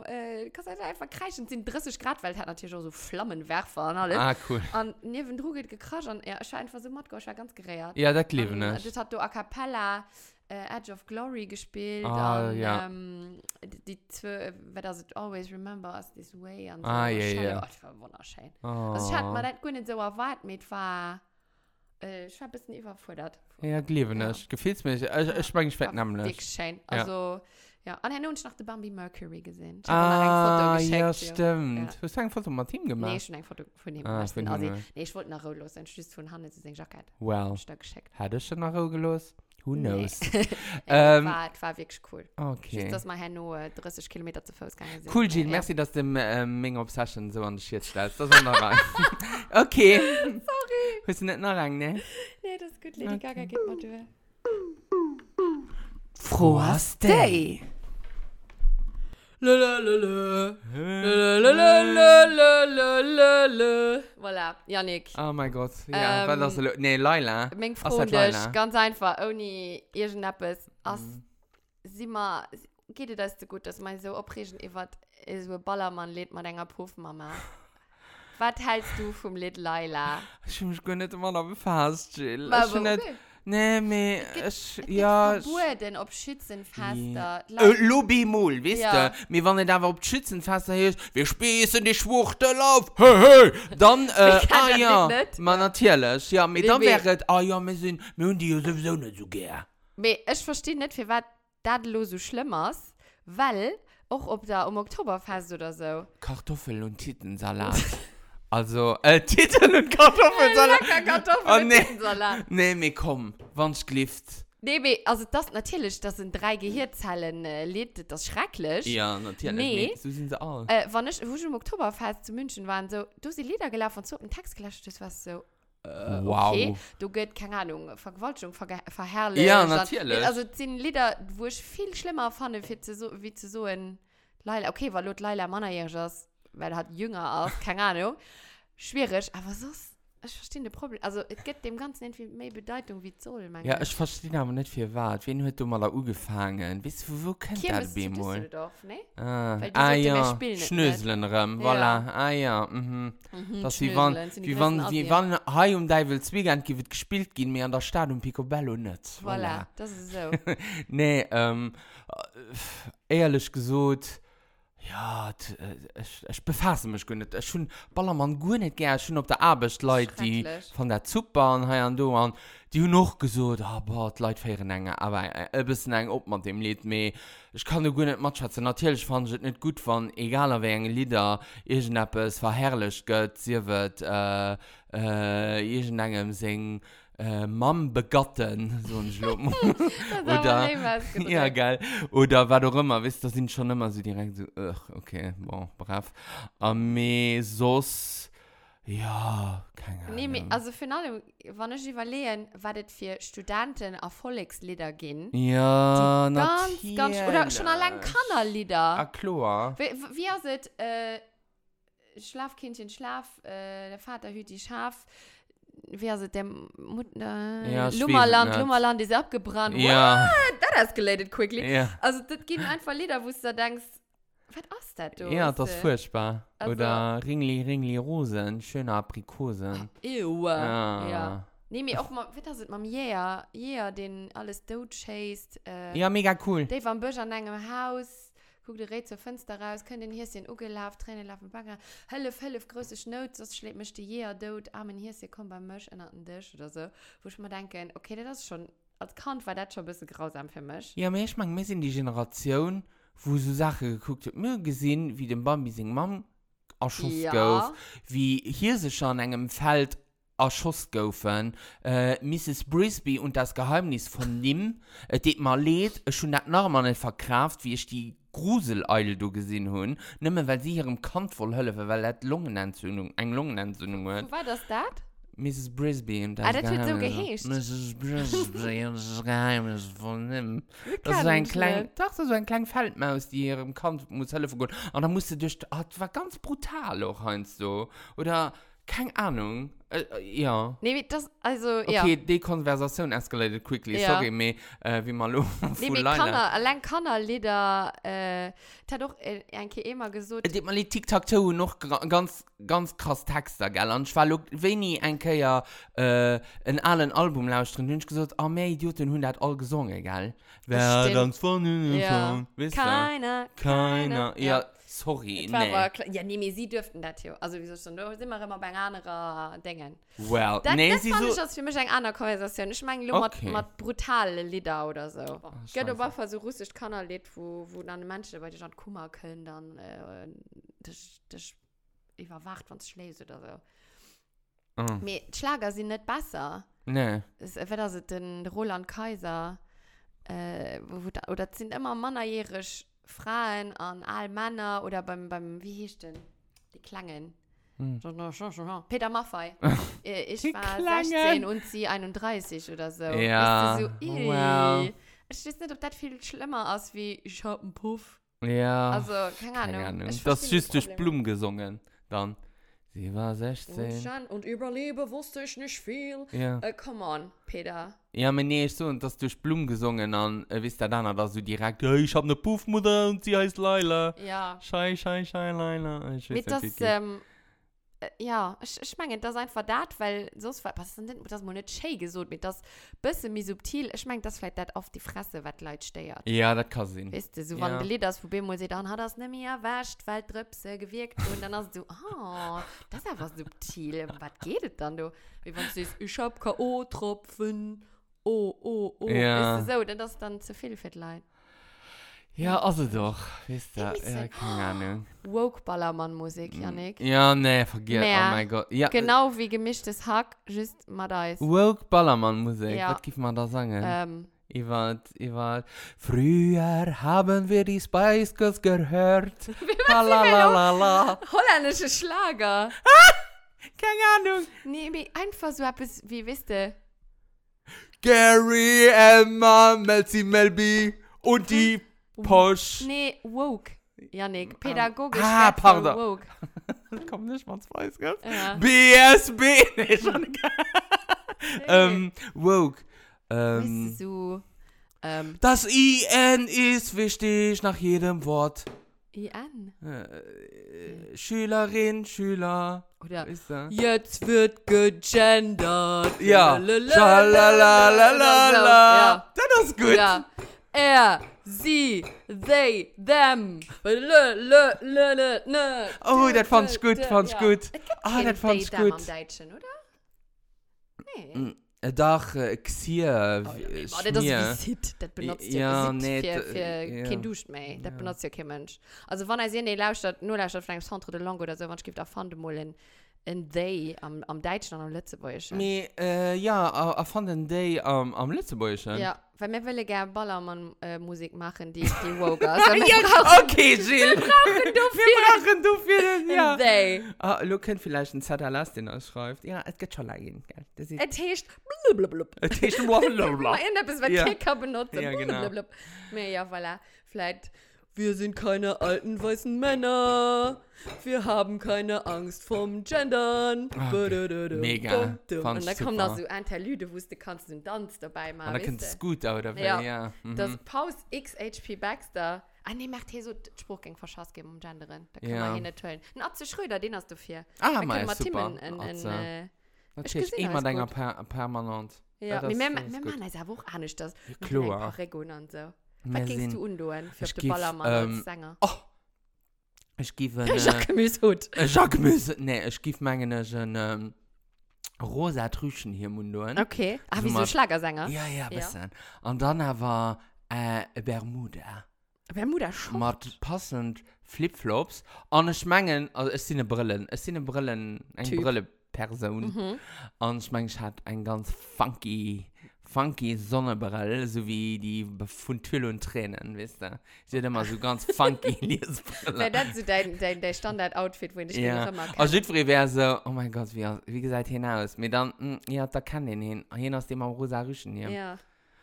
Speaker 3: äh, du kannst halt einfach kreischen. Es sind 30 Grad, weil es hat natürlich auch so Flammenwerfer und alles.
Speaker 2: Ah, cool.
Speaker 3: Und neben Druck geht gekrascht und ja, ich war einfach so matt geholt, ich war ganz gerät.
Speaker 2: Ja, das liebe
Speaker 3: Und, äh,
Speaker 2: ich.
Speaker 3: Das hat du A Cappella, äh, Edge of Glory gespielt.
Speaker 2: Ah,
Speaker 3: und,
Speaker 2: ja.
Speaker 3: Ähm, die, die zwei, What does it always remember us this way? Und
Speaker 2: Ah, ja,
Speaker 3: Schade,
Speaker 2: ja. Ah.
Speaker 3: Oh, das war wunderschön. Also ich hatte mir das gar nicht so erwartet, mit war, äh, ich war ein bisschen überfordert.
Speaker 2: Oh. Ja, das liebe
Speaker 3: Ja. Ah,
Speaker 2: ich. Gefällt mir. Ich, ich, ich mag ich
Speaker 3: War
Speaker 2: fett nämlich.
Speaker 3: Wirklich schön.
Speaker 2: Ja.
Speaker 3: Also, ja. Und dann habe ich noch die Bambi Mercury gesehen. Ich
Speaker 2: Ah,
Speaker 3: habe noch ein Foto
Speaker 2: ja,
Speaker 3: geschickt,
Speaker 2: stimmt.
Speaker 3: Ja.
Speaker 2: Du hast ein Foto mit Team
Speaker 3: Nee,
Speaker 2: gemacht.
Speaker 3: schon ein Foto von ihm.
Speaker 2: Ah,
Speaker 3: weißt du,
Speaker 2: von ihm,
Speaker 3: also,
Speaker 2: ja.
Speaker 3: nee, ich wollte nach Rot los, dann schließt von Hannes zu sehen, Jackett.
Speaker 2: Well,
Speaker 3: Ich da geschickt.
Speaker 2: hätte ich schon nach Ruhe gelost? Who
Speaker 3: Nee.
Speaker 2: knows?
Speaker 3: Äh,
Speaker 2: Ähm,
Speaker 3: war, war wirklich cool. Okay.
Speaker 2: Okay.
Speaker 3: dass man hier nur äh, 30 Kilometer zu Fuß gegangen sind.
Speaker 2: Cool, Jean, merci, dass du ähm, Ming Obsession so an dich jetzt stellst. Das war noch rein. okay. Sorry. Willst du nicht noch rein, ne?
Speaker 3: Nee, das ist gut. Lady Gaga geht mal durch.
Speaker 2: Frohes Day!
Speaker 3: Voilà, Janik.
Speaker 2: Oh mein Gott. Ja,
Speaker 3: Ähm,
Speaker 2: war das so. lo- Nee, Leila.
Speaker 3: Ming
Speaker 2: Was hat
Speaker 3: freundlich,
Speaker 2: Leila?
Speaker 3: ganz einfach, ohne irgendetwas. Als,
Speaker 2: Mhm.
Speaker 3: sieh mal, geht dir das so gut, dass man so aufregend über äh, so ein Ballermann lädt mit einer Puffmama? Was hältst du vom Lied Laila?
Speaker 2: Ich hab mich gar nicht immer noch befasst, Jill.
Speaker 3: Aber
Speaker 2: Ich bin nicht.
Speaker 3: okay.
Speaker 2: Nee, me.
Speaker 3: gibt-
Speaker 2: Ich.
Speaker 3: Es gibt
Speaker 2: Ja. ich-
Speaker 3: Verboten ob Schützenfester.
Speaker 2: Äh, Lobby Mol, weißt
Speaker 3: Ja.
Speaker 2: du? Wir waren nicht aber auf die Schützenfeste hier. Wir spießen die Schwuchtel auf. Hey, hey. Dann, äh,
Speaker 3: kann
Speaker 2: ah
Speaker 3: das
Speaker 2: ja.
Speaker 3: nicht, nicht?
Speaker 2: Man, natürlich. Ja, mit
Speaker 3: Wie
Speaker 2: dann
Speaker 3: wir-
Speaker 2: wäre es, ah ja, wir sind, wir haben die ja sowieso nicht so gern.
Speaker 3: Me, ich verstehe nicht, für was das lo so schlimm ist, weil auch ob da um Oktoberfest oder so.
Speaker 2: Kartoffel und Tittensalat. also, äh, Titten und Kartoffelsalat.
Speaker 3: Lecker
Speaker 2: Oh,
Speaker 3: Kartoffeln
Speaker 2: nee.
Speaker 3: mit Salat.
Speaker 2: nee, mir komm, wann's glift.
Speaker 3: Nee, me, also das natürlich, das sind drei Gehirnzellen, äh, lädt das ist schrecklich.
Speaker 2: Ja, natürlich.
Speaker 3: Nee.
Speaker 2: So sind sie alle.
Speaker 3: Äh, wann ich, wo ich im Oktoberfest zu München waren, so, du sie Lieder gelaufen und so einen Text gelöscht, das war so,
Speaker 2: Äh, wow.
Speaker 3: okay, du geht, keine Ahnung, Vergewaltigung, Verge Verherrlichung.
Speaker 2: Ja,
Speaker 3: und-
Speaker 2: natürlich.
Speaker 3: Also, das sind Lieder, wo ich viel schlimmer fand, wie zu so, wie zu so ein Leila, okay, weil laut Leila mannerjährig ist, weil er hat jünger ist, keine Ahnung. Schwierig, aber sonst, ich verstehe das Problem. Also, es gibt dem Ganzen irgendwie mehr Bedeutung wie Zoll, mein
Speaker 2: Ja, ich verstehe aber nicht viel was. Wen hat du mal da angefangen? Weißt du, wo kennt
Speaker 3: Kim
Speaker 2: das
Speaker 3: ist zu
Speaker 2: Bemol?
Speaker 3: Düsseldorf, ne?
Speaker 2: Ah,
Speaker 3: Weil die
Speaker 2: ah
Speaker 3: sollte mehr
Speaker 2: ja,
Speaker 3: spielen, nicht?
Speaker 2: Schnöseln rum,
Speaker 3: Ja.
Speaker 2: voilà, ah ja, mhm.
Speaker 3: Mhm,
Speaker 2: Dass wir
Speaker 3: Schnöseln,
Speaker 2: waren,
Speaker 3: sind die
Speaker 2: wir
Speaker 3: größten
Speaker 2: waren, wir
Speaker 3: Asien.
Speaker 2: waren, hi um Devil's Weekend wird gespielt gehen, mir an der Stadion Picobello nicht, voilà.
Speaker 3: Voilà, das ist so.
Speaker 2: Nee, ähm, äh, ehrlich gesagt, ja, t, äh, ich, ich befasse mich gar nicht. Ich schon Ballermann gar nicht gern. Schon auf der Arbeit Leute, die
Speaker 3: Schrecklich.
Speaker 2: von der Zugbahn hier und da waren, die haben noch gesagt, ah, boah, die Leute feiern enger, aber äh, ein bisschen enger ob man dem Lied mehr. Ich kann da gar nicht mitschätzen. Natürlich fand ich es nicht gut, wenn, egal wegen Lieder, irgendetwas verherrlicht wird, sie wird, äh, äh, irgendeinem singen, äh, Mom begatten, so ein Schlumpf.
Speaker 3: Das ist aber
Speaker 2: Oder-
Speaker 3: nicht mehr als gedacht.
Speaker 2: Ja, geil. Oder was auch immer, wisst ihr, das sind schon immer so direkt so, ach, okay, bon, brav. Amesos, ja, keine Ahnung.
Speaker 3: Nee, mir- also für alle, wenn ich überlege, was das für Studenten Erfolgslieder gehen.
Speaker 2: ja,
Speaker 3: Ganz,
Speaker 2: natürlich.
Speaker 3: ganz, oder schon allein
Speaker 2: Ah,
Speaker 3: Kannerlieder.
Speaker 2: klar.
Speaker 3: Wie, wie heißt es? Äh, Schlafkindchen, Schlaf, äh, der Vater hüt die Schaf. Wie heißt es? Der Mutter. Äh,
Speaker 2: Ja, ich weiß
Speaker 3: Lummerland,
Speaker 2: nicht.
Speaker 3: Lummerland ist abgebrannt.
Speaker 2: Ja,
Speaker 3: What? That escalated quickly.
Speaker 2: ja.
Speaker 3: Also, das gehen einfach Lieder, wo du da denkst, was ist das? du?
Speaker 2: Ja, das ist
Speaker 3: Weißt du?
Speaker 2: furchtbar.
Speaker 3: Also-
Speaker 2: Oder Ringli, Ringli, Rosen, schöne Aprikosen.
Speaker 3: Ew.
Speaker 2: Ah.
Speaker 3: Ja. Nee, mir auch mal, Wetter sind mal Yeah, Yeah, den alles Doe chased. Äh,
Speaker 2: Ja, mega cool.
Speaker 3: Dave am Bösch an einem Haus. Guck, der rät zur Fenster raus, könnt den Hirschen ugelaufen, Tränen laufen, Banger. Hölf, hölf, große Schnut, sonst schlägt mich die Yeah, Dote, armen Hirschen, komm bei Mösch, ändert den Tisch oder so. Wo ich mir denke, okay, das ist schon, als Kant war das schon ein bisschen grausam für mich.
Speaker 2: Ja, aber ich meine, wir sind die Generation, wo so Sachen geguckt hat. Wir haben gesehen, wie dem Bambi sing Mom erschossen ja. wie hier sich schon an einem Feld erschossen goufen. Äh, Mrs. Brisby und das Geheimnis von Nim, äh, das man lädt, äh, schon das Normal nicht verkraft, wie ich die Gruseleule du gesehen habe. Nicht mehr, weil sie hier im Kant voll helfen, weil er Lungenentzündung, eine Lungenentzündung hat.
Speaker 3: Wo war das das?
Speaker 2: Mrs. Brisby und das
Speaker 3: Ah, das wird so
Speaker 2: Geheimnis.
Speaker 3: geheischt.
Speaker 2: Mrs. Brisby und das Geheimnis von Nim. Das
Speaker 3: kann
Speaker 2: ist ein
Speaker 3: ich
Speaker 2: klein,
Speaker 3: nicht.
Speaker 2: doch, das ist ein kleiner Feldmaus, die ihrem Kampf muss helfen gehen. Und dann musste durch, ah, das war ganz brutal auch, Heinz, so. Oder Keine Ahnung. Äh, äh, ja.
Speaker 3: Nee, wie das, also, ja.
Speaker 2: Okay, die Konversation escalated quickly.
Speaker 3: Ja.
Speaker 2: Sorry, me, äh, wie mal
Speaker 3: Nee, mir kann er, allein kann er Lieder, äh, hat doch äh, ein immer gesagt,
Speaker 2: Et mal Äh, TikTok noch gra- ganz ganz krass Texter gell und ich war lo- wenn ich ein ja äh, in allen Album lauschen und ich gesagt oh mein Idiot den Hund hat all gesungen gell
Speaker 3: Das stimmt.
Speaker 2: von ihnen
Speaker 3: Ja.
Speaker 2: wisst ihr?
Speaker 3: keiner,
Speaker 2: keiner ja,
Speaker 3: Ja.
Speaker 2: sorry
Speaker 3: Das war aber
Speaker 2: nee
Speaker 3: klar- Ja, nee, mir sie dürften das hier. Also, wieso schon? Da sind wir immer bei anderen Dingen.
Speaker 2: well
Speaker 3: Das,
Speaker 2: nee
Speaker 3: das
Speaker 2: sie
Speaker 3: fand
Speaker 2: so
Speaker 3: ich das für mich eine andere Konversation. Ich meine, nur
Speaker 2: Okay. Oh,
Speaker 3: okay. mit brutalen Lieder oder so. Geht
Speaker 2: scheiße.
Speaker 3: aber für so russisch kann er Lied, wo, wo dann Menschen, weil die schon Kummer können, dann äh, dich, dich überwacht, wenn es schläft oder so.
Speaker 2: Ah,
Speaker 3: Mir Schlager sind nicht besser.
Speaker 2: nee
Speaker 3: Es, äh, weder sind den Roland Kaiser äh, wo, wo da, oder es sind immer mannerjährig Frauen an all Männer oder beim, beim wie hieß denn? Die Klangen.
Speaker 2: Hm.
Speaker 3: Peter Maffei. Äh, ich
Speaker 2: Die
Speaker 3: war
Speaker 2: Klangen.
Speaker 3: 16 und sie 31 oder so.
Speaker 2: Ja,
Speaker 3: Weißt du, so, ey.
Speaker 2: wow.
Speaker 3: Ich weiß nicht, ob das viel schlimmer ist wie ich hab einen Puff.
Speaker 2: ja
Speaker 3: Also, keine Ahnung.
Speaker 2: keine Ahnung
Speaker 3: Ich
Speaker 2: das
Speaker 3: verstehe
Speaker 2: schüßt durch
Speaker 3: Problem.
Speaker 2: Blumen gesungen dann sie war
Speaker 3: Und,
Speaker 2: 16
Speaker 3: schon, und überlebe wusste ich nicht viel.
Speaker 2: ja
Speaker 3: Äh, come on, Peter.
Speaker 2: Ja, aber nee, ist so, und das durch Blumen gesungen, dann äh, wisst ihr dann, dass du direkt, hey, ich hab eine Puffmutter und sie heißt Laila.
Speaker 3: Ja.
Speaker 2: Schei, schei, schei, Laila. Ich weiß
Speaker 3: mit
Speaker 2: nicht,
Speaker 3: das
Speaker 2: wie es geht.
Speaker 3: ähm, äh, ja ich, ich meine das ist einfach dat weil so was ist denn das- das mal nicht schön gesund mit das bisschen mir subtil ich meine das vielleicht das auf die Fresse was Leute steuert
Speaker 2: Ja, das kann sein.
Speaker 3: Weißt du, so wenn
Speaker 2: Ja.
Speaker 3: du Lieder hast, wobei man sieht, dann hat das nicht mehr erwischt, weil Drüpse gewirkt und dann hast du, oh, das ist einfach subtil. Was geht das dann, du? Wie wenn du siehst, ich hab K.O.-Tropfen, oh, oh, oh.
Speaker 2: Ja.
Speaker 3: Weißt du, so, dann das ist dann zu viel für die Leute.
Speaker 2: Ja, also doch, wisst ihr,
Speaker 3: Ich weiß
Speaker 2: ja,
Speaker 3: nicht.
Speaker 2: keine Ahnung.
Speaker 3: Woke-Ballermann-Musik, Janik.
Speaker 2: Mm. Ja, nee, vergiss,
Speaker 3: Mehr.
Speaker 2: oh mein Gott. Ja,
Speaker 3: Genau wie gemischtes Hack, just mal da ist.
Speaker 2: äh, Woke Ballermann-Musik,
Speaker 3: Ja.
Speaker 2: was gibt man da sagen?
Speaker 3: Ähm,
Speaker 2: Ich war, ich war, früher haben wir die Spice Girls gehört. Halalalala.
Speaker 3: holländische Schlager.
Speaker 2: Keine Ahnung.
Speaker 3: Nee, wie einfach so etwas, wie wisst ihr?
Speaker 2: Gary, Emma, Melzi, Melby und die Posch.
Speaker 3: Nee, woke. Janik, pädagogisch.
Speaker 2: ah,
Speaker 3: wertvoll,
Speaker 2: pardon.
Speaker 3: Woke.
Speaker 2: Komm nicht mal zwei, gell?
Speaker 3: Ja.
Speaker 2: BSB! Nee, schon geil. ähm, woke.
Speaker 3: Weißt
Speaker 2: Ähm,
Speaker 3: du, so, ähm,
Speaker 2: das IN ist wichtig nach jedem Wort.
Speaker 3: IN.
Speaker 2: Äh, äh, Schülerin, Schüler.
Speaker 3: Oder
Speaker 2: Ist da?
Speaker 3: jetzt wird gegendert.
Speaker 2: Ja.
Speaker 3: Schalalalala.
Speaker 2: Schalalalala. Das ist
Speaker 3: Ja.
Speaker 2: gut.
Speaker 3: ja. Er, sie, they, them. Lö, lö, lö, lö, nö.
Speaker 2: Oh,
Speaker 3: Dö,
Speaker 2: das fand ich
Speaker 3: dö,
Speaker 2: gut,
Speaker 3: dö.
Speaker 2: fand ich
Speaker 3: Ja.
Speaker 2: gut.
Speaker 3: Es gibt
Speaker 2: Ah,
Speaker 3: kein
Speaker 2: das fand
Speaker 3: they,
Speaker 2: ich
Speaker 3: them
Speaker 2: gut.
Speaker 3: am Deutschen, oder? Nee.
Speaker 2: Äh, Dach, äh, Xier,
Speaker 3: Oh, ja,
Speaker 2: äh,
Speaker 3: nee, warte, das
Speaker 2: Schmier.
Speaker 3: ist wie Sit. Das benutzt
Speaker 2: Ja,
Speaker 3: ja, ja
Speaker 2: nee,
Speaker 3: Sit für,
Speaker 2: d-
Speaker 3: für
Speaker 2: ja.
Speaker 3: kein Dusch mehr. Das
Speaker 2: Ja.
Speaker 3: benutzt ja kein Mensch. Also, wenn er sehen, nee, lauscht, das- nur lauscht das vielleicht Centre de Langue oder so, wenn es gibt, auch fand ich mal in, in They am, am Deutschen und am Lützebäuerischen.
Speaker 2: Me, äh, ja, äh, äh, fand den Day am am Lützebäuerchen.
Speaker 3: Ja, weil wir wollen gerne Ballermann-Musik machen, die, die Woga. Also, wir
Speaker 2: ja, okay, Jill.
Speaker 3: brauchen
Speaker 2: Wir
Speaker 3: dafür
Speaker 2: brauchen du vielen, ja.
Speaker 3: They.
Speaker 2: Ah, du könnt vielleicht einen Zettel lassen, den er schreibt. Ja, es geht schon lange. gell? Das ist...
Speaker 3: Es heißt blub.
Speaker 2: Es ist blablabla.
Speaker 3: Mal ändern, bis wir
Speaker 2: Äh, Ja.
Speaker 3: Kicker benutzen.
Speaker 2: Ja, genau.
Speaker 3: Blablabla. Nee, ja, voilà. Vielleicht. Wir sind keine alten weißen Männer. Wir haben keine Angst vom Gendern.
Speaker 2: Ah,
Speaker 3: Badadadum,
Speaker 2: mega.
Speaker 3: dum, dum.
Speaker 2: Fand
Speaker 3: Und
Speaker 2: ich
Speaker 3: da kommen
Speaker 2: super.
Speaker 3: noch so ein Interlude, wo du kannst den Tanz dabei
Speaker 2: Und
Speaker 3: machen.
Speaker 2: Ah, da
Speaker 3: weißt
Speaker 2: könnt
Speaker 3: du?
Speaker 2: es gut, oder?
Speaker 3: Ja.
Speaker 2: ja. Mhm.
Speaker 3: Das Pause XHP Baxter. Ah, nee, macht hier so den Spruch gegen Verschass geben um Genderin. Da kann
Speaker 2: Ja.
Speaker 3: man hier nicht hören. Ein Atze Schröder, den hast du vier.
Speaker 2: ah,
Speaker 3: Da
Speaker 2: mei,
Speaker 3: können wir Tim
Speaker 2: super.
Speaker 3: in- in- in,
Speaker 2: Also,
Speaker 3: äh,
Speaker 2: Natürlich,
Speaker 3: gesehen,
Speaker 2: immer
Speaker 3: alles
Speaker 2: länger
Speaker 3: gut.
Speaker 2: per permanent.
Speaker 3: Ja,
Speaker 2: das-
Speaker 3: mir
Speaker 2: das
Speaker 3: mein
Speaker 2: ist gut.
Speaker 3: Mann ist aber auch nicht das.
Speaker 2: klar.
Speaker 3: Regon und so.
Speaker 2: Wir
Speaker 3: Was
Speaker 2: sind-
Speaker 3: gingst du undoen für
Speaker 2: Ich
Speaker 3: den
Speaker 2: gif,
Speaker 3: Ballermann
Speaker 2: ähm,
Speaker 3: als Sänger?
Speaker 2: Oh! Ich gebe
Speaker 3: Äh, Jacques Gemüshut.
Speaker 2: Äh, Jacques Müsse. Nee, ich gebe meine ein ähm, rosa Trüschen hier munduren.
Speaker 3: Okay. Ah,
Speaker 2: So
Speaker 3: wie so
Speaker 2: mal-
Speaker 3: Schlagersänger?
Speaker 2: Ja, ja, bisschen. Und dann aber äh, Bermuda.
Speaker 3: Bermuda schon.
Speaker 2: mit passend Flipflops und ich mengen also es sind Brillen es sind Brillen ein
Speaker 3: Typ.
Speaker 2: Brille Person
Speaker 3: Mhm.
Speaker 2: und ich mein, ich hat ein ganz funky funky Sonnenbrille so wie die von Tüll und Tränen wisst ihr sie hat immer so ganz funky
Speaker 3: Weil
Speaker 2: Lesbrille
Speaker 3: das so dein, dein, dein Standard-Outfit, wo ich dich
Speaker 2: ja Also,
Speaker 3: noch immer
Speaker 2: und
Speaker 3: kenne.
Speaker 2: Jüdfried wäre so oh mein Gott wie, wie gesagt hinaus mir dann hm, ja da kann den hin hin aus dem am rosa Rüschen hier
Speaker 3: Ja.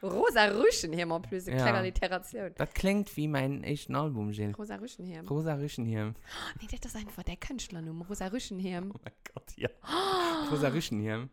Speaker 3: Rosa Rüschen hier mal plus, eine
Speaker 2: Ja.
Speaker 3: kleine Alliteration.
Speaker 2: Das klingt wie mein echten Album, Jill.
Speaker 3: Rosa Rüschen hier.
Speaker 2: Rosa Rüschenhirn.
Speaker 3: Nee, das ist einfach der Künstlernummer. Rosa Rüschen hier.
Speaker 2: Oh mein Gott, ja. Rosa Rüschenhirn.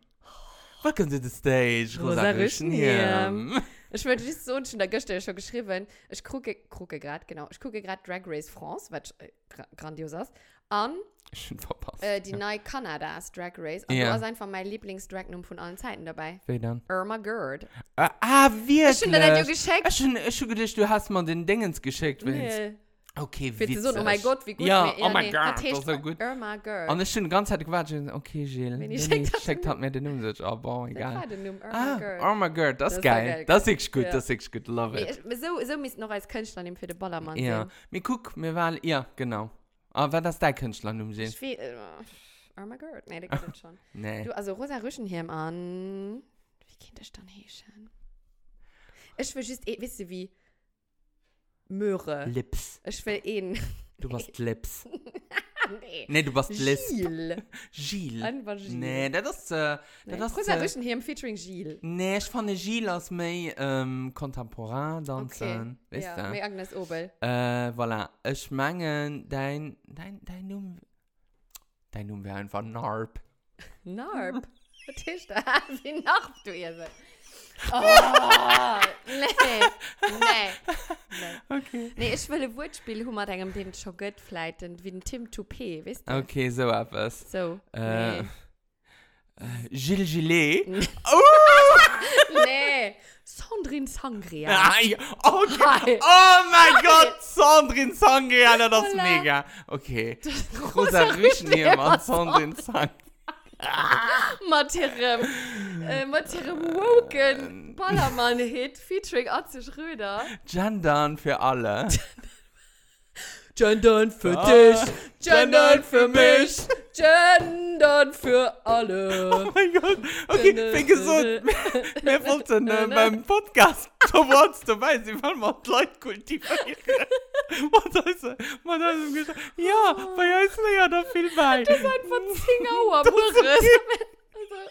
Speaker 2: Welcome to the stage, Rosa,
Speaker 3: Rosa
Speaker 2: Rüschenhirn.
Speaker 3: Ich wollte dich so schon der Gestell schon geschrieben. Ich gucke, gucke gerade, genau. Ich gucke gerade Drag Race France, was äh, gra- grandios ist. An
Speaker 2: Schön verpasst.
Speaker 3: äh, die
Speaker 2: ja.
Speaker 3: neue Kanadas Drag Race. Und
Speaker 2: Ja.
Speaker 3: da ist einfach mein Lieblingsdragnum von allen Zeiten dabei.
Speaker 2: Wer dann?
Speaker 3: Irma Gerd.
Speaker 2: Äh, ah,
Speaker 3: Ich
Speaker 2: wirklich?
Speaker 3: schon dir das ja geschickt.
Speaker 2: Ich schon, ich schon gedacht, du hast mir den Dingens geschickt, Vince.
Speaker 3: Nee.
Speaker 2: Okay,
Speaker 3: Findest
Speaker 2: witzig.
Speaker 3: du so, oh mein Gott, wie gut.
Speaker 2: Ja,
Speaker 3: wir-
Speaker 2: oh mein
Speaker 3: nee,
Speaker 2: Gott,
Speaker 3: das
Speaker 2: das ist
Speaker 3: heißt
Speaker 2: so gut.
Speaker 3: Irma Gerd.
Speaker 2: Und ich schon die ganze Zeit gewartet, ich so, okay, Jill,
Speaker 3: Wenn
Speaker 2: wenn
Speaker 3: ich
Speaker 2: ich
Speaker 3: check, hat
Speaker 2: checkt, hat mir den Umsatz, oh, boah,
Speaker 3: Das war
Speaker 2: egal.
Speaker 3: der Name, Irma
Speaker 2: Ah,
Speaker 3: Gerd.
Speaker 2: oh mein Gott, das
Speaker 3: Das
Speaker 2: ist
Speaker 3: ist doch geil.
Speaker 2: geil. Das ist gut,
Speaker 3: Ja.
Speaker 2: das ist gut, love
Speaker 3: Nee,
Speaker 2: it.
Speaker 3: ich- So, so müsst noch als Künstler nehmen für den Ballermann.
Speaker 2: Ja,
Speaker 3: sehen.
Speaker 2: mir guck, mir war, ja, genau. Aber war das dein Künstler, um Jill?
Speaker 3: Ich will, äh, Irma Gerd. Nee, der geht das schon.
Speaker 2: Nee.
Speaker 3: Du, also Rosa Rüschenhirn an. Wie geht das dann heschen? Ich will just, eh, wisst ihr wie? Möhre.
Speaker 2: Lips.
Speaker 3: Ich will ihn.
Speaker 2: Du warst Lips.
Speaker 3: nee.
Speaker 2: Nee, du warst Lips.
Speaker 3: Gilles.
Speaker 2: Gilles.
Speaker 3: Einfach Gilles.
Speaker 2: Nee, das ist, äh,
Speaker 3: Nee,
Speaker 2: das ist,
Speaker 3: Rosa
Speaker 2: äh,
Speaker 3: Rüschenhirn featuring Gilles.
Speaker 2: nee, ich fand Gilles als mehr, ähm, kontemporain tanzen. Weißt
Speaker 3: ja,
Speaker 2: du?
Speaker 3: mit Agnes Obel.
Speaker 2: Äh, voilà. Ich meine, dein, dein, dein Num... Dein Num wäre einfach Narb.
Speaker 3: Narb. Was ist das? Wie Narb, du Irse. Oh, nee, nee, nee.
Speaker 2: Okay.
Speaker 3: Nee, ich will ein Wortspiel, wo man denkt, den schon gut vielleicht, und wie ein Tim Toupé, weißt du?
Speaker 2: Okay, so etwas.
Speaker 3: So,
Speaker 2: Äh,
Speaker 3: nee.
Speaker 2: äh, Gilles Gillet. Oh!
Speaker 3: nee. Sandrine Sangria.
Speaker 2: Nein. Oh,
Speaker 3: Hi.
Speaker 2: Gott. oh mein Gott, Sandrine Sange, Alter, das ist
Speaker 3: Hola.
Speaker 2: mega. Okay.
Speaker 3: Rosa
Speaker 2: Rosa Rüschen hier, Mann,
Speaker 3: Rüschenhirn,
Speaker 2: Sandrine Sange.
Speaker 3: Mit ihrem, äh, mit ihrem woken Ballermann-Hit featuring Atze Schröder.
Speaker 2: Gendern für alle.
Speaker 3: Gendern für
Speaker 2: Ah.
Speaker 3: dich,
Speaker 2: Gendern für mich.
Speaker 3: Gendern für alle.
Speaker 2: Oh mein Gott. Okay, bin gesund. Wir wollten äh, beim Podcast Awards dabei sein, weil wir die Leute kultivieren. Was heißt das? Was heißt das? also Gesagt, Ja, bei uns ist ja da viel bei.
Speaker 3: Oh. Das ist einfach 10 Uhr,
Speaker 2: Das ist
Speaker 3: Boris.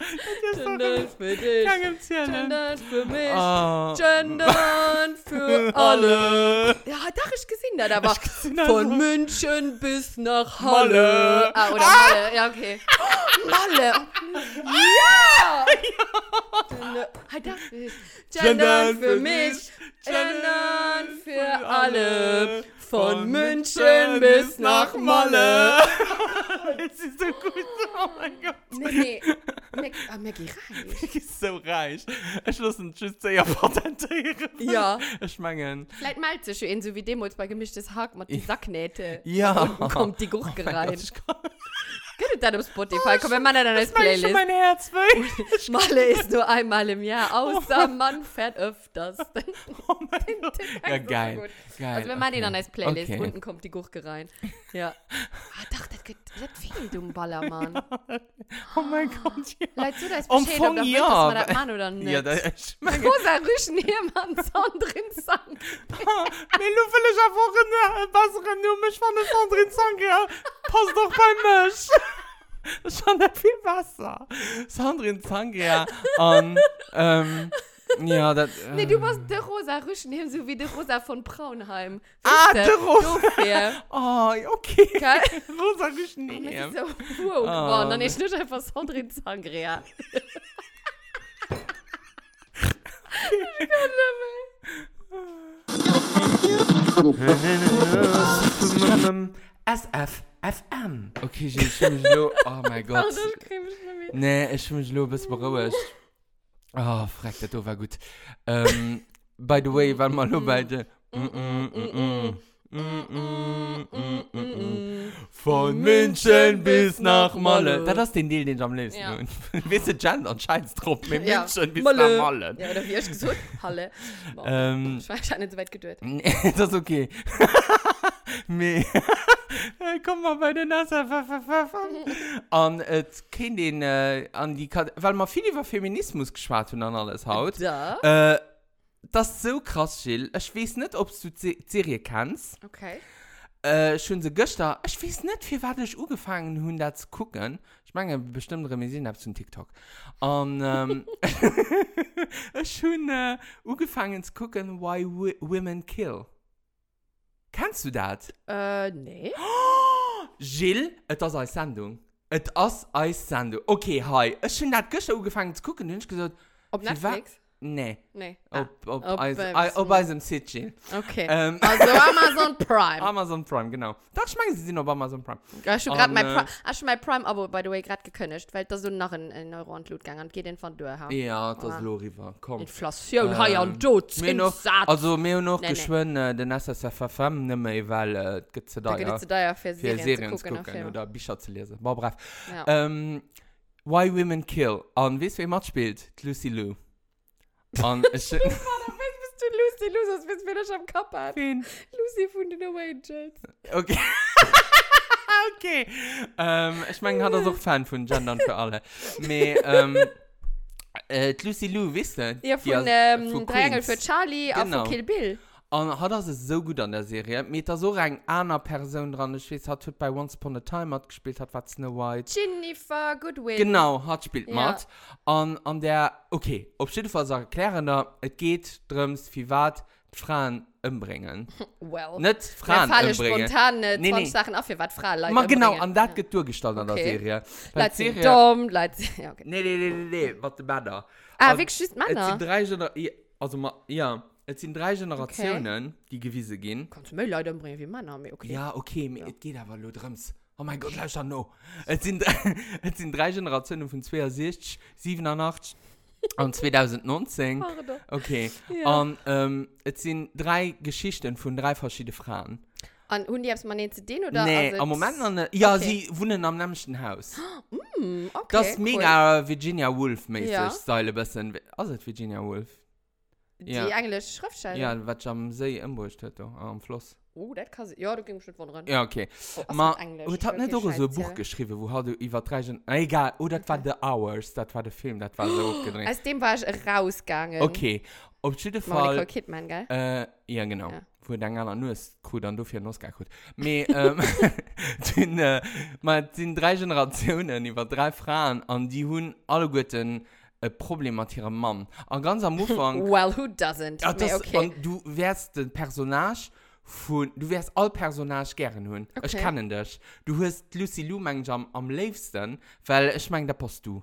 Speaker 2: Das ist doch
Speaker 3: Gendern
Speaker 2: ein
Speaker 3: für dich,
Speaker 2: Gang im Zellen.
Speaker 3: Gendern für mich,
Speaker 2: ne? Ah,
Speaker 3: Gendern für alle.
Speaker 2: alle.
Speaker 3: Ja, da hab ich gesehen, da, da war
Speaker 2: gesehen, also.
Speaker 3: von München bis nach Halle.
Speaker 2: Malle.
Speaker 3: Ah, oder Malle, ja, okay. Malle. Ja! Ah, das ist Gendern für mich, Gendern für alle. Von München bis nach Malle.
Speaker 2: Das ist so gut. Oh mein Gott.
Speaker 3: Nee, nee. Ah, Maggie, rein.
Speaker 2: Ich ist so reich. Ich muss ein Tschüss zu ihr patentieren.
Speaker 3: Ja.
Speaker 2: Ich meine.
Speaker 3: Vielleicht mal zu schön, so wie Demos bei gemischtes Hack mit die Sacknähte.
Speaker 2: Ja.
Speaker 3: Unten kommt die Gurke
Speaker 2: Oh Mein
Speaker 3: rein.
Speaker 2: Gott, ich kann-
Speaker 3: Geht das auf Spotify? Komm, wir machen dann als
Speaker 2: Mach ich schon
Speaker 3: Playlist.
Speaker 2: mein Herz weg.
Speaker 3: Malle ist nur einmal im Jahr, außer man fährt öfters.
Speaker 2: Oh mein Gott. Ja,
Speaker 3: Super gut.
Speaker 2: geil. geil.
Speaker 3: Also wir machen
Speaker 2: okay.
Speaker 3: den dann als Playlist.
Speaker 2: Okay.
Speaker 3: Unten kommt die Gurke rein. Ja. Ah, doch, das geht das viel, du Ballermann.
Speaker 2: Oh mein Gott, ja.
Speaker 3: Leute, du, da ist
Speaker 2: Am
Speaker 3: Bescheid,
Speaker 2: Fong
Speaker 3: ob das
Speaker 2: ja,
Speaker 3: man das
Speaker 2: aber-
Speaker 3: Mann oder nicht.
Speaker 2: Ja, da ist... Mein Gott,
Speaker 3: Rosa Rüschen hier, Mann, Sound drin, Sound.
Speaker 2: mein Löffel ist einfach eine bessere Nummer. Ich fand es von drin Sangria. Pass doch bei mich. Das ist schon viel besser. Sandrine Sangria und, ähm, ja, das... Äh,
Speaker 3: Nee, du warst der Rosa Rüschen hier, so wie der Rosa von Braunheim.
Speaker 2: Ah,
Speaker 3: Wisst ihr?
Speaker 2: der Rosa.
Speaker 3: So fair,
Speaker 2: Oh, okay.
Speaker 3: Gell?
Speaker 2: Rosa Rüschen.
Speaker 3: Und
Speaker 2: Nee.
Speaker 3: das ist so wow
Speaker 2: Ah.
Speaker 3: geworden. Dann ist nicht einfach Sound drin, Sangria.
Speaker 2: SFFM. Okay, ich ich fühl mich lo. Oh mein Gott.
Speaker 3: Oh, das krieg ich nicht mehr.
Speaker 2: Nee, ich fühl mich lo ein bisschen beruhigt. Oh, frag, das war gut. Ähm, by the way, wann mal lo bei dir. mm, mm. Von München bis nach Malle. Da das ist den Deal, den ich am liebsten.
Speaker 3: Ja.
Speaker 2: Ja. Weißt du, Jan und Scheiß drauf. Mit
Speaker 3: Ja.
Speaker 2: München bis
Speaker 3: Malle.
Speaker 2: nach Malle.
Speaker 3: Ja, oder wie hast du gesagt? Halle. Boah.
Speaker 2: Ähm,
Speaker 3: Ich war wahrscheinlich nicht so weit gedürt.
Speaker 2: Nee, das ist okay. Me. Äh, Komm mal bei der Nase. Und äh, kein den, äh, an die Kat weil man viel über Feminismus geschwärzt und an alles haut.
Speaker 3: Da?
Speaker 2: Äh, das ist so krass, Jill. Ich weiß nicht, ob du die Serie kennst.
Speaker 3: Okay.
Speaker 2: Äh, schon so gestern. Ich weiß nicht, wie weit ich angefangen habe, um das zu gucken. Ich meine, bestimmt Remisien ab zum TikTok. Und ähm, ich habe äh, angefangen zu gucken, Why Wo- Women Kill. Kennst du das?
Speaker 3: Äh, nee.
Speaker 2: Jill, et ass eis Sendung. Et ass eis Sendung. Okay, hi. Ech hun dat gëchte ugefangen ze kucken hunch gesot
Speaker 3: Ob
Speaker 2: Wie wa-
Speaker 3: Netflix?
Speaker 2: Nee
Speaker 3: Nee. Ah,
Speaker 2: op op
Speaker 3: Ob,
Speaker 2: eis-
Speaker 3: ähm,
Speaker 2: ei- op
Speaker 3: so-
Speaker 2: eisem Sitchi.
Speaker 3: okay.
Speaker 2: ähm.
Speaker 3: Also Amazon Prime.
Speaker 2: Amazon Prime genau. Dat schmegen sie sinn op Amazon Prime.
Speaker 3: Ich habe schon gerade
Speaker 2: Und,
Speaker 3: mein,
Speaker 2: äh,
Speaker 3: Pri hab schon mein Prime-Abo, by the way, gerade gekündigt, weil da so nach ein, ein Euro und Loot gegangen und geht den von durch. Ja.
Speaker 2: Ja, das
Speaker 3: Ah.
Speaker 2: ah. Loriwer kom.
Speaker 3: Inflation,
Speaker 2: Ähm,
Speaker 3: ähm, heuer und dort,
Speaker 2: mir noch-
Speaker 3: Zinssatz.
Speaker 2: Also mé noch
Speaker 3: Nee, nee.
Speaker 2: geschwen den SSFFM nëmme iwwel et gët ze
Speaker 3: da
Speaker 2: da
Speaker 3: geht
Speaker 2: ja,
Speaker 3: es zu dir
Speaker 2: fir
Speaker 3: für Serien,
Speaker 2: Serien
Speaker 3: zu gucken.
Speaker 2: gucken
Speaker 3: auf
Speaker 2: oder Bicher ze lese. War brav.
Speaker 3: jeden. ja.
Speaker 2: Ähm, Why Women Kill an wiees wie mat spielt d' Lucy Lou. An
Speaker 3: bist du Lucy, Lucy, das bist du nicht am Kopf an. Lucy von den No Angels.
Speaker 2: Okay. okay. Ähm, ich meine, hat er auch Fan von Gendern für alle. Me, ähm, äh, die Lucy Lou, wisst ihr?
Speaker 3: Ja,
Speaker 2: die
Speaker 3: von
Speaker 2: aus-
Speaker 3: ähm,
Speaker 2: von
Speaker 3: Triangle für
Speaker 2: Queens.
Speaker 3: Charlie auf
Speaker 2: Genau.
Speaker 3: von Kill Bill.
Speaker 2: Und hat das so gut an der Serie. Mit da so rein einer Person dran, ich weiß, hat dort bei Once Upon a Time hat gespielt, hat was Snow White.
Speaker 3: Jennifer Goodwin.
Speaker 2: Genau, hat spielt
Speaker 3: Ja.
Speaker 2: Matt. Und an der, okay, auf jeden Fall sage erklärender, es geht darum, wie weit Frauen umbringen.
Speaker 3: Well.
Speaker 2: Nicht
Speaker 3: Mir
Speaker 2: Frauen
Speaker 3: fallen
Speaker 2: umbringen.
Speaker 3: spontan äh, 20
Speaker 2: Nee, nee.
Speaker 3: Sachen auf, ihr wart Frauen, Leute.
Speaker 2: Ma genau,
Speaker 3: umbringen.
Speaker 2: an das geht durchgestaltet an der
Speaker 3: Okay.
Speaker 2: Serie. Weil
Speaker 3: Leute
Speaker 2: die
Speaker 3: sind
Speaker 2: Serie-
Speaker 3: dumm, Leute. Ja, okay.
Speaker 2: Nee, nee, nee, nee, nee, warte, Männer.
Speaker 3: Ah,
Speaker 2: Also,
Speaker 3: wirklich schießt
Speaker 2: Es sind
Speaker 3: Männer.
Speaker 2: drei Generationen, also, ma- ja, es sind drei Generationen, die gewisse gehen.
Speaker 3: Kannst du mehr Leute umbringen wie Männer, aber okay.
Speaker 2: Ja, okay, mir- es geht aber nur drums. Oh mein Gott, lauscht dann noch. Es sind, es sind drei Generationen von 62, 87 und 2019.
Speaker 3: Pardon.
Speaker 2: Okay,
Speaker 3: Ja.
Speaker 2: und ähm, es sind drei Geschichten von drei verschiedenen Frauen.
Speaker 3: An Hundi hab's mal nicht zu denen oder?
Speaker 2: nee,
Speaker 3: also
Speaker 2: am Moment
Speaker 3: das-
Speaker 2: noch nicht. Ja,
Speaker 3: Okay.
Speaker 2: sie wohnen am nämlichen Haus.
Speaker 3: Hm, okay,
Speaker 2: Das ist
Speaker 3: cool.
Speaker 2: mega Virginia Woolf-mäßig,
Speaker 3: Ja.
Speaker 2: ja. Style ein bisschen. Also Virginia Woolf.
Speaker 3: Die
Speaker 2: ja.
Speaker 3: englische Schriftstellerin.
Speaker 2: Ja, was am See umbrüscht hat, am Fluss.
Speaker 3: Oh, das kann sie. Ja, du gingst schon von rein.
Speaker 2: Ja, okay.
Speaker 3: Oh, was
Speaker 2: Ma,
Speaker 3: mit Englisch?
Speaker 2: ich hab
Speaker 3: will
Speaker 2: nicht
Speaker 3: keinen
Speaker 2: auch so ein
Speaker 3: Scheiß
Speaker 2: Buch
Speaker 3: erzählen.
Speaker 2: geschrieben, wo halt über drei Gen Ah, Egal, oh, das war
Speaker 3: Okay.
Speaker 2: The Hours, das war der Film, das war
Speaker 3: Oh,
Speaker 2: so gedreht.
Speaker 3: Aus dem war ich rausgegangen.
Speaker 2: Okay, auf jeden
Speaker 3: Monica
Speaker 2: Fall.
Speaker 3: Kidman, gell?
Speaker 2: Äh, ja, genau.
Speaker 3: Ja.
Speaker 2: Wo dann gar nur ist, cool, dann durfte ich noch gar gut. Me, ähm, den, äh, man, sind drei Generationen, über drei Frauen, und die haben alle guten äh, Probleme mit ihrem Mann. Und ganz am Anfang.
Speaker 3: Well, who doesn't?
Speaker 2: Ja,
Speaker 3: Nee,
Speaker 2: Ah, das,
Speaker 3: okay.
Speaker 2: Und du wärst den Personage von, du wärst all Personage gern hun. Ich
Speaker 3: Okay.
Speaker 2: kann dich. Du hast Lucy Lou manchmal am, am liebsten, weil ich meine, da passt du.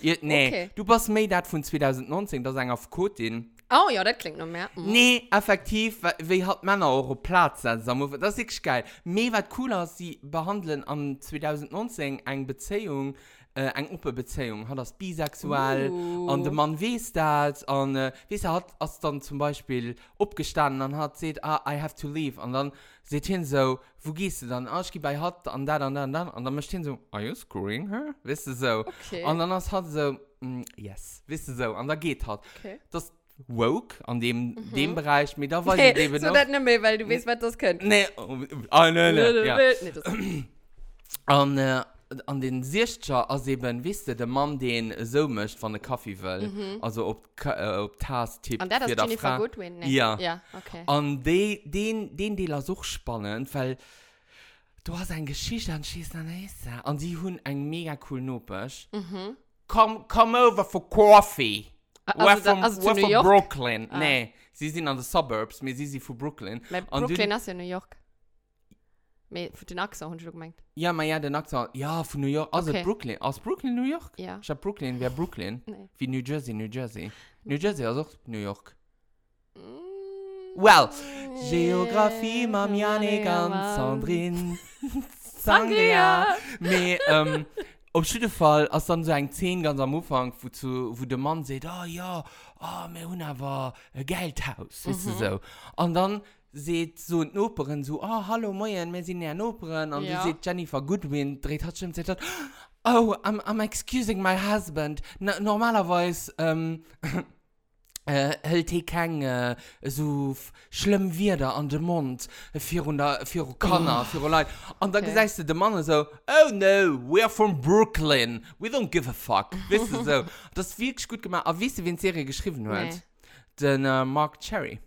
Speaker 2: Ihr, nee,
Speaker 3: Okay.
Speaker 2: du passt mehr das von 2019, das sagen auf Kotin.
Speaker 3: Oh ja, das klingt noch mehr. Mhm.
Speaker 2: Nee, effektiv, wa- wie hat Männer eure Platz also, am Anfang. Das ist echt geil. Mehr was cooler, ist, sie behandeln am 2019 eine Beziehung, äh, eine Oppenbeziehung, hat das bisexuell.
Speaker 3: Uh.
Speaker 2: Und der Mann weiß das. Und äh, weißt du, hat als dann zum Beispiel abgestanden und hat gesagt, ah, I have to leave. Und dann sieht hin so, wo gehst du dann? Ah, ich gehe bei Hot und da, und da, und da. Und dann möchte hin so, are you screwing her? Weißt du so.
Speaker 3: Okay.
Speaker 2: Und dann ist hat so, mm, yes. Weißt du so. Und da geht halt.
Speaker 3: Okay.
Speaker 2: Das woke an dem, dem Bereich, mit da war ich
Speaker 3: Nee,
Speaker 2: eben
Speaker 3: so
Speaker 2: noch.
Speaker 3: das nicht mehr, weil du weißt, was das könnte.
Speaker 2: Nee, oh, oh, nee, nee, ja.
Speaker 3: Nee, das-
Speaker 2: An, äh, an den Sichtcher as eben wisste der Mann den so mcht van den Kaffee will mhm. also ob Ka- äh, ob Tas Tipp
Speaker 3: Und das
Speaker 2: für
Speaker 3: ist
Speaker 2: die
Speaker 3: Jennifer
Speaker 2: Frau.
Speaker 3: Goodwin, ne?
Speaker 2: Ja. Ah.
Speaker 3: Ja, okay.
Speaker 2: an de, den den Deler such spannend weil du hast ein Geschichte an schießen an an die hun eng mega cool nopech
Speaker 3: Mhm.
Speaker 2: come come over for coffee
Speaker 3: Also
Speaker 2: We're
Speaker 3: da-
Speaker 2: from,
Speaker 3: also zu
Speaker 2: we're
Speaker 3: New
Speaker 2: from
Speaker 3: York?
Speaker 2: Brooklyn
Speaker 3: Ah.
Speaker 2: nee sie sind an the suburbs mir sie sie vu Brooklyn
Speaker 3: Weil
Speaker 2: Und du-
Speaker 3: Brooklyn ist ja New York. Mit für den Axel habe ich schon gemeint.
Speaker 2: ja ma ja den Akzent ja von New York also
Speaker 3: Okay.
Speaker 2: okay. Brooklyn aus Brooklyn New York
Speaker 3: Ja.
Speaker 2: Ich hab Brooklyn, wer Brooklyn?
Speaker 3: Nee.
Speaker 2: Wie New Jersey, New Jersey. New Jersey, also auch New York.
Speaker 3: Mm.
Speaker 2: Well,
Speaker 3: Nee.
Speaker 2: Geografie, Mam, Janik,
Speaker 3: Mann.
Speaker 2: an Sandrine, Sangria.
Speaker 3: Sangria.
Speaker 2: Me, ähm, auf jeden Fall, als dann so ein 10 ganz am Anfang, wo, zu, wo der Mann sagt, ah oh, ja, ah, oh, wir haben aber ein Geldhaus, weißt du so. Und dann seht so ein Operen so, ah, oh, hallo, moin, wir sind ja in Operen. Und
Speaker 3: Ja.
Speaker 2: du seht Jennifer Goodwin, dreht hat schon gesagt, oh, I'm, I'm excusing my husband. Na, normalerweise, ähm, äh, hält die keine äh, so f- schlimm wieder an den Mund äh, für unter für Kanner oh. für Leute und dann
Speaker 3: Okay.
Speaker 2: okay. sagst du dem Mann so oh no we're from Brooklyn we don't give a fuck weißt du so das ist wirklich gut gemacht aber weißt du wen die Serie geschrieben hat
Speaker 3: Nee.
Speaker 2: den äh, Mark Cherry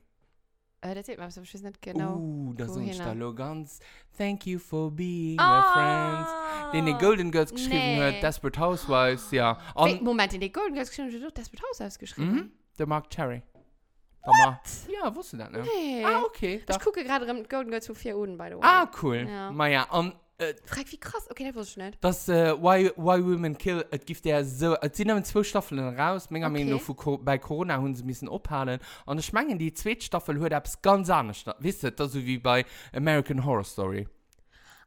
Speaker 3: Äh, das sieht man, aber ich weiß nicht genau.
Speaker 2: Uh, da sind
Speaker 3: Wohin er?
Speaker 2: Stallo ganz. Thank you for being
Speaker 3: Ah.
Speaker 2: my friend. Den die Golden Girls geschrieben
Speaker 3: nee.
Speaker 2: hat, Desperate Housewives, ja.
Speaker 3: Wait,
Speaker 2: Und
Speaker 3: Moment, in den Golden Girls geschrieben, du hast das mit Haus ausgeschrieben.
Speaker 2: mhm, der Mark Cherry. What? Ja, wusste das nicht.
Speaker 3: Nee.
Speaker 2: Ah, okay.
Speaker 3: Ich
Speaker 2: doch.
Speaker 3: gucke gerade mit Golden Girls zu vier Uhren, by the way.
Speaker 2: Ah, cool.
Speaker 3: Ja.
Speaker 2: Maja, um, äh,
Speaker 3: Frag, wie krass. Okay, das wusste ich nicht.
Speaker 2: das äh, Why, Why Women Kill, es gibt ja so, es sind aber zwei Staffeln raus, mega okay.
Speaker 3: Okay.
Speaker 2: nur für, Co- bei Corona haben sie müssen abhalten. Und ich meine, die zweite Staffel hat etwas ganz anderes. da- Wisst ihr, das ist so wie bei American Horror Story.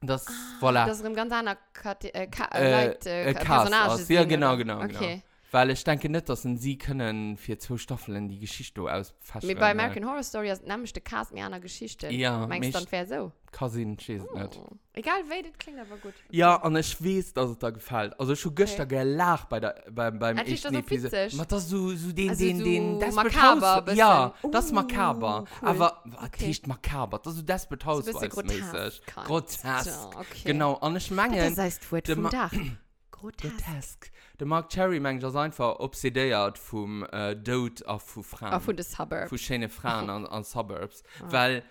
Speaker 2: Das, voilà.
Speaker 3: Ah, Das ist im ganz anderen Kate- äh, Ka-
Speaker 2: Äh,
Speaker 3: Leute, äh,
Speaker 2: äh,
Speaker 3: Ka-
Speaker 2: Cast
Speaker 3: Personage
Speaker 2: aus. Ja,
Speaker 3: sind,
Speaker 2: genau,
Speaker 3: oder?
Speaker 2: genau, genau.
Speaker 3: Okay.
Speaker 2: Weil ich denke nicht, dass sie können für zwei Staffeln die Geschichte ausfassen.
Speaker 3: Mit bei American Horror Story ist nämlich der Cast mehr einer Geschichte.
Speaker 2: Ja,
Speaker 3: Meinst du,
Speaker 2: mich-
Speaker 3: dann wäre so?
Speaker 2: Cousin, ich weiß nicht.
Speaker 3: Oh. Egal, wer das klingt aber gut.
Speaker 2: Ja, und ich weiß, dass es da gefällt. Also ich habe gestern gelacht bei der, beim, beim
Speaker 3: Hat dich
Speaker 2: ersten
Speaker 3: das so witzig?
Speaker 2: Macht das so, so den,
Speaker 3: Also
Speaker 2: den,
Speaker 3: so
Speaker 2: den,
Speaker 3: makaber bisschen.
Speaker 2: Ja, das ist
Speaker 3: Uh,
Speaker 2: makaber.
Speaker 3: cool.
Speaker 2: Aber, was
Speaker 3: Okay.
Speaker 2: heißt makaber? Das ist so Desperate
Speaker 3: So ein bisschen
Speaker 2: Housewives
Speaker 3: grotesk.
Speaker 2: mäßig.
Speaker 3: kannst.
Speaker 2: Grotesk.
Speaker 3: Ja, okay.
Speaker 2: Genau, und ich meine...
Speaker 3: Das heißt, Wort
Speaker 2: der
Speaker 3: vom
Speaker 2: Ma-
Speaker 3: Dach. Grotesk.
Speaker 2: Grotesk. Der Mark Cherry meint, das einfach obsediert vom äh, Tod auf von Frauen.
Speaker 3: Auf und das Suburb. Ah.
Speaker 2: Von schönen Frauen an, an Suburbs. Weil...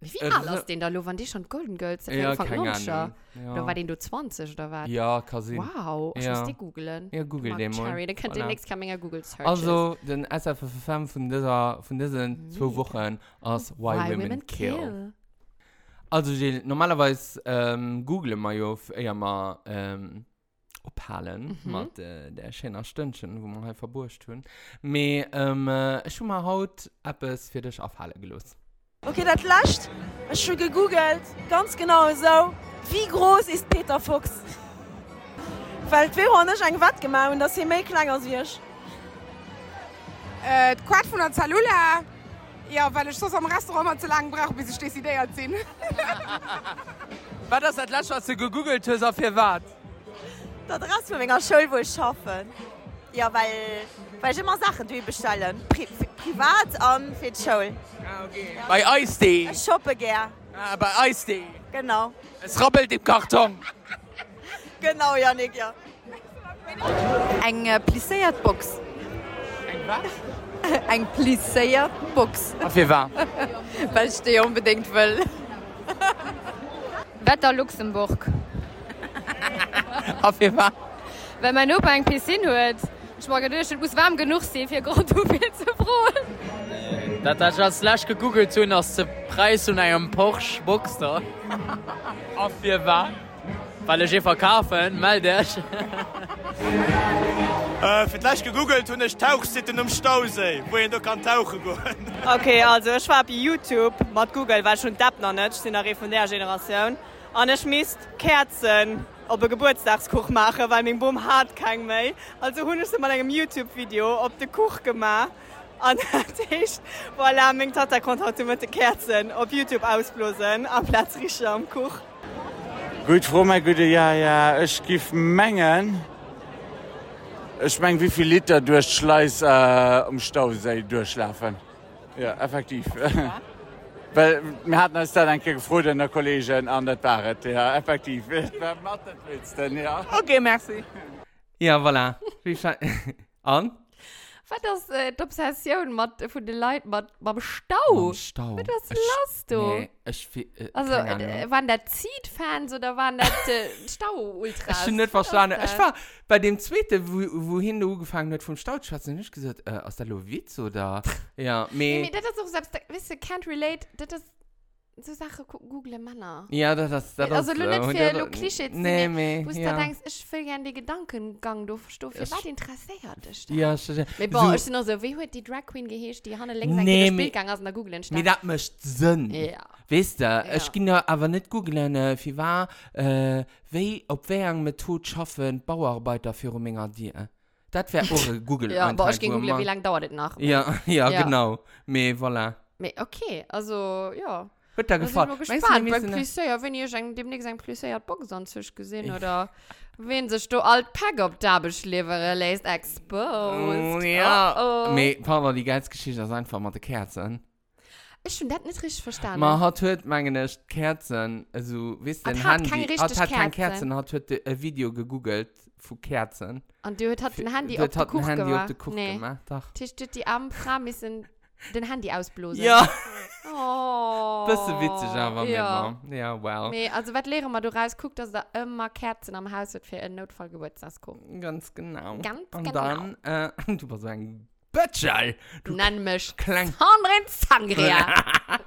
Speaker 3: Wie
Speaker 2: äh,
Speaker 3: alt
Speaker 2: so-
Speaker 3: ist den da, Lo? Waren die schon Golden Girls? Das
Speaker 2: Ja,
Speaker 3: war Anfang
Speaker 2: keine
Speaker 3: 90er.
Speaker 2: Ahnung.
Speaker 3: Oder war
Speaker 2: Ja,
Speaker 3: den du 20 oder was?
Speaker 2: ja Cousin.
Speaker 3: Wow, ich muss
Speaker 2: Ja.
Speaker 3: die googeln.
Speaker 2: Ja, google
Speaker 3: Mark
Speaker 2: den mal.
Speaker 3: Cherry, dann könnt ihr
Speaker 2: Voilà.
Speaker 3: nichts coming Google searches.
Speaker 2: Also, den SFFM von, dieser, von diesen zwei Wochen als Mm. Why,
Speaker 3: Why
Speaker 2: Women, Kill. Also, Jill, normalerweise ähm, googeln wir ja f- eher mal ähm, abhalen
Speaker 3: Mhm.
Speaker 2: mit äh, der schönen Stündchen, wo wir halt verburscht haben. Aber ähm, äh, ich habe mal heute etwas für dich aufhalen gelöst.
Speaker 5: Okay, das lascht. Ich habe gegoogelt, ganz genau so. Wie groß ist Peter Fuchs? Weil wir haben nicht ein Watt gemacht und das hier mehr klang als wir.
Speaker 6: Äh, die Quad von der Zalula. Ja, weil ich so am Restaurant mal zu lange brauche, bis ich das Idee erzähle.
Speaker 7: War das das letzte, was du gegoogelt hast, auf ihr wart?
Speaker 5: Das Rest von meiner Schule, wo ich arbeite. Ja, weil, weil ich immer Sachen bestelle. Pri pri- privat und für die Schule.
Speaker 7: Bei Eistee.
Speaker 5: Ich shoppe gern.
Speaker 7: Ah, bei Eistee.
Speaker 5: Genau.
Speaker 7: Es rappelt im Karton.
Speaker 5: Genau, Janik, ja.
Speaker 8: Eine plisséiert Box. Eine plisséiert Box,
Speaker 7: Auf ihr wart.
Speaker 8: weil ich die unbedingt will.
Speaker 9: Wetter Luxemburg.
Speaker 7: Auf ihr wart.
Speaker 9: Wenn mein Opa ein Pissin hört, ich mag gedacht, es muss warm genug sein, für Grund zu viel zu froh.
Speaker 7: Das, was ich als letztes gegoogelt habe, ist der Preis von einem Porsche Boxster. auf ihr wart. Weil ich ihn verkaufen, melde ich.
Speaker 10: Äh, für gleich gegoogelt und ich tauch sitten um Stausee, wohin du kann tauchen gehen.
Speaker 5: Okay, also ich war bei YouTube mit Google, weil schon das noch nicht, ich bin noch von der Generation. Und ich müsste Kerzen auf den Geburtstagskuch machen, weil mein Baum hat keinen mehr. Also habe ich sie mal in einem YouTube-Video auf den Kuch gemacht. Und das ist, voilà, mein Tata konnte heute mit den Kerzen auf YouTube ausblasen, am Platz riechen am Kuch.
Speaker 10: Gut, froh, mein Güte, ja, ja, ich gebe Mengen. Ich meine, wie viele Liter durch Schleiß äh, um Stausee durchlaufen. Ja, effektiv. Weil wir hatten uns da dann gefreut in der Kollegen an der Barret, ja, effektiv. Wer macht das Witz denn, ja?
Speaker 7: Okay, merci.
Speaker 2: Ja, voilà. Wie scha- An?
Speaker 3: Was das äh, die Obsession mit, äh, von den Leuten mit, mit dem Stau?
Speaker 2: Am Stau.
Speaker 3: Was das
Speaker 2: Ich-
Speaker 3: lasst du?
Speaker 2: Nee, ich, fi- äh,
Speaker 3: Also,
Speaker 2: keine Ahnung.
Speaker 3: äh, waren das Zeed-Fans oder waren das äh, Stau-Ultras?
Speaker 2: Ich bin nicht
Speaker 3: Was ist
Speaker 2: verstanden.
Speaker 3: das?
Speaker 2: Ich war bei dem zweiten, wo, wohin du angefangen hast, vom Staudschwarzen, nicht gesagt, äh, aus der Lowitz oder. Ja,
Speaker 3: Nee,
Speaker 2: me.
Speaker 3: nee, das ist doch selbst, wisst ihr, can't relate, das ist so Sache, gu- google Männer.
Speaker 2: Ja, das das das.
Speaker 3: Also,
Speaker 2: das,
Speaker 3: nur
Speaker 2: äh,
Speaker 3: nicht
Speaker 2: und
Speaker 3: für
Speaker 2: das-
Speaker 3: nur Klischee zu
Speaker 2: Nee,
Speaker 3: nehmen,
Speaker 2: me.
Speaker 3: Wo ja.
Speaker 2: Ja,
Speaker 3: du denkst, ich will gerne den Gedankengang, du verstehst,
Speaker 2: Ich-
Speaker 3: was interessiert dich da?
Speaker 2: ja, schon, schon.
Speaker 3: Mit boah,
Speaker 2: So-
Speaker 3: ich bin noch so, wie hat die Drag Queen gehischt, die Hanne längst
Speaker 2: Nee,
Speaker 3: nee,
Speaker 2: mi-
Speaker 3: Bildgang aus einer Google
Speaker 2: Mir
Speaker 3: entstanden.
Speaker 2: das macht Sinn.
Speaker 3: Ja.
Speaker 2: Weißt du,
Speaker 3: Ja.
Speaker 2: ich kann ja aber nicht googeln, äh, wie war, äh, wie, ob wir mit Tod schaffen, Bauarbeiter für um Ruminger dir. Das wäre eure google
Speaker 3: Ja, aber ich ging
Speaker 2: wo
Speaker 3: googeln,
Speaker 2: man-
Speaker 3: wie lange dauert das nach?
Speaker 2: Ja, ja,
Speaker 3: Ja.
Speaker 2: genau. Me, voilà.
Speaker 3: Me- Okay, also, ja.
Speaker 2: Wird da
Speaker 3: Da sind wir
Speaker 2: gefallen.
Speaker 3: gespannt beim Plisseur, wenn ihr schon demnächst ein Plisseur hat Bock sonst gesehen oder wenn sich du alt Pack up da beschlevere lässt,
Speaker 2: Mm,
Speaker 3: exposed.
Speaker 2: Ja.
Speaker 3: Oh, oh.
Speaker 2: Me, Paula, die ganze Geschichte ist einfach mit den Kerzen.
Speaker 3: Ich hab das nicht richtig verstanden.
Speaker 2: Man hat heute, meine ich, Kerzen, also, wisst ihr,
Speaker 3: ne? Hat
Speaker 2: ein
Speaker 3: halt
Speaker 2: Handy.
Speaker 3: keine richtig
Speaker 2: hat halt keine
Speaker 3: Kerzen.
Speaker 2: Kerzen, hat heute ein Video gegoogelt von Kerzen.
Speaker 3: Und du hast ein Handy
Speaker 2: Das
Speaker 3: auf den
Speaker 2: hat ein
Speaker 3: Kuch
Speaker 2: Handy auf
Speaker 3: gemacht.
Speaker 2: den Kuch
Speaker 3: nee.
Speaker 2: gemacht. Doch.
Speaker 3: Tisch tut die armen Frauen müssen den Handy ausblosen.
Speaker 2: Ja,
Speaker 3: Oh,
Speaker 2: bisschen witzig, aber
Speaker 3: ja.
Speaker 2: mit mir. Ja, wow.
Speaker 3: Nee, also was lehre mal du raus, guck, dass da immer Kerzen am Haus wird für einen Notfallgeburtstagskuchen.
Speaker 2: Ganz genau.
Speaker 3: Ganz
Speaker 2: Und
Speaker 3: genau.
Speaker 2: dann, äh, du warst ein Bötschel.
Speaker 3: Nenn mich
Speaker 2: Klang.
Speaker 3: Sandrin Sangria.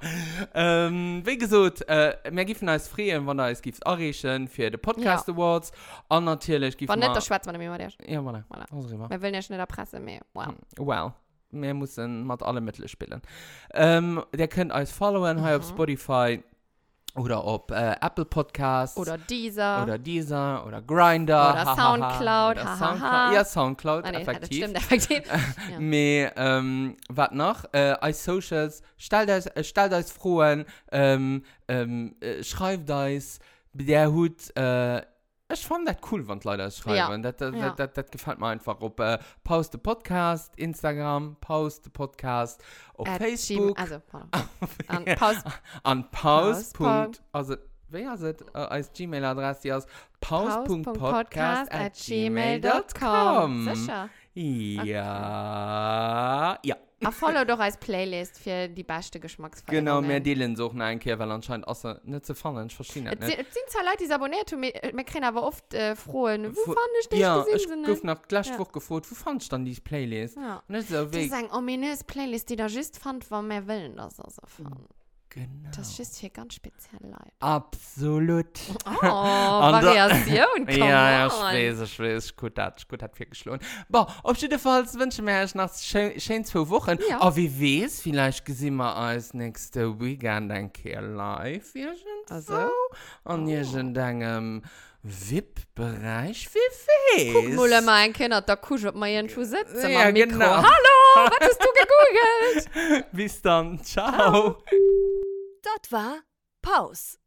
Speaker 2: ähm, wie gesagt, äh, wir geben uns freuen, wenn ihr uns gibt Anregungen für die Podcast Awards. Und natürlich gibt
Speaker 3: War nicht der Schwarz, wenn du mir mal der.
Speaker 2: Ja, voilà. voilà. Rüber.
Speaker 3: Man will nicht in der Presse mehr.
Speaker 2: Hm.
Speaker 3: Wow.
Speaker 2: Well, wir müssen mit allen Mitteln spielen. Ähm, ihr könnt uns followen hier
Speaker 3: Mhm.
Speaker 2: auf Spotify oder auf äh, Apple Podcasts.
Speaker 3: Oder dieser.
Speaker 2: Oder dieser oder Grinder.
Speaker 3: Oder Soundcloud,
Speaker 2: Oder
Speaker 3: hahaha.
Speaker 2: Soundcloud. Ja, Soundcloud,
Speaker 3: Ah, nee, das
Speaker 2: effektiv.
Speaker 3: stimmt, effektiv. Ja.
Speaker 2: Me, ähm, wat noch? Äh, als Socials, stellt euch, äh, stellt euch Frohen, ähm, ähm, äh, schreibt euch, der Hut, äh, ich fand das cool, wenn die Leute das
Speaker 3: Ja.
Speaker 2: schreiben. Das, das,
Speaker 3: Ja.
Speaker 2: das, das, das gefällt mir einfach. Ob äh, Pause the Podcast, Instagram, Pause the Podcast, auf
Speaker 3: At
Speaker 2: Facebook,
Speaker 3: Gmail- Also, Ähm, pardon. An Pause.
Speaker 2: an pause.
Speaker 3: Pause. Punkt.
Speaker 2: Also, wer ist äh, als Gmail-Adresse hier aus?
Speaker 3: Pause.podcast at
Speaker 2: pause.podcast.gmail.com.
Speaker 3: Sicher.
Speaker 2: Ja. Ja.
Speaker 3: Ah, follow doch als Playlist für die beste Geschmacksveränderung.
Speaker 2: Genau, mehr Delen suchen ein Kerl, weil anscheinend außer nicht zu fallen, ich verstehe das
Speaker 3: Es
Speaker 2: nicht.
Speaker 3: sind Äh, es sind zwar Leute, die es abonniert haben, wir wir kriegen aber oft äh, frohen, wo
Speaker 2: Wo-
Speaker 3: fand ich dich
Speaker 2: Ja, ich
Speaker 3: gesehen?
Speaker 2: habe nach gleich
Speaker 3: Ja.
Speaker 2: ja. gefragt, wo fandst du dann die Playlist?
Speaker 3: Ja.
Speaker 2: Und ich so,
Speaker 3: Das
Speaker 2: wie,
Speaker 3: ist eine ominöse Playlist, die da just fand, war mehr Willen, dass er so fand.
Speaker 2: Genau.
Speaker 3: Das ist just hier ganz speziell, Leute.
Speaker 2: absolut.
Speaker 3: Oh,
Speaker 2: Und da-
Speaker 3: Variation, come
Speaker 2: Ja, ja, ich
Speaker 3: on.
Speaker 2: weiß, ich weiß, gut hat, gut hat viel geschlohnt. Boah, auf jeden Fall wünsche ich mir euch noch schön, schön zwei Wochen.
Speaker 3: Ja.
Speaker 2: Aber wie weiß, vielleicht sehen wir uns nächste Weekend ein Kerl live. Wir sind
Speaker 3: Also? Oh.
Speaker 2: Und wir sind dann im VIP-Bereich. Wie weiß?
Speaker 3: Guck mal mal ein Kind, da kusch, ob man irgendwo sitzt.
Speaker 2: Ja,
Speaker 3: Ja, Mikro.
Speaker 2: genau.
Speaker 3: Hallo, was hast du gegoogelt?
Speaker 2: Bis dann. Ciao.
Speaker 1: Dort war Pause.